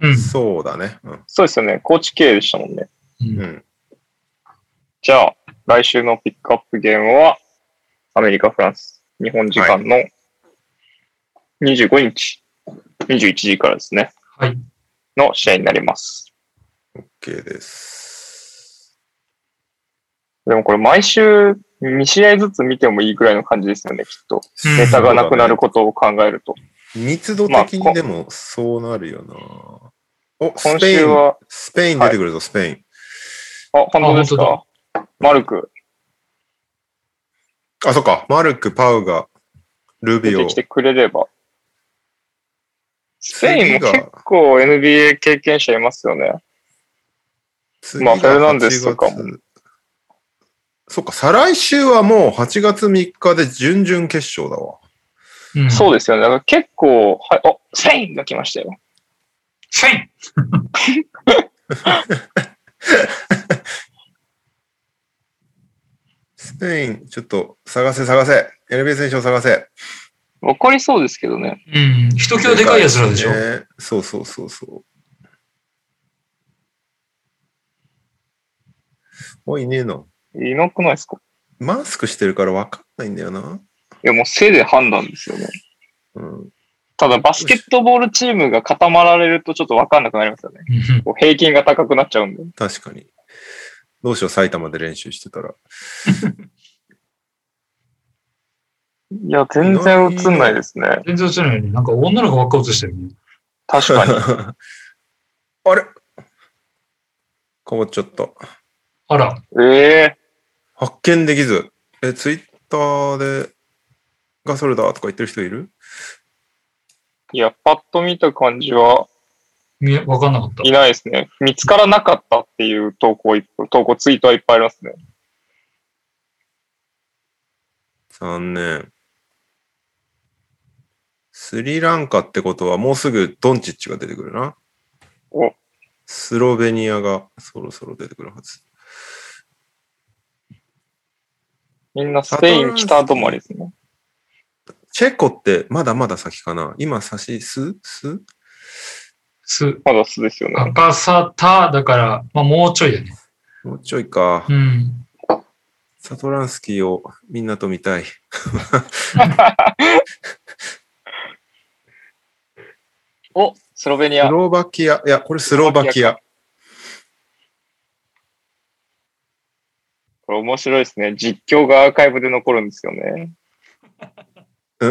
Speaker 4: うん。
Speaker 3: そうだね。うん
Speaker 2: そうですよね。コーチ系でしたもんね。
Speaker 4: うん
Speaker 3: うん。
Speaker 2: じゃあ、来週のピックアップゲームは、アメリカ、フランス、日本時間の25日、21時からですね。
Speaker 4: はい。
Speaker 2: の試合になります。
Speaker 3: OK です。
Speaker 2: でもこれ毎週2試合ずつ見てもいいくらいの感じですよね、きっと。
Speaker 4: うん
Speaker 2: ネタがなくなることを考えると。
Speaker 3: 密度的にでもそうなるよな。お、ス
Speaker 2: 今
Speaker 3: ペイ
Speaker 2: 週
Speaker 3: ン、
Speaker 2: は、
Speaker 3: スペイン出てくるぞ、スペイン。
Speaker 2: あ、本当です
Speaker 4: あ
Speaker 2: かマルク、
Speaker 3: あ、そっか。マルク、パウが、ルビ
Speaker 2: 出て
Speaker 3: オ
Speaker 2: き。てくれれば。スペインも
Speaker 3: 次
Speaker 2: 結
Speaker 3: が
Speaker 2: 構 NBA 経験者いますよね。
Speaker 3: 次
Speaker 2: まあ
Speaker 3: が
Speaker 2: フェルナンデスとかも
Speaker 3: 8月そっか、再来週はもう8月3日で準々決勝だわ。
Speaker 4: うん、
Speaker 2: そう
Speaker 4: う。
Speaker 2: ですよね。だから結構、はい、お、スペインが来ましたよ。
Speaker 4: シェイン
Speaker 3: スペイン、ちょっと探せ探せ。NBA 選手を探せ。
Speaker 2: わかりそうですけどね。
Speaker 4: うん。ひときわでかいやつらでしょ。
Speaker 3: ねそうそうそうそう。おいねえな。
Speaker 2: いなくないですか
Speaker 3: マスクしてるから分かんないんだよな。
Speaker 2: いや、もう背で判断ですよね。
Speaker 3: うん。
Speaker 2: ただ、バスケットボールチームが固まられるとちょっとわかんなくなりますよね。
Speaker 4: うん
Speaker 2: こう平均が高くなっちゃうんで。
Speaker 3: 確かに。どうしよう、埼玉で練習してたら。
Speaker 2: いや、全然映んないですね。
Speaker 4: 全然映らないよね。なんか女の子ばっか映してるね。
Speaker 2: 確かに。
Speaker 3: [LAUGHS] あれ変わっちゃった。
Speaker 4: あら。
Speaker 2: ええ
Speaker 3: 発見できず。え、ツイッターでガソルだとか言ってる人いる
Speaker 2: いや、パッと見た感じは
Speaker 4: 見えわかんなかった。
Speaker 2: いないですね。見つからなかったっていう投稿いっぱい、投稿ツイートはいっぱいありますね。
Speaker 3: 残念。スリランカってことはもうすぐドンチッチが出てくるな。
Speaker 2: お
Speaker 3: スロベニアがそろそろ出てくるはず。
Speaker 2: みんなスペイン北止まりですね。
Speaker 3: チェコってまだまだ先かな今差しすす
Speaker 4: す、
Speaker 2: まだ素ですよね。
Speaker 4: 赤さた、だから、まあもうちょいだね。
Speaker 3: もうちょいか。
Speaker 4: うん。
Speaker 3: サトランスキーをみんなと見たい。
Speaker 2: お、スロベニ
Speaker 3: ス
Speaker 2: ア。
Speaker 3: ロバキア。いや、これスロバキア。
Speaker 2: これ面白いですね。実況がアーカイブで残るんですよね。
Speaker 3: うん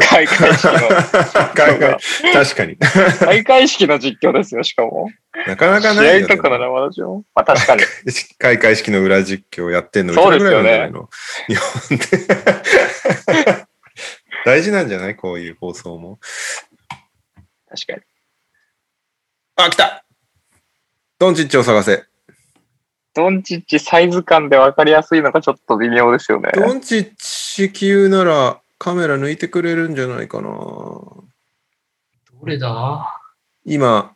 Speaker 2: 開会
Speaker 3: [LAUGHS]
Speaker 2: 式の、
Speaker 3: 海外確かに。
Speaker 2: 開会式の実況ですよ、しかも。
Speaker 3: なかなかない
Speaker 2: 試
Speaker 3: よ、
Speaker 2: 合とかならまだしも。まあ確かに。
Speaker 3: 開会式の裏実況やってんの
Speaker 2: そうですよね
Speaker 3: うちらぐらいなんじゃないの日本って。 [LAUGHS] 大事なんじゃないこういう放送も。
Speaker 2: 確かに。
Speaker 3: あ、来たドンチッチを探せ。
Speaker 2: ドンチッチサイズ感で分かりやすいのがちょっと微妙ですよね。
Speaker 3: ドンチッチ級ならカメラ抜いてくれるんじゃないかな。
Speaker 4: どれだ
Speaker 3: 今、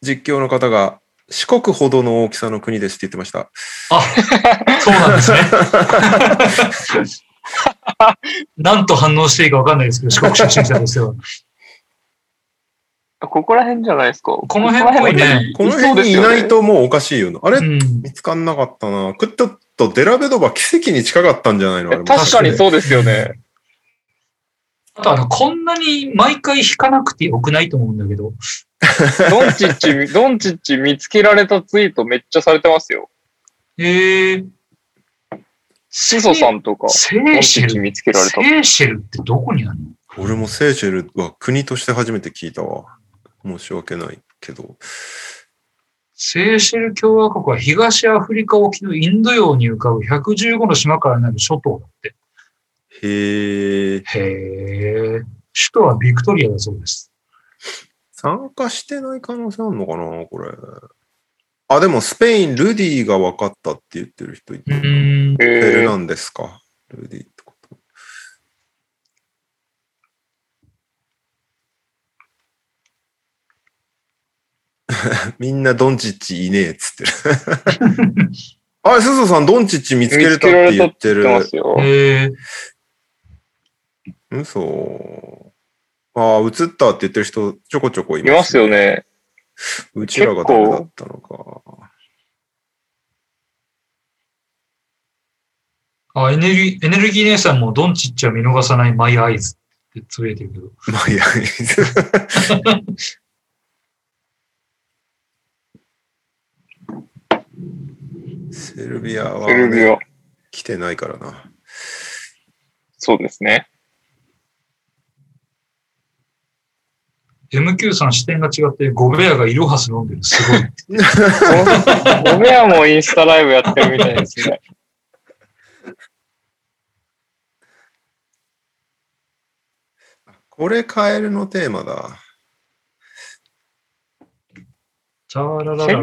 Speaker 3: 実況の方が四国ほどの大きさの国ですって言ってました。
Speaker 4: そうなん
Speaker 2: [LAUGHS]
Speaker 4: ですね。なんと反応していいかわかんないですけど、四国出身者ですよ。
Speaker 2: ここら辺じゃないですか。こ
Speaker 4: この辺っぽいね
Speaker 3: この辺にいない。ともうおかしいよな。あれ、
Speaker 4: うん。
Speaker 3: 見つかんなかったな。クッとっとデラベドバ奇跡に近かったんじゃないのあれ
Speaker 2: そうで
Speaker 3: も
Speaker 2: すよね確かにそうですよね。
Speaker 4: あとあの、こんなに毎回引かなくてよくないと思うんだけど。
Speaker 2: ドンチッチ、ドンチッチ見つけられたツイートめっちゃされてますよ。
Speaker 4: へえ。
Speaker 2: シソさんとか、
Speaker 4: セ
Speaker 2: ドン
Speaker 4: ー
Speaker 2: チ
Speaker 4: シェ
Speaker 2: ッチ
Speaker 4: ル。
Speaker 2: 見つけられた
Speaker 4: セ。ーシェルってどこにあるの
Speaker 3: 俺もセーシェルは国として初めて聞いたわ。申し訳ないけど。
Speaker 4: セーシェル共和国は東アフリカ沖のインド洋に浮かぶ115の島からなる諸島だって。
Speaker 3: へえ。
Speaker 4: へえ。首都はビクトリアだそうです。
Speaker 3: 参加してない可能性あるのかなこれ。あ、でもスペイン、ルディが分かったって言ってる人いて。
Speaker 4: う
Speaker 3: フ
Speaker 4: ー
Speaker 2: え
Speaker 4: ん。
Speaker 3: ェ
Speaker 2: ー
Speaker 3: ルナンデスか。ルディってこと。 [LAUGHS] みんなドンチッチいねえっ
Speaker 2: [LAUGHS]
Speaker 3: つってる。あれ、すずさん、ドンチッチ見つけれたって言って
Speaker 2: 知
Speaker 3: る
Speaker 2: って。ますよ。
Speaker 4: へえ。
Speaker 3: 嘘。ああ、映ったって言ってる人、ちょこちょこい
Speaker 2: いますよ
Speaker 3: ね。
Speaker 2: ね。
Speaker 3: うちらがダメだったのか。
Speaker 4: あ、エネルギー、エネルギー姉さんもドンチッチは見逃さないマイアイズってつぶやいてるけど。
Speaker 3: まあ、いや、セルビアは、
Speaker 2: セルビア。
Speaker 3: 来てないからな。
Speaker 2: そうですね。
Speaker 4: MQ さん視点が違って、ゴベアがイロハス飲んでる。すごい。
Speaker 2: ゴベアもインスタライブやってるみたいですね。
Speaker 3: これカエルのテーマだ。
Speaker 4: チャララララ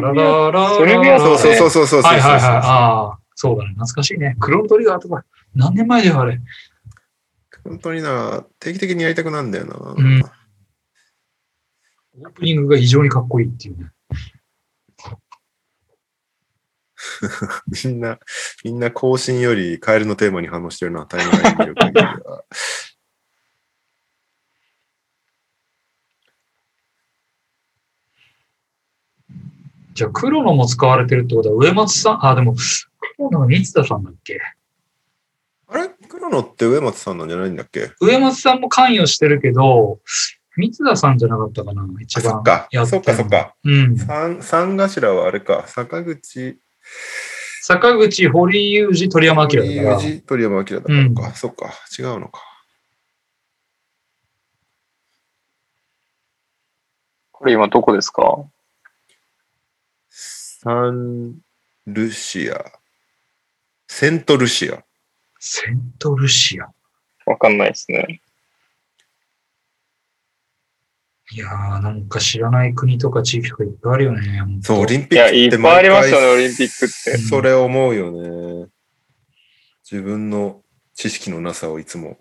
Speaker 4: ララ
Speaker 2: セルビア
Speaker 3: そうそうそううそうそうそうそう。
Speaker 4: はいはいはい。ああ、そうだね。懐かしいね。クロントリガーとか、何年前だよ、あれ。
Speaker 3: 本当にな、定期的にやりたくなんだよな。
Speaker 4: んオープニングが異常にかっこいいっていうね。
Speaker 3: みんな、みんな更新よりカエルのテーマに反応してるのはタイムライン見る限りは。
Speaker 4: じゃあ、黒のも使われてるってことは、上松さん、あ、でも、黒のは三田さんだっけ
Speaker 3: あれ黒野って上松さんなんじゃないんだっけ
Speaker 4: 上松さんも関与してるけど、三田さんじゃなかったかな、一
Speaker 3: あ、そ
Speaker 4: 番
Speaker 3: っか
Speaker 4: や。
Speaker 3: そ
Speaker 4: て
Speaker 3: っかそっ。か。
Speaker 4: うん。
Speaker 3: 三、三頭はあれか。坂口、
Speaker 4: 坂口、堀裕二、鳥山明だから。
Speaker 3: 裕二鳥山明だからか。そっか。違うのか。
Speaker 2: これ今どこですか
Speaker 3: サンルシア。セントルシア。
Speaker 4: セントルシア。
Speaker 2: わかんないですね。
Speaker 4: いやー、なんか知らない国とか地域とかいっぱいあるよね。ほんと
Speaker 3: そう、オリン
Speaker 2: い
Speaker 3: ピッ
Speaker 2: や、
Speaker 3: ク
Speaker 2: い
Speaker 3: っ
Speaker 2: ってぱいありますよね、オ
Speaker 3: 毎
Speaker 2: リンピックって
Speaker 3: 回。それ思うよね。自分の知識のなさをいつも。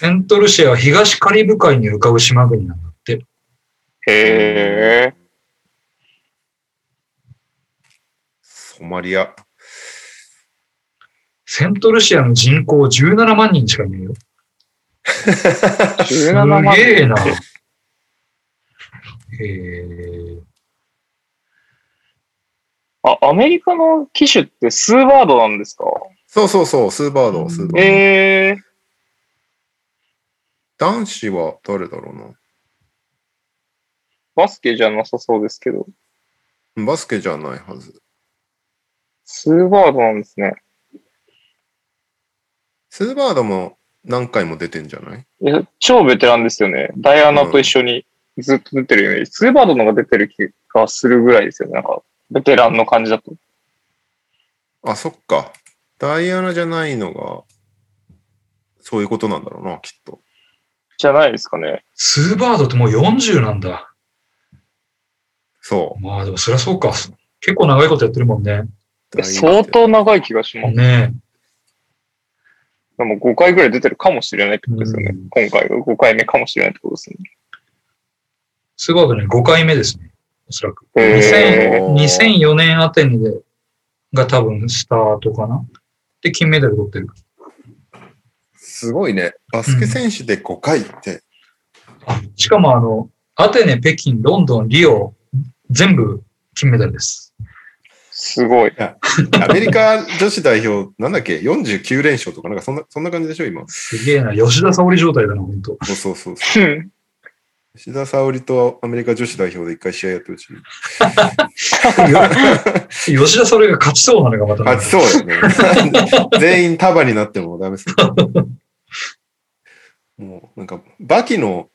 Speaker 4: セントルシアは東カリブ海に浮かぶ島国なんだって。
Speaker 2: へえ。
Speaker 3: ソマリア。
Speaker 4: セントルシアの人口17万人しかいないよ。す
Speaker 2: 17万
Speaker 4: げえな。えー、
Speaker 2: あ、アメリカの機種ってスーバードなんですか
Speaker 3: そうそうそう、スーバード、スーバード。
Speaker 2: へえ。
Speaker 3: 男子は誰だろう
Speaker 2: バスケじゃなさそうですけど、
Speaker 3: な。バスケじゃないはず。
Speaker 2: スーバードなんですね。
Speaker 3: スーバードも何回も出てんじゃない
Speaker 2: いや、超ベテランですよね。ダイアナと一緒にずっと出てるイメージ。スーバードの方が出てる気がするぐらいですよね。なんか、ベテランの感じだと。
Speaker 3: あ、そっか。ダイアナじゃないのが、そういうことなんだろうな、きっと。
Speaker 2: じゃないですかね。
Speaker 4: スーバードってもう40なんだ。
Speaker 3: そ
Speaker 4: まあでもそりゃそうか。結構長いことやってるもんね。
Speaker 3: う。
Speaker 2: いや相当長い気がします。
Speaker 4: ね
Speaker 2: でも5回ぐらい出てるかもしれないってことですよね。
Speaker 4: うん
Speaker 2: 今回が5回目かもしれないってことですね。
Speaker 4: スーバードね、5回目ですね。おそらく。
Speaker 2: へ
Speaker 3: ー
Speaker 4: 2000 2004年アテネで、が多分スタートかな。で、金メダル取ってる。
Speaker 3: すごいね。バスケ選手で5回って。
Speaker 4: あしかもあの、アテネ、北京、ロンドン、リオ、全部金メダルです。
Speaker 2: すごい。 [LAUGHS]
Speaker 3: アメリカ女子代表、なんだっけ、49連勝とか、なんかそんなそんな感じでしょ、今。
Speaker 4: すげえな。吉田沙保里状態だな、本当。
Speaker 3: そうそうそう。
Speaker 2: うん
Speaker 3: 吉田沙保里とアメリカ女子代表で一回試合やってほしい。
Speaker 4: 吉田沙保里が勝ちそうなのがまたね。
Speaker 3: あ、そうだよね。 [LAUGHS] 全員束になっても
Speaker 2: [LAUGHS]
Speaker 3: ダメです。もう、なんか、バキの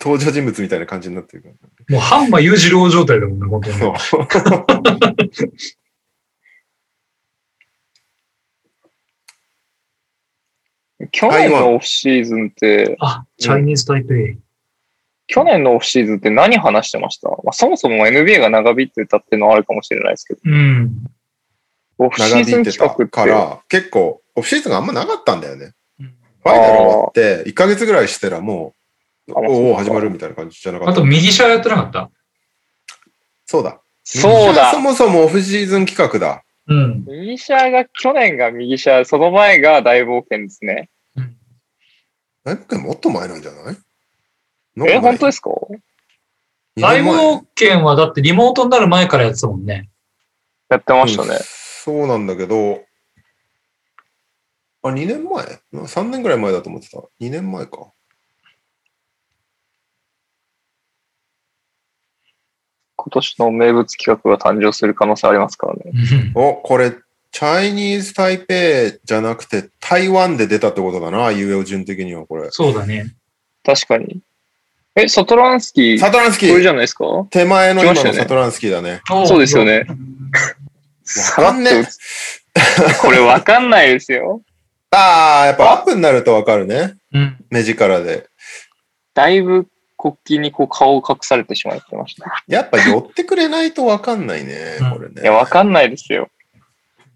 Speaker 3: 登場人物みたいな感じになってるか
Speaker 4: もうハンマ裕次郎状態だもんね、本当に。
Speaker 3: ら。そう。
Speaker 2: 去年のオフシーズンって、
Speaker 4: あ、チャイニーズ・タイペイ。
Speaker 2: 去年のオフシーズンって何話してました、まあ、そもそも NBA が長引いてたっていうのはあるかもしれないですけど、
Speaker 4: うん。
Speaker 2: オフシ
Speaker 3: 長
Speaker 2: ーズ
Speaker 3: 引
Speaker 2: ン
Speaker 3: いて
Speaker 2: 企画
Speaker 3: た
Speaker 2: って。
Speaker 3: から、結構、オフシーズンがあんまなかったんだよね。
Speaker 4: うん
Speaker 3: ファイナル終わって、1ヶ月ぐらいしたらもう、
Speaker 2: あ
Speaker 3: おうおう
Speaker 2: そうか
Speaker 3: 始まるみたいな感じじゃなか
Speaker 4: あ
Speaker 3: った
Speaker 4: と、。右車やってなかった
Speaker 3: そうだ。
Speaker 2: そうだ
Speaker 3: そ。もそもオフシーズン企画だ。
Speaker 4: うん。
Speaker 2: 右者が、去年が右者、その前が大冒険ですね。
Speaker 3: 大冒険もっと前なんじゃない
Speaker 2: え、本当ですか
Speaker 4: 大
Speaker 3: 険
Speaker 4: 冒険はだってリモートになる前からやってたもんね。
Speaker 2: やってましたね。
Speaker 3: そうなんだけど、あ、2年前 ?3 年ぐらい前だと思ってた。2年前か。
Speaker 2: 今年の名物企画が誕生する可能性ありますからね。
Speaker 4: うん
Speaker 3: お、これ、チャイニーズ・台北じゃなくて、台湾で出たってことだな、u えお順的にはこれ。
Speaker 4: そうだね。
Speaker 2: 確かに。え、ソトランスキー、こ
Speaker 3: サトランスキ
Speaker 2: れじ
Speaker 3: ー
Speaker 2: ゃないですか
Speaker 3: 手前の
Speaker 2: 来ま
Speaker 3: 今
Speaker 2: したよ
Speaker 3: の
Speaker 2: ね
Speaker 3: サトランスキーだね。
Speaker 2: そうですよね。さらっ
Speaker 3: か
Speaker 2: と
Speaker 3: んねえ
Speaker 2: 打つ。これわかんないですよ。
Speaker 3: ああ、やっぱアップになるとわかるね。
Speaker 4: うん。
Speaker 3: 目力で。
Speaker 2: だいぶ国旗にこう顔を隠されてしまってました。
Speaker 3: やっぱ寄ってくれないとわかんないね
Speaker 4: うん、
Speaker 3: これね。
Speaker 2: いや、わかんないですよ。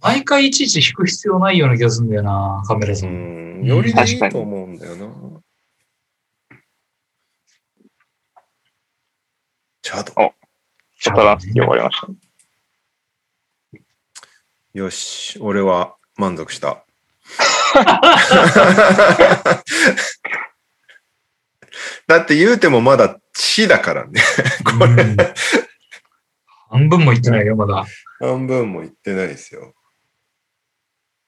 Speaker 4: 毎回いちいち引く必要ないような気がするんだよな、カメラ
Speaker 3: う
Speaker 4: さん。
Speaker 3: ん、よりでいいと思うんだよな。チャド。
Speaker 2: ソトランスキー終わりました。
Speaker 3: よし、俺は満
Speaker 2: [LAUGHS]
Speaker 3: 足した。 [LAUGHS] だって言うてもまだ死だからね。これ、
Speaker 4: うん半分も言ってないよ、まだ。
Speaker 3: 半分も言ってないですよ。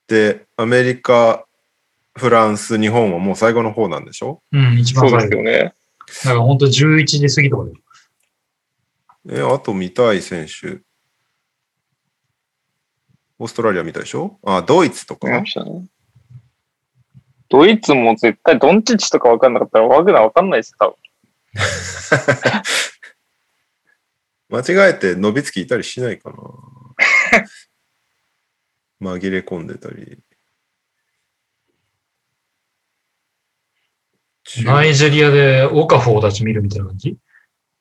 Speaker 3: で、アメリカ、フランス、日本はもう最後の方なんでしょ
Speaker 4: うん、一
Speaker 2: そ
Speaker 4: 番
Speaker 2: うで
Speaker 4: 最
Speaker 2: すよ
Speaker 4: 後。
Speaker 2: ね。
Speaker 4: だから本当11時過ぎとかで。
Speaker 3: え、あと見たい選手。オーストラリア見たでしょあ、ドイツとか。
Speaker 2: 見ましたね。ドイツも絶対ドンチッチとかわかんなかったらワグナーわかんないです、多分。
Speaker 3: 間違えて伸びつきいたりしないかな紛れ込んでたり。
Speaker 4: ナイジェリアでオカフォーたち見るみたいな感じ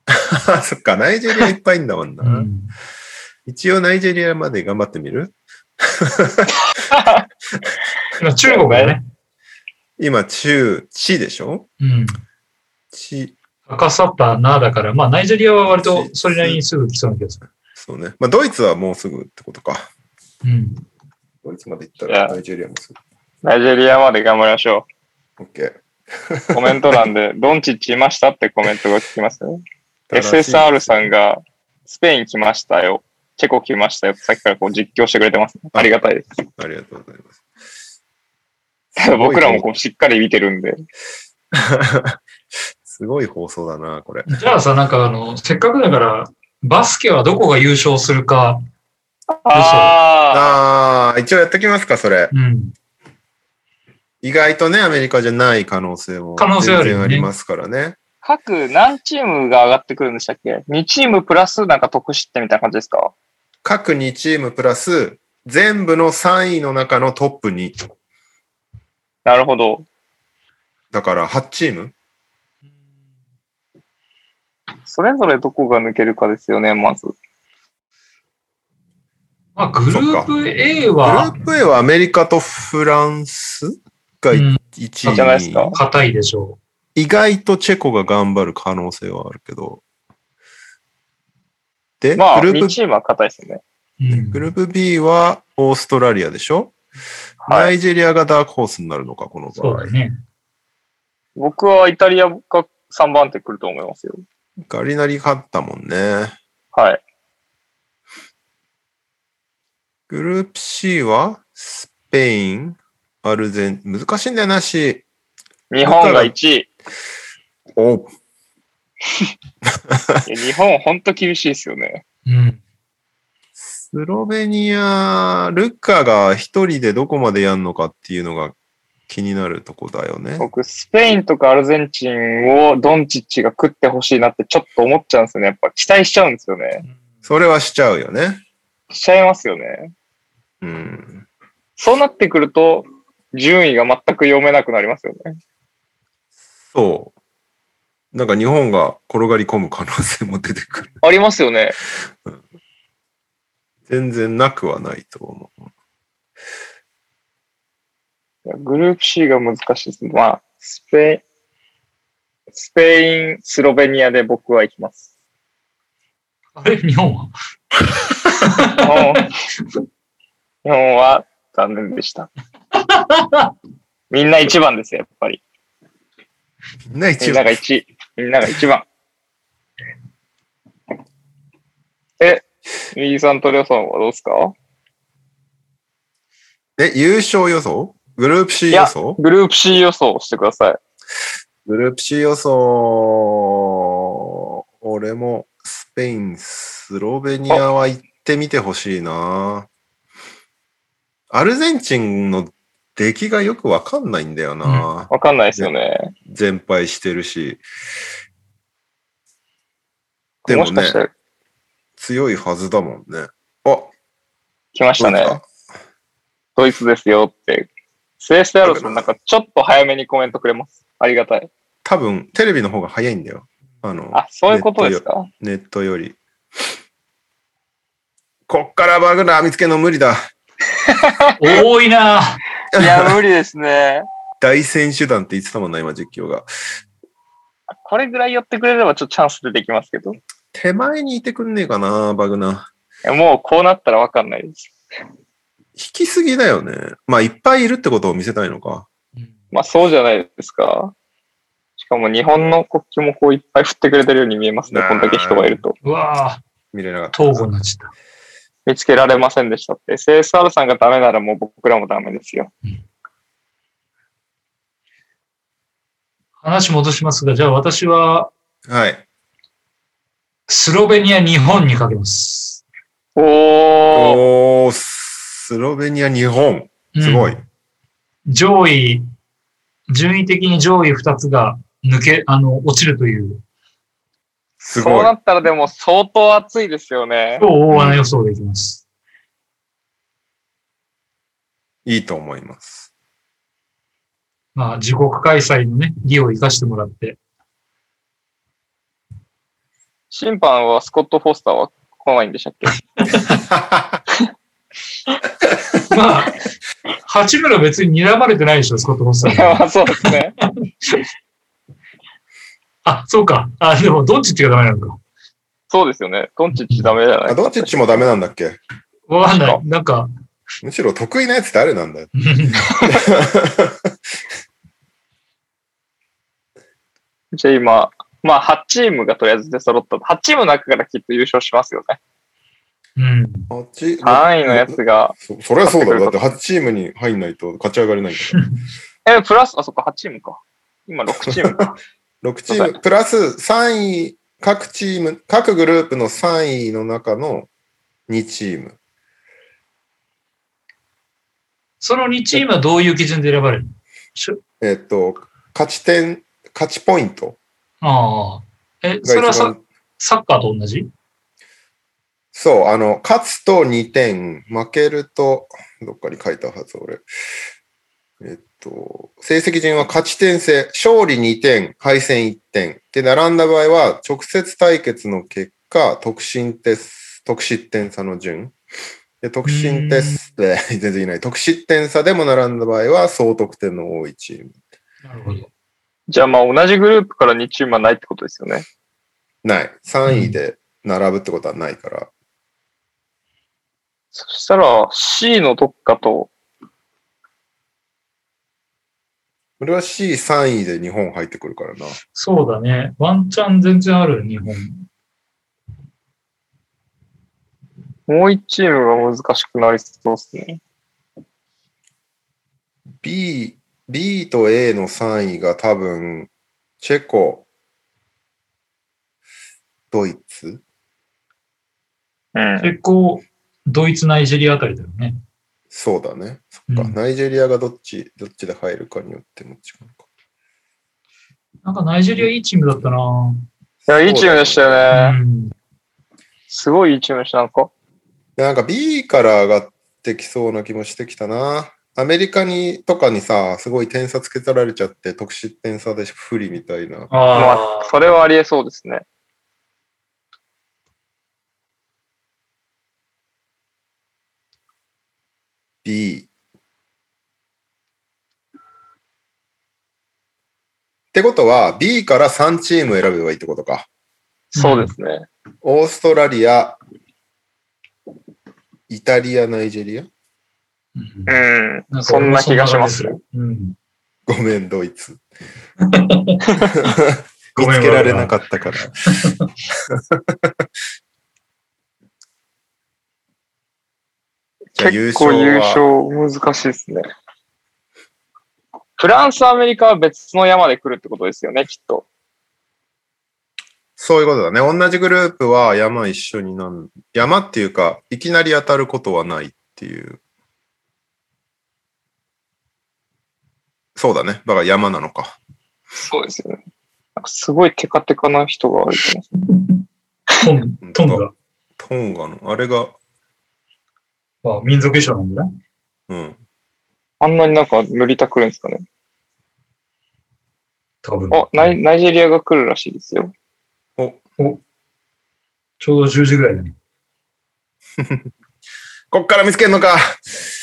Speaker 3: [LAUGHS] あ、そっか、ナイジェリアいっぱいいんだもんな。
Speaker 4: うん。
Speaker 3: 一応ナイジェリアまで頑張ってみる
Speaker 4: 今中国だね。
Speaker 3: 今、中、地でしょ
Speaker 4: うん。
Speaker 3: 地、
Speaker 4: 赤サッパーなだから、まあナイジェリアは割とそれなりにすぐ来そうな気がする。
Speaker 3: そうね。まあ、ドイツはもうすぐってことか。
Speaker 4: うん。
Speaker 3: ドイツまで行った
Speaker 2: いや
Speaker 3: らナイジェリアもす
Speaker 2: ナイジェリアまで頑張りましょ
Speaker 3: ぐ。OK。
Speaker 2: う。コメント欄
Speaker 3: [LAUGHS]
Speaker 2: で、ドンチッチいましたってコメントが来きますよ。
Speaker 3: 正しい
Speaker 2: SSR さんが、スペイン来ましたよ。チェコ来ましたよってさっきからこう実況してくれてます。ありがたいです。
Speaker 3: ありがとうございます。ごい
Speaker 2: 僕らもこうしっかり見てるんで。
Speaker 3: すごい放送だな、これ。
Speaker 4: じゃあさ、なんかあの、せっかくだから、バスケはどこが優勝するか、
Speaker 2: ああ、
Speaker 3: ああ、一応やっときますか、それ。
Speaker 4: うん。
Speaker 3: 意外とね、アメリカじゃない可能性も
Speaker 4: 可能性あ
Speaker 3: 全
Speaker 4: るよね
Speaker 3: 然ありますからね。
Speaker 2: 各何チームが上がってくるんでしたっけ ?2 チームプラスなんか得失点みたいな感じですか
Speaker 3: 各2チームプラス、全部の3位の中のトップ2。
Speaker 2: なるほど。
Speaker 3: だから8チーム
Speaker 2: それぞれどこが抜けるかですよね、まず。
Speaker 4: まあグループ A
Speaker 3: グル
Speaker 4: は
Speaker 3: ープ A はアメリカとフランスが
Speaker 4: うん
Speaker 3: 1
Speaker 2: あじゃないです
Speaker 3: 位、
Speaker 2: か
Speaker 4: 硬いでしょ
Speaker 3: 意外とチェコが頑張る可能性はあるけど。で、
Speaker 2: まあ、
Speaker 3: グルー
Speaker 2: 2
Speaker 3: プ
Speaker 2: チームは硬いですよね。
Speaker 4: う。うん
Speaker 3: グループ B はオーストラリアでしょ、
Speaker 2: は
Speaker 3: ナ
Speaker 2: い。
Speaker 3: イジェリアがダークホースになるのか、この場
Speaker 4: そう
Speaker 3: 合
Speaker 4: だ。ね。
Speaker 2: 僕はイタリアが3番手来ると思いますよ。
Speaker 3: ガリナリ勝ったもんね。
Speaker 2: はい。
Speaker 3: グループ C はスペイン、アルゼン、難しいんだよな、C。
Speaker 2: 日本が1位。
Speaker 3: おう
Speaker 2: いや日本ほんと厳しいですよね。
Speaker 4: うん。
Speaker 3: スロベニア、ルッカが一人でどこまでやんのかっていうのが気になるとこだよね。
Speaker 2: 僕、スペインとかアルゼンチンをドンチッチが食ってほしいなってちょっと思っちゃうんですよね。やっぱ期待しちゃうんですよね。
Speaker 3: それはしちゃうよね。
Speaker 2: しちゃいますよね。
Speaker 3: うん。
Speaker 2: そうなってくると、順位が全く読めなくなりますよね。
Speaker 3: そう。なんか日本が転がり込む可能性も出てくる。
Speaker 2: ありますよね。
Speaker 3: [LAUGHS] 全然なくはないと思う。
Speaker 2: いやグループ C が難しいです。まあ、スペイン、スペイン、スロベニアで僕は行きます。 [LAUGHS]
Speaker 4: あれ日本は
Speaker 2: 日本日本は残念でした。みんな一番ですよ、やっぱり。
Speaker 3: みんな
Speaker 2: み
Speaker 3: 一
Speaker 2: んな
Speaker 3: 応
Speaker 2: が一、みんなが一番。え、右さんとりょうさんはどうですか
Speaker 3: え、優勝予想グループ C
Speaker 2: いや
Speaker 3: 予想
Speaker 2: グループ C 予想してください。
Speaker 3: グループ C 予想、俺もスペイン、スロベニアは行ってみてほしいな。アルゼンチンの出来がよくわかんないんだよな。
Speaker 2: わかんないですよね。
Speaker 3: 全敗してるし。で
Speaker 2: も
Speaker 3: も
Speaker 2: しか
Speaker 3: ね
Speaker 2: し、て
Speaker 3: 強いはずだもんね。あ、
Speaker 2: 来ましたね。ドイツですよって。セーステアロスもなんかちょっと早めにコメントくれます。ありがたい。
Speaker 3: 多分、テレビの方が早いんだよ。あの、
Speaker 2: あ、そういうことですか。
Speaker 3: ネットより。こっからバグナー見つけるの無理だ。
Speaker 4: 多いなぁ。
Speaker 2: いや、無理ですね。
Speaker 3: 大選手団って言ってたもんな、今実況が。
Speaker 2: これぐらい寄ってくれればちょっとチャンス出てきますけど。い
Speaker 3: 手前にいてくんねえかな、バグナ
Speaker 2: やもうこうなったらわかんないです。
Speaker 3: ー。引きすぎだよね。まあ、いっぱいいるってことを見せたいのか。
Speaker 2: まあそうじゃないですか。しかも日本の国旗もこういっぱい振ってくれてるように見えますね。
Speaker 3: ね
Speaker 2: こんだけ人がいると。
Speaker 4: うわぁ、
Speaker 3: 見れなかった。
Speaker 4: 東郷になっちゃった。
Speaker 2: 見つけられませんでしたって。CSR さんがダメならもう僕らもダメですよ。
Speaker 4: 話戻しますが、じゃあ私は、
Speaker 3: はい。
Speaker 4: スロベニア、日本にかけます。
Speaker 2: おー。
Speaker 3: おー、スロベニア、日本。
Speaker 4: うん
Speaker 3: すごい。。
Speaker 4: 上位、順位的に上位2つが抜け、あの、落ちるという、
Speaker 3: す
Speaker 2: そう
Speaker 3: ごい
Speaker 2: な。ったらでも相当熱いですよね
Speaker 4: 超。大穴予想でいきます。
Speaker 3: いいと思います。
Speaker 4: まあ、自国開催のね、利を生かしてもらって。
Speaker 2: 審判はスコット・フォスターは来ないんでしたっけ
Speaker 4: まあ、 [LAUGHS] 八村は別に睨まれてないでしょ、スコット・ホスタ
Speaker 2: い
Speaker 4: ー
Speaker 2: や、
Speaker 4: に。
Speaker 2: まあそうですね。
Speaker 4: あ、そうか。あ、でも、ドンチッチがダメなのか。
Speaker 2: そうですよね。ドンチッチダメじゃない
Speaker 3: あ、ドンチッチもダメなんだっけ
Speaker 4: わかんない。なんか、
Speaker 3: むしろ得意なやつ
Speaker 2: [LAUGHS]
Speaker 3: 誰なんだよ。 [LAUGHS]
Speaker 2: じゃあ今、まあ8チームがとりあえず出揃った。8チームの中からきっと優勝しますよね。
Speaker 4: うん。
Speaker 3: あっち
Speaker 2: 3位のやつが、
Speaker 3: そそれはそうだろ。だって8チームに入んないと勝ち上がれないんだか
Speaker 2: え、プラス、あ、そっか、8チームか。今6チームか。
Speaker 3: ら。6チーム、プラス3位、各チーム、各グループの3位の中の2チーム。
Speaker 4: その2チームはどういう基準で選ばれるのしょ
Speaker 3: えっと、勝ち点、勝ちポイント
Speaker 4: ああ。え、
Speaker 3: が
Speaker 4: それは
Speaker 3: 一
Speaker 4: さ
Speaker 3: 番。
Speaker 4: サッカーと同じ
Speaker 3: そう、あの、勝つと2点、負けると、どっかに書いたはず、俺。えっと、成績順は勝ち点制、勝利2点、敗戦1点。で、並んだ場合は、直接対決の結果、得失点、得失点差の順。で、得失点差で、 [LAUGHS] 全然いない。得失点差でも並んだ場合は、総得点の多いチーム。
Speaker 4: なるほど。
Speaker 2: じゃあまあ同じグループから2チームはないってことですよね。
Speaker 3: ない。3位で並ぶってことはないから。
Speaker 2: そしたら C のどっかと、
Speaker 3: 俺は C3 位で日本入ってくるからな。
Speaker 4: そうだね。ワンチャン全然ある、日本。
Speaker 2: もう1チームが難しくなりそうですね。
Speaker 3: B、B と A の3位が多分、チェコ、ドイツ
Speaker 2: うん。
Speaker 4: 結構、ドイツ、ナイジェリアあたりだよね。
Speaker 3: そうだね。そっ
Speaker 4: う
Speaker 3: か。
Speaker 4: ん
Speaker 3: ナイジェリアがどっち、どっちで入るかによっても違うか。
Speaker 4: なんかナイジェリアいいチームだったな、
Speaker 2: いや、いいチームでしたよね。
Speaker 4: うん。
Speaker 2: すごいいいチームでした、なんか。
Speaker 3: でなんか B から上がってきそうな気もしてきたな。アメリカにとかにさ、すごい点差つけ取られちゃって、得失点差で不利みたいな。
Speaker 2: まあ
Speaker 4: あ、
Speaker 2: それはありえそうですね。
Speaker 3: B。ってことは、B から3チーム選べばいいってことか。
Speaker 2: そうですね。
Speaker 3: オーストラリア、イタリア、ナイジェリア
Speaker 4: うん
Speaker 2: うん。
Speaker 4: なか
Speaker 2: そんな気がします。
Speaker 4: うん。
Speaker 3: ごめん、ドイツ。
Speaker 4: [LAUGHS] ご
Speaker 3: 見
Speaker 4: めん
Speaker 3: つけられなかったから。じゃあ
Speaker 2: 結構優
Speaker 3: 優勝
Speaker 2: 勝難しいですね。フランス、アメリカは別の山で来るってことですよね、きっと。
Speaker 3: そういうことだね。同じグループは山一緒になん、山っていうか、いきなり当たることはないっていうそうだね。だから山なのか。
Speaker 2: そうですよね。なんかすごいテカテカな人が歩いてます。
Speaker 4: トン
Speaker 3: 本
Speaker 4: ト
Speaker 3: 当
Speaker 4: ン
Speaker 3: だ
Speaker 4: ガ。
Speaker 3: トンガの、あれが、
Speaker 4: まあ、民族衣装なんだね。
Speaker 3: うん。
Speaker 2: あんなになんか塗りたくるんですかね。
Speaker 4: 多分。
Speaker 2: あ、ナイナイジェリアが来るらしいですよ。
Speaker 4: ちょうど10時ぐらいだね。
Speaker 3: こっから見つけるのか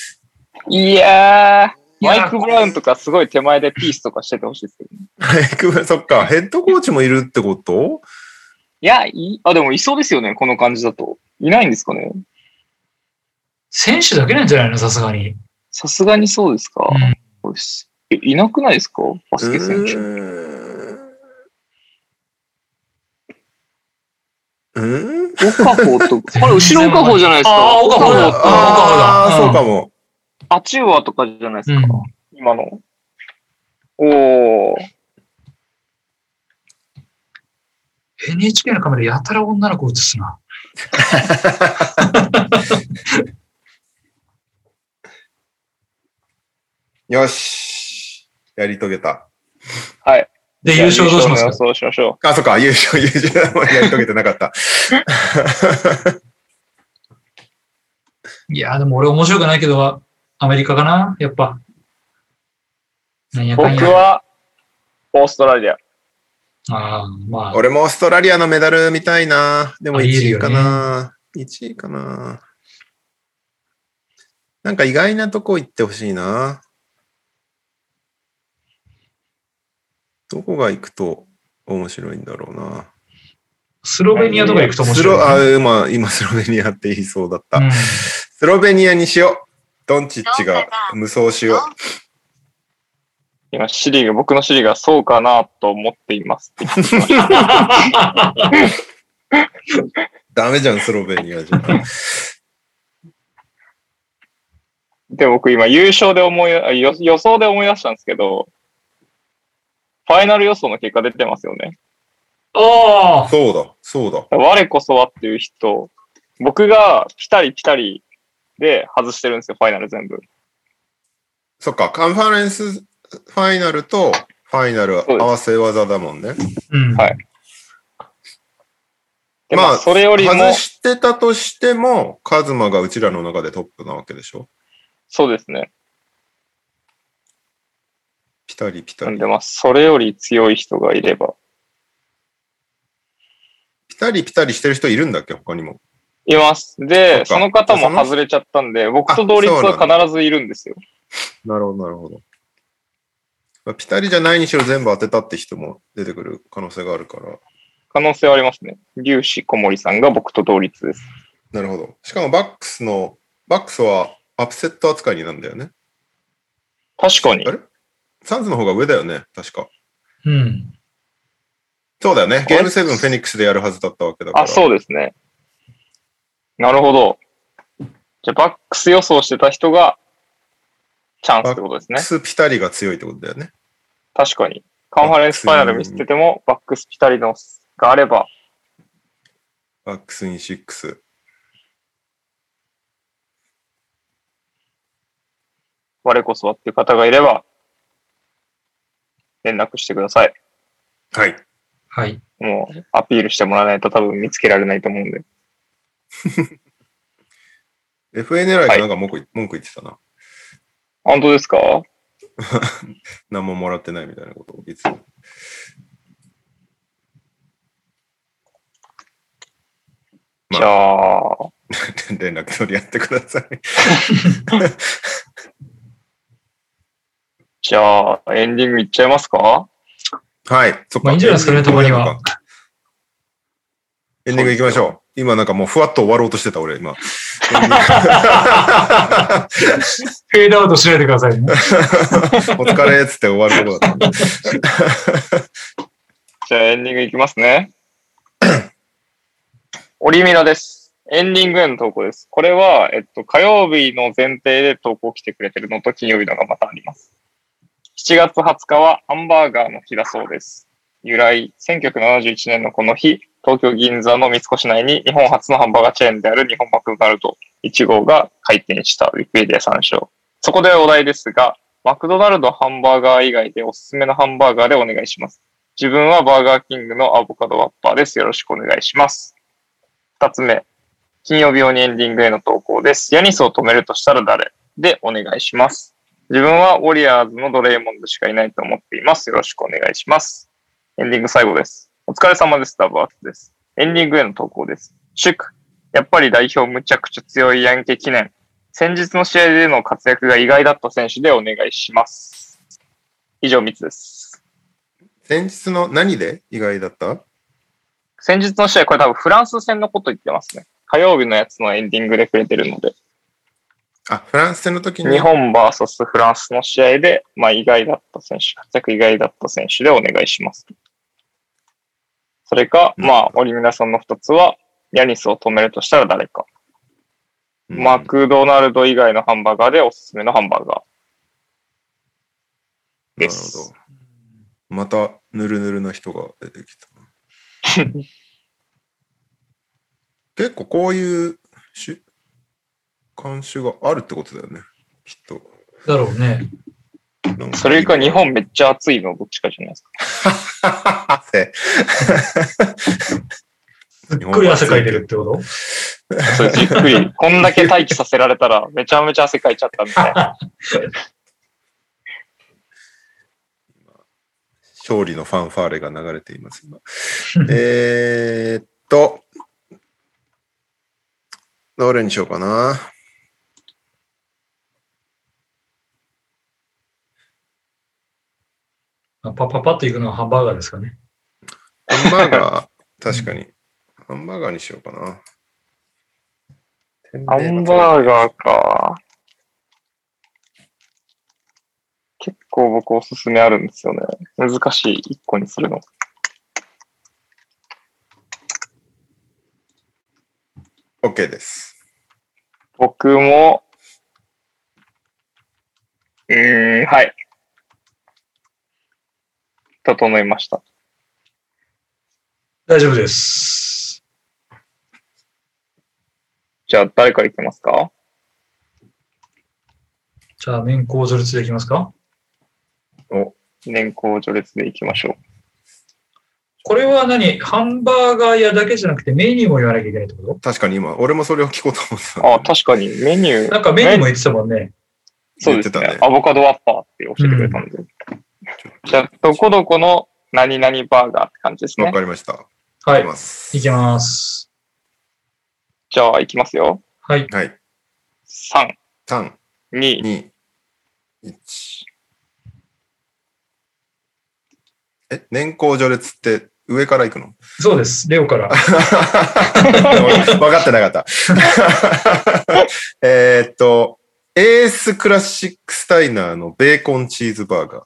Speaker 3: [LAUGHS]
Speaker 2: いやー、マイク・ブラウンとかすごい手前でピースとかしててほしいですけどね。
Speaker 3: はいごめんそっか。ヘッドコーチもいるってこと
Speaker 2: いや、いあ、でもいそうですよね、この感じだと。いないんですかね。
Speaker 4: 選手だけなんじゃないのさすがに。
Speaker 2: さすがにそうですか。
Speaker 4: うん
Speaker 2: そうですえいなくないですかバスケ選手。
Speaker 3: うん
Speaker 2: オカホと、これ後ろオカホじゃないですか。
Speaker 4: あーオカホだ
Speaker 2: オカホと
Speaker 3: ああ、
Speaker 4: う
Speaker 3: そ
Speaker 4: ん
Speaker 3: うかも。
Speaker 2: アチュアとかじゃないですか。
Speaker 4: うん
Speaker 2: 今の。おー。
Speaker 4: NHK のカメラやたら女の子映すな。
Speaker 3: よし。やり遂げた。
Speaker 2: はい。
Speaker 4: で、優勝どうしま
Speaker 2: 優
Speaker 4: すか
Speaker 2: 勝の予想しましょ
Speaker 3: あ、そっか、優勝、優勝。やり遂げてなかった。
Speaker 4: いやー、でも俺面白くないけど、アメリカかなやっぱ。なんや
Speaker 2: う。
Speaker 4: かん
Speaker 2: 僕
Speaker 4: や。
Speaker 2: は、オーストラリア。
Speaker 4: ああ、ま [LAUGHS] あ、
Speaker 3: 俺もオーストラリアのメダル見たいな。でも
Speaker 4: ありえる
Speaker 3: 1位
Speaker 4: よね
Speaker 3: かな。1位かな。なんか意外なとこ行ってほしいな。どこが行くと面白いんだろうな。
Speaker 4: スロベニアとか行くと面
Speaker 3: ス
Speaker 4: 白い
Speaker 3: ロ、
Speaker 4: よね、
Speaker 3: あ、今、今スロベニアって言いそうだった。
Speaker 4: うん
Speaker 3: スロベニアにしよう。ドンチッチが
Speaker 5: そうかな
Speaker 3: 無双しよ
Speaker 2: 今、シリが、僕のシリがそうかなと思っています。
Speaker 3: う。ダメじゃん、スロベニアじ [LAUGHS] ゃん。
Speaker 2: で、僕今、優勝で思い、あ予予想で思い出したんですけど、ファイナル予想の結果出てますよね。
Speaker 4: ああ、
Speaker 3: そうだ、そうだ。
Speaker 2: 我こそはっていう人、僕がピタリピタリで外してるんですよ、ファイナル全部。
Speaker 3: そっか、カンファレンスファイナルとファイナル合わせ技だもんね。
Speaker 4: うん。
Speaker 2: はいで、ま
Speaker 3: ま
Speaker 2: あ、
Speaker 3: あ
Speaker 2: それよりも、
Speaker 3: 外してたとしても、カズマがうちらの中でトップなわけでしょ
Speaker 2: そうですね。
Speaker 3: ピタリピタ
Speaker 2: なん
Speaker 3: リ。
Speaker 2: で、まあ、それより強い人がいれば。
Speaker 3: ピタリピタリしてる人いるんだっけ他にも。
Speaker 2: います。
Speaker 3: そっ
Speaker 2: で、
Speaker 3: か
Speaker 2: その方も
Speaker 3: その
Speaker 2: 外れちゃったんで、僕と同率は必ずいるんですよ。
Speaker 3: なるほど、なるほど。まあピタリじゃないにしろ全部当てたって人も出てくる可能性があるから。
Speaker 2: 可能性はありますね。粒子小森さんが僕と同率です。
Speaker 3: なるほど。しかもバックスの、バックスはアップセット扱いになんだよね。
Speaker 2: 確かに
Speaker 3: あ。れサンズの方が上だよね、確か。
Speaker 4: うん。
Speaker 3: そうだよね。ゲーム
Speaker 2: あれ
Speaker 3: 7フェニックスでやるはずだったわけだから。
Speaker 2: あ、そうですね。なるほど。じゃあ、バックス予想してた人が、チャンスってことです
Speaker 3: バ
Speaker 2: ね
Speaker 3: ック。スピタリが強いってことだよね。
Speaker 2: 確かに。カンファレンスファイナル見せてても、バックスピタリのがあれば、
Speaker 3: バックスインシックス。
Speaker 2: 我こそはっていう方がいれば、連絡してください。
Speaker 3: はい。
Speaker 4: はい。
Speaker 2: もう、アピールしてもらわないと多分見つけられないと思うんで。
Speaker 3: FA 狙いがなんか文句,、文句言ってたな。
Speaker 2: 本当ですか
Speaker 3: 何ももらってないみたいなことをいつも。まあ
Speaker 2: じゃあ、
Speaker 3: 連 [LAUGHS] 絡取り合ってください。
Speaker 2: じゃあ、エンディングいっちゃいますか
Speaker 3: はい。そっか。
Speaker 4: まあいいんじゃないですかねたまには
Speaker 3: エンディングやるのか。エンディング行きましょう。今なんかもうふわっと終わろうとして
Speaker 2: [LAUGHS]
Speaker 3: た、俺、今。エンディン
Speaker 4: フェードアウトしないでくださいね。
Speaker 3: グ [LAUGHS] お疲れっつって終わるとこだった。 [LAUGHS]
Speaker 2: じゃあ、エンディングいきますね。オリミラです。エンディングへの投稿です。これは、えっと、火曜日の前提で投稿来てくれてるのと金曜日のがまたあります。7月20日はハンバーガーの日だそうです。由来、1971年のこの日、東京銀座の三越内に日本初のハンバーガーチェーンである日本マクドナルド1号が開店したウィキペディア参照。そこでお題ですが、マクドナルドハンバーガー以外でおすすめのハンバーガーでお願いします。自分はバーガーキングのアボカドワッパーです。よろしくお願いします。二つ目、金曜日用にエンディングへの投稿です。ヤニスを止めるとしたら誰でお願いします。自分はウォリアーズのドレイモンドしかいないと思っています。よろしくお願いします。エンディング最後です。お疲れ様です。ダブアツです。エンディングへの投稿です。祝、やっぱり代表むちゃくちゃ強いヤンケ記念。先日の試合での活躍が意外だった選手でお願いします。以上3つです。
Speaker 3: 先日の何で意外だった
Speaker 2: 先日の試合、これ多分フランス戦のこと言ってますね。火曜日のやつのエンディングで触れてるので、
Speaker 3: あ、フランス戦の時に。
Speaker 2: 日本 VS フランスの試合で、まあ意外だった選手、活躍意外だった選手でお願いします。それか、
Speaker 3: うん
Speaker 2: まあ、オリミナさんの2つは、ヤニスを止めるとしたら誰か。
Speaker 3: うん
Speaker 2: マクドナルド以外のハンバーガーでおすすめのハンバーガー
Speaker 3: な
Speaker 2: で
Speaker 3: る
Speaker 2: す。
Speaker 3: ほど。また、ぬるぬるな人が出てきた。 [LAUGHS] 結構こういうし慣習があるってことだよね。きっと。
Speaker 4: だろうね。
Speaker 3: なん
Speaker 2: それか日。
Speaker 3: [LAUGHS]
Speaker 2: 本めっちゃ暑いのどっちかじゃないですか。
Speaker 3: 汗。
Speaker 4: すっごい汗かいてるってこと
Speaker 2: それじっくり、こんだけ待機させられたらめちゃめちゃ汗かいちゃったみたいな。
Speaker 3: 勝利のファンファーレが流れていま
Speaker 2: [LAUGHS]
Speaker 3: す、今。えーっと、どれにしようかな。
Speaker 4: あパパパッと行くのはハンバーガーですかね。
Speaker 3: ハンバー
Speaker 2: [LAUGHS]
Speaker 3: ガー、確かに。ハンバーガーにしようかな。
Speaker 2: ハンバーガーか。結構僕おすすめあるんですよね。難しい一個にするの。
Speaker 3: ー。OK です。
Speaker 2: 僕も、うーん、はい。整いました。
Speaker 4: 大丈夫です。
Speaker 2: じゃあ誰からいきますか
Speaker 4: じゃあ、年功序列でいきますか
Speaker 2: 年功序列でいきましょう。
Speaker 4: これは何ハンバーガー屋だけじゃなくてメニューも言わなきゃいけないってこ
Speaker 3: 確かに今、俺もそれを聞こうと思ってたんだ
Speaker 2: あ
Speaker 3: よ
Speaker 2: あ、
Speaker 3: ね。
Speaker 2: 確かにメニュ
Speaker 4: と
Speaker 2: ー。
Speaker 4: なんかメニューも言ってたもんね。
Speaker 2: そうですね
Speaker 3: 言ってたね
Speaker 2: アボカドワッパーって教えてくれたんで。じゃあ、どこどこの何々バーガーって感じです
Speaker 3: わ
Speaker 2: ね。
Speaker 3: かりました。
Speaker 4: はい
Speaker 3: いき。ます
Speaker 4: いきます。
Speaker 2: じゃあ、いきますよ。
Speaker 4: はい。
Speaker 3: はい。
Speaker 2: 3、
Speaker 3: 3、 [LAUGHS]
Speaker 2: 2、
Speaker 3: 2、1。え、年功序列って上から行くの [LAUGHS]
Speaker 4: そうです。レオから。
Speaker 3: [LAUGHS] 分かってなかった。えーっと、エースクラシックスタイナーのベーコンチーズバーガー。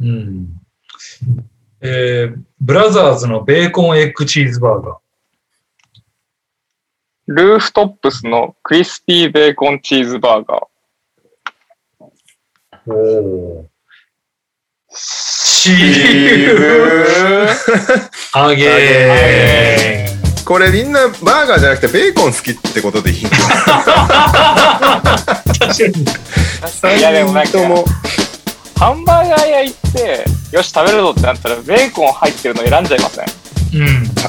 Speaker 4: うん。えー、ブラザーズのベーコンエッグチーズバーガー。
Speaker 2: ルーフトップスのクリスピーベーコンチーズバーガー。
Speaker 4: おー。チ揚
Speaker 3: 揚
Speaker 4: げ
Speaker 3: げこれみんなバーガーじゃなくてベーコン好きってことでいいの
Speaker 4: 確かに
Speaker 2: いや、でもなん
Speaker 3: 三
Speaker 2: か
Speaker 3: 人、とも
Speaker 2: ハンバーガー屋行って、よし、食べるぞってなったら、ベーコン入ってるの選んじゃいません。
Speaker 4: う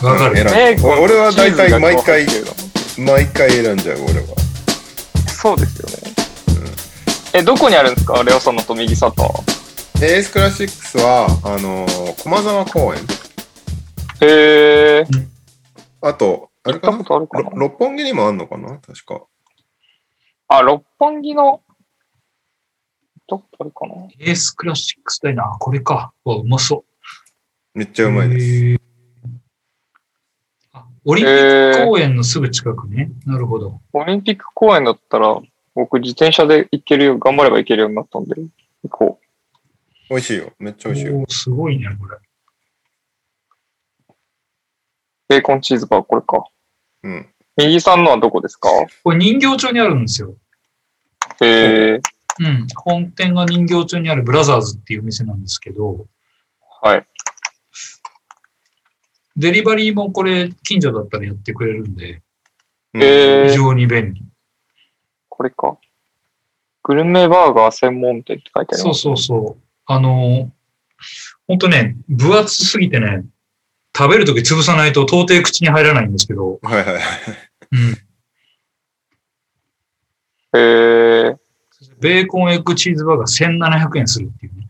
Speaker 4: ん、わかる。
Speaker 3: 選
Speaker 2: ベ
Speaker 3: ん
Speaker 2: ー
Speaker 3: だ
Speaker 2: コン
Speaker 3: 俺は大体毎回
Speaker 2: チーズがこう入って
Speaker 3: 毎回選んじゃう俺は
Speaker 2: るのそうですよね。え、どこにあるんですかレオさんのと右佐藤。
Speaker 3: エースクラシックスはあのー駒沢公園
Speaker 2: へー。
Speaker 3: あと
Speaker 2: 行
Speaker 3: あれ
Speaker 2: った
Speaker 3: か
Speaker 2: こ
Speaker 3: な
Speaker 2: とあるか
Speaker 3: ろ
Speaker 2: な
Speaker 3: 六本木にもあんのかな確か
Speaker 2: あ、六本木の、どこあるかな
Speaker 4: エースクラシックスタイナー、これか。うわ、うまそ
Speaker 3: めっち
Speaker 4: う。
Speaker 3: ゃうまいです
Speaker 4: へーあオリンピック公園のすぐ近くね。なるほど。
Speaker 2: オリンピック公園だったら、僕自転車で行けるよ、頑張れば行けるようになったんで、行こ
Speaker 3: 美味しいよめっちゃ
Speaker 4: お
Speaker 3: 美味しいよ
Speaker 4: ーすごいね、これ。
Speaker 2: う。ベーコンチーズバー、これか。
Speaker 3: うん
Speaker 2: 右さんのはどこですか
Speaker 4: これ人形町にあるんですよ。
Speaker 2: へー。
Speaker 4: うん。本店が人形町にあるブラザーズっていう店なんですけど、
Speaker 2: はい。
Speaker 4: デリバリーもこれ近所だったらやってくれるんで、
Speaker 3: うん
Speaker 2: へ
Speaker 4: 非
Speaker 2: ー。
Speaker 4: 常に便利。
Speaker 2: これか。グルメバーガー専門店って書いてあり
Speaker 4: そ
Speaker 2: ま
Speaker 4: う
Speaker 2: す。
Speaker 4: そうそう。あのー、ほんとね、分厚すぎてね、食べるとき潰さないと到底口に入らないんですけど、
Speaker 3: はいはいはい。
Speaker 4: うん。
Speaker 2: へえ
Speaker 4: ベーコンエッグチーズバーガー1700円するっていうね。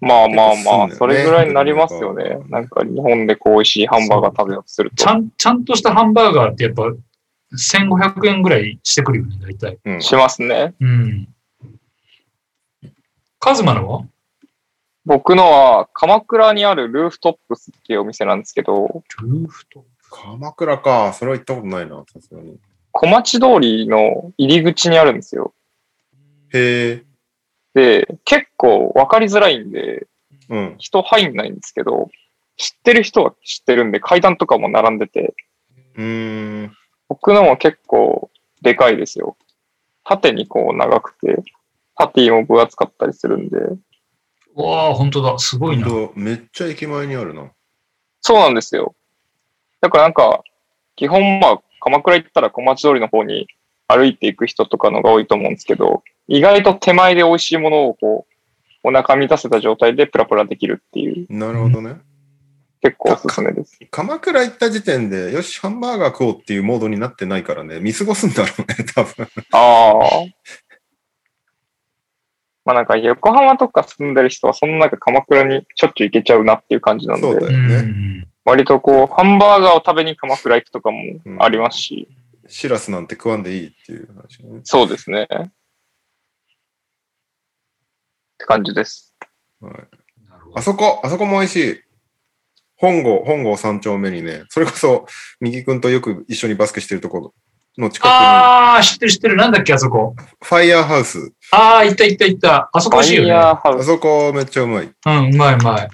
Speaker 2: まあまあ
Speaker 3: 結構すんだ
Speaker 2: ま
Speaker 3: よ
Speaker 2: あ、
Speaker 3: ね
Speaker 2: それぐらいになりますよね。なんか日本でこう美味しいハンバーガー食べようとする
Speaker 4: ち
Speaker 2: と。
Speaker 4: ゃん、ちゃんとしたハンバーガーってやっぱ1500円ぐらいしてくるよね、大体。
Speaker 3: うん、
Speaker 2: しますね。
Speaker 4: うん。カズマのは
Speaker 2: 僕のは、鎌倉にあるルーフトップスっていうお店なんですけど、
Speaker 4: ルーフトッ
Speaker 3: 鎌倉か。それは行ったことないな、さすがに。
Speaker 2: 小町通りの入り口にあるんですよ。
Speaker 3: へえ。
Speaker 2: で、結構分かりづらいんで、
Speaker 3: うん。
Speaker 2: 人入んないんですけど、知ってる人は知ってるんで、階段とかも並んでて、
Speaker 3: うーん。
Speaker 2: 僕のも結構でかいですよ。縦にこう長くて、パティも分厚かったりするんで。
Speaker 4: プ。わあ、本当だ。すごいな。
Speaker 3: ほんとめっちゃ駅前にあるな。
Speaker 2: そうなんですよ。だからなんか、基本まあ、鎌倉行ったら小町通りの方に歩いていく人とかのが多いと思うんですけど、意外と手前で美味しいものをこう、お腹満たせた状態でプラプラできるっていう、
Speaker 3: なるほどね。
Speaker 2: 結構おすすめです。
Speaker 3: 鎌倉行った時点で、よし、ハンバーガー食おうっていうモードになってないからね、見過ごすんだろうね、 [LAUGHS] 多分。
Speaker 2: ああ。まあなんか横浜とか住んでる人はそんな中鎌倉にしょっちゅう行けちゃうなっていう感じなん
Speaker 3: そうだ
Speaker 2: で、
Speaker 3: よね
Speaker 4: うん。
Speaker 2: 割とこう、ハンバーガーを食べに鎌倉行くとかもありますし、
Speaker 3: シラスなんて食わんでいいっていう話ね。
Speaker 2: そうですね。って感じです。
Speaker 3: はい、
Speaker 4: なるほ
Speaker 3: あ
Speaker 4: ど。
Speaker 3: そこ、あそこも美味しい。本郷、本郷三丁目にね、それこそ、右くんとよく一緒にバスケしてるところの近くに、
Speaker 4: ああ、知ってる知ってる。なんだっけ、あそこ。
Speaker 3: ファイヤーハウス。
Speaker 4: ああ、行った行った行った。あそこ美味しいよ
Speaker 2: ファイ
Speaker 4: ね。
Speaker 2: ヤーハウ
Speaker 3: あ
Speaker 2: ス。
Speaker 3: そこめっちゃうまい。
Speaker 4: うん、うまいうまい。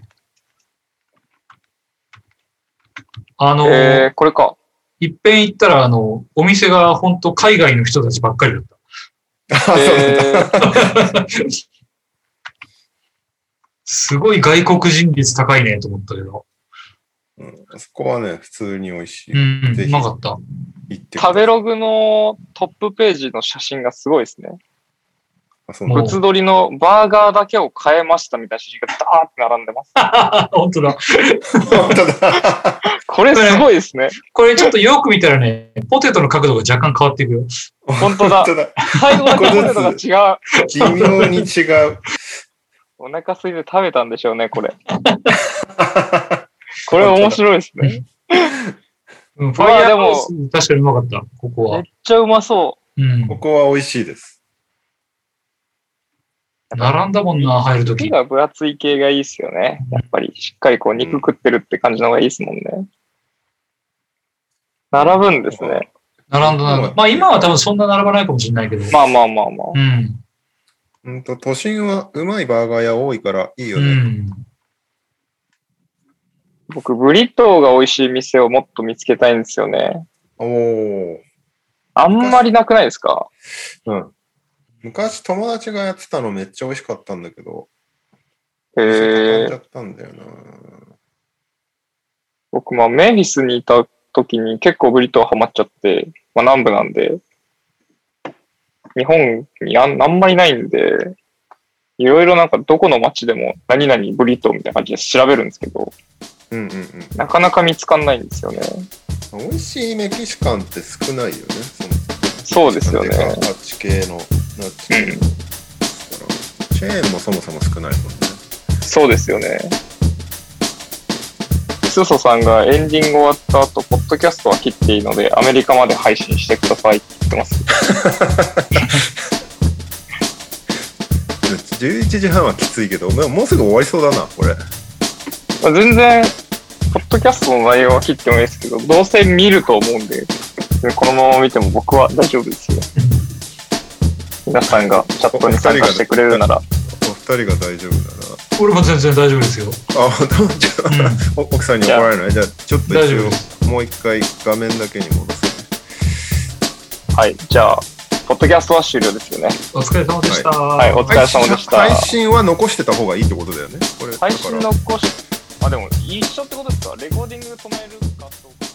Speaker 4: あの、
Speaker 2: えー、これか。
Speaker 4: いっぺん行ったら、あの、お店が本当海外の人たちばっかりだった。
Speaker 3: あ、 [LAUGHS] そうなんだ。
Speaker 2: えー、
Speaker 4: すごい外国人率高いね、と思ったけど。
Speaker 3: うんあそこはね、普通に美味しい。
Speaker 4: うん、
Speaker 3: ぜ
Speaker 4: う
Speaker 3: ひ
Speaker 4: まかっ
Speaker 3: 行
Speaker 4: た。
Speaker 3: ってくださ
Speaker 2: 食
Speaker 3: い
Speaker 2: べログのトップページの写真がすごいですね。
Speaker 3: あ、そうなんだ
Speaker 4: お
Speaker 2: 物撮りのバーガーだけを変えましたみたいな写真がダーって並んでます。
Speaker 4: [LAUGHS] 本当だ。
Speaker 3: [LAUGHS]
Speaker 2: これすごい
Speaker 4: [LAUGHS]
Speaker 2: ですね。
Speaker 4: これちょっとよく見たらね、ポテトの角度が若干変わっていくよ。
Speaker 2: 本当だ
Speaker 3: 本。当だ。
Speaker 2: 最後のポテトが違う。
Speaker 3: 微妙に違う。
Speaker 2: お腹空いて食べたんでしょうね、こ
Speaker 4: [LAUGHS]
Speaker 2: れ。これ面白いです
Speaker 4: [LAUGHS]
Speaker 2: ね。
Speaker 4: うん、フ
Speaker 2: まあ
Speaker 4: ァイヤー
Speaker 2: で
Speaker 4: ハ
Speaker 2: も
Speaker 4: ウス、確かにうまかった、ここ
Speaker 2: めっ
Speaker 4: は。
Speaker 2: ちゃうまそ
Speaker 4: うん
Speaker 3: こ。こは美味しいです。
Speaker 2: う。
Speaker 4: 並んだもんな、入ると
Speaker 2: 手
Speaker 4: き。
Speaker 2: が分厚い系がいいっすよね。やっぱりしっかりこう肉食ってるって感じの方がいいですもんね。並ぶんですね。
Speaker 4: 並んだ、並んだ。まあ今は多分そんな並ばないかもしれないけど。
Speaker 2: まあまあまあまあ。
Speaker 4: うん。
Speaker 3: うんと、都心はうまいバーガー屋多いからいいよ
Speaker 4: う
Speaker 3: ね。
Speaker 4: ん。
Speaker 2: 僕、ブリトーが美味しい店をもっと見つけたいんですよね。
Speaker 3: おお。
Speaker 2: あんまりなくないですか
Speaker 3: うん。昔友達がやってたのめっちゃ美味しかったんだけど、
Speaker 2: へえ
Speaker 3: 店畳んじゃったんだよな。
Speaker 2: 僕、まあ、メンフィスにいた時に結構ブリトーハマっちゃって、まあ、南部なんで、日本にあんあんまりないんで、いろいろなんかどこの街でも何々ブリトーみたいな感じで調べるんですけど、
Speaker 3: うんうんうん。
Speaker 2: なかなか見つかんないんですよね。
Speaker 3: 美味しいメキシカンって少ないよね。その
Speaker 2: そうですよね。
Speaker 3: なんていうかあっち系の、あっち系
Speaker 2: [LAUGHS]
Speaker 3: の。チェーンもそもそも少ないもんね。
Speaker 2: そうですよね。すそさんがエンディング終わった後、ポッドキャストは切っていいので、アメリカまで配信してくださいって言ってます。
Speaker 3: 11時半はきついけど、でももうすぐ終わりそうだな、これ。
Speaker 2: まあ全然、ポッドキャストの内容は切ってもいいですけど、どうせ見ると思うんで、このまま見ても僕は大丈夫 [LAUGHS] ですよ。皆さんがチャットに参加してくれるなら、
Speaker 3: お二人が大丈夫だな。
Speaker 4: 俺も全然大丈夫ですよ。
Speaker 3: あ、 [LAUGHS] 本当じゃあ
Speaker 4: うん。
Speaker 3: お奥さんに怒られないじゃあちょっと
Speaker 4: 大
Speaker 3: 一
Speaker 4: 丈夫
Speaker 3: 応
Speaker 4: で
Speaker 3: もう一回画面だけに戻す、ね、
Speaker 2: はい、じゃあ、ポッドキャストは終了ですよね。
Speaker 4: お疲れ様でした。
Speaker 2: はい、お疲れ様でした。
Speaker 3: 配信は残してた方がいいってことだよねこれだ
Speaker 2: 配
Speaker 3: か
Speaker 2: 信
Speaker 3: ら
Speaker 2: 残し、あ、でも一緒ってことですかレコーディング止めるかどうか。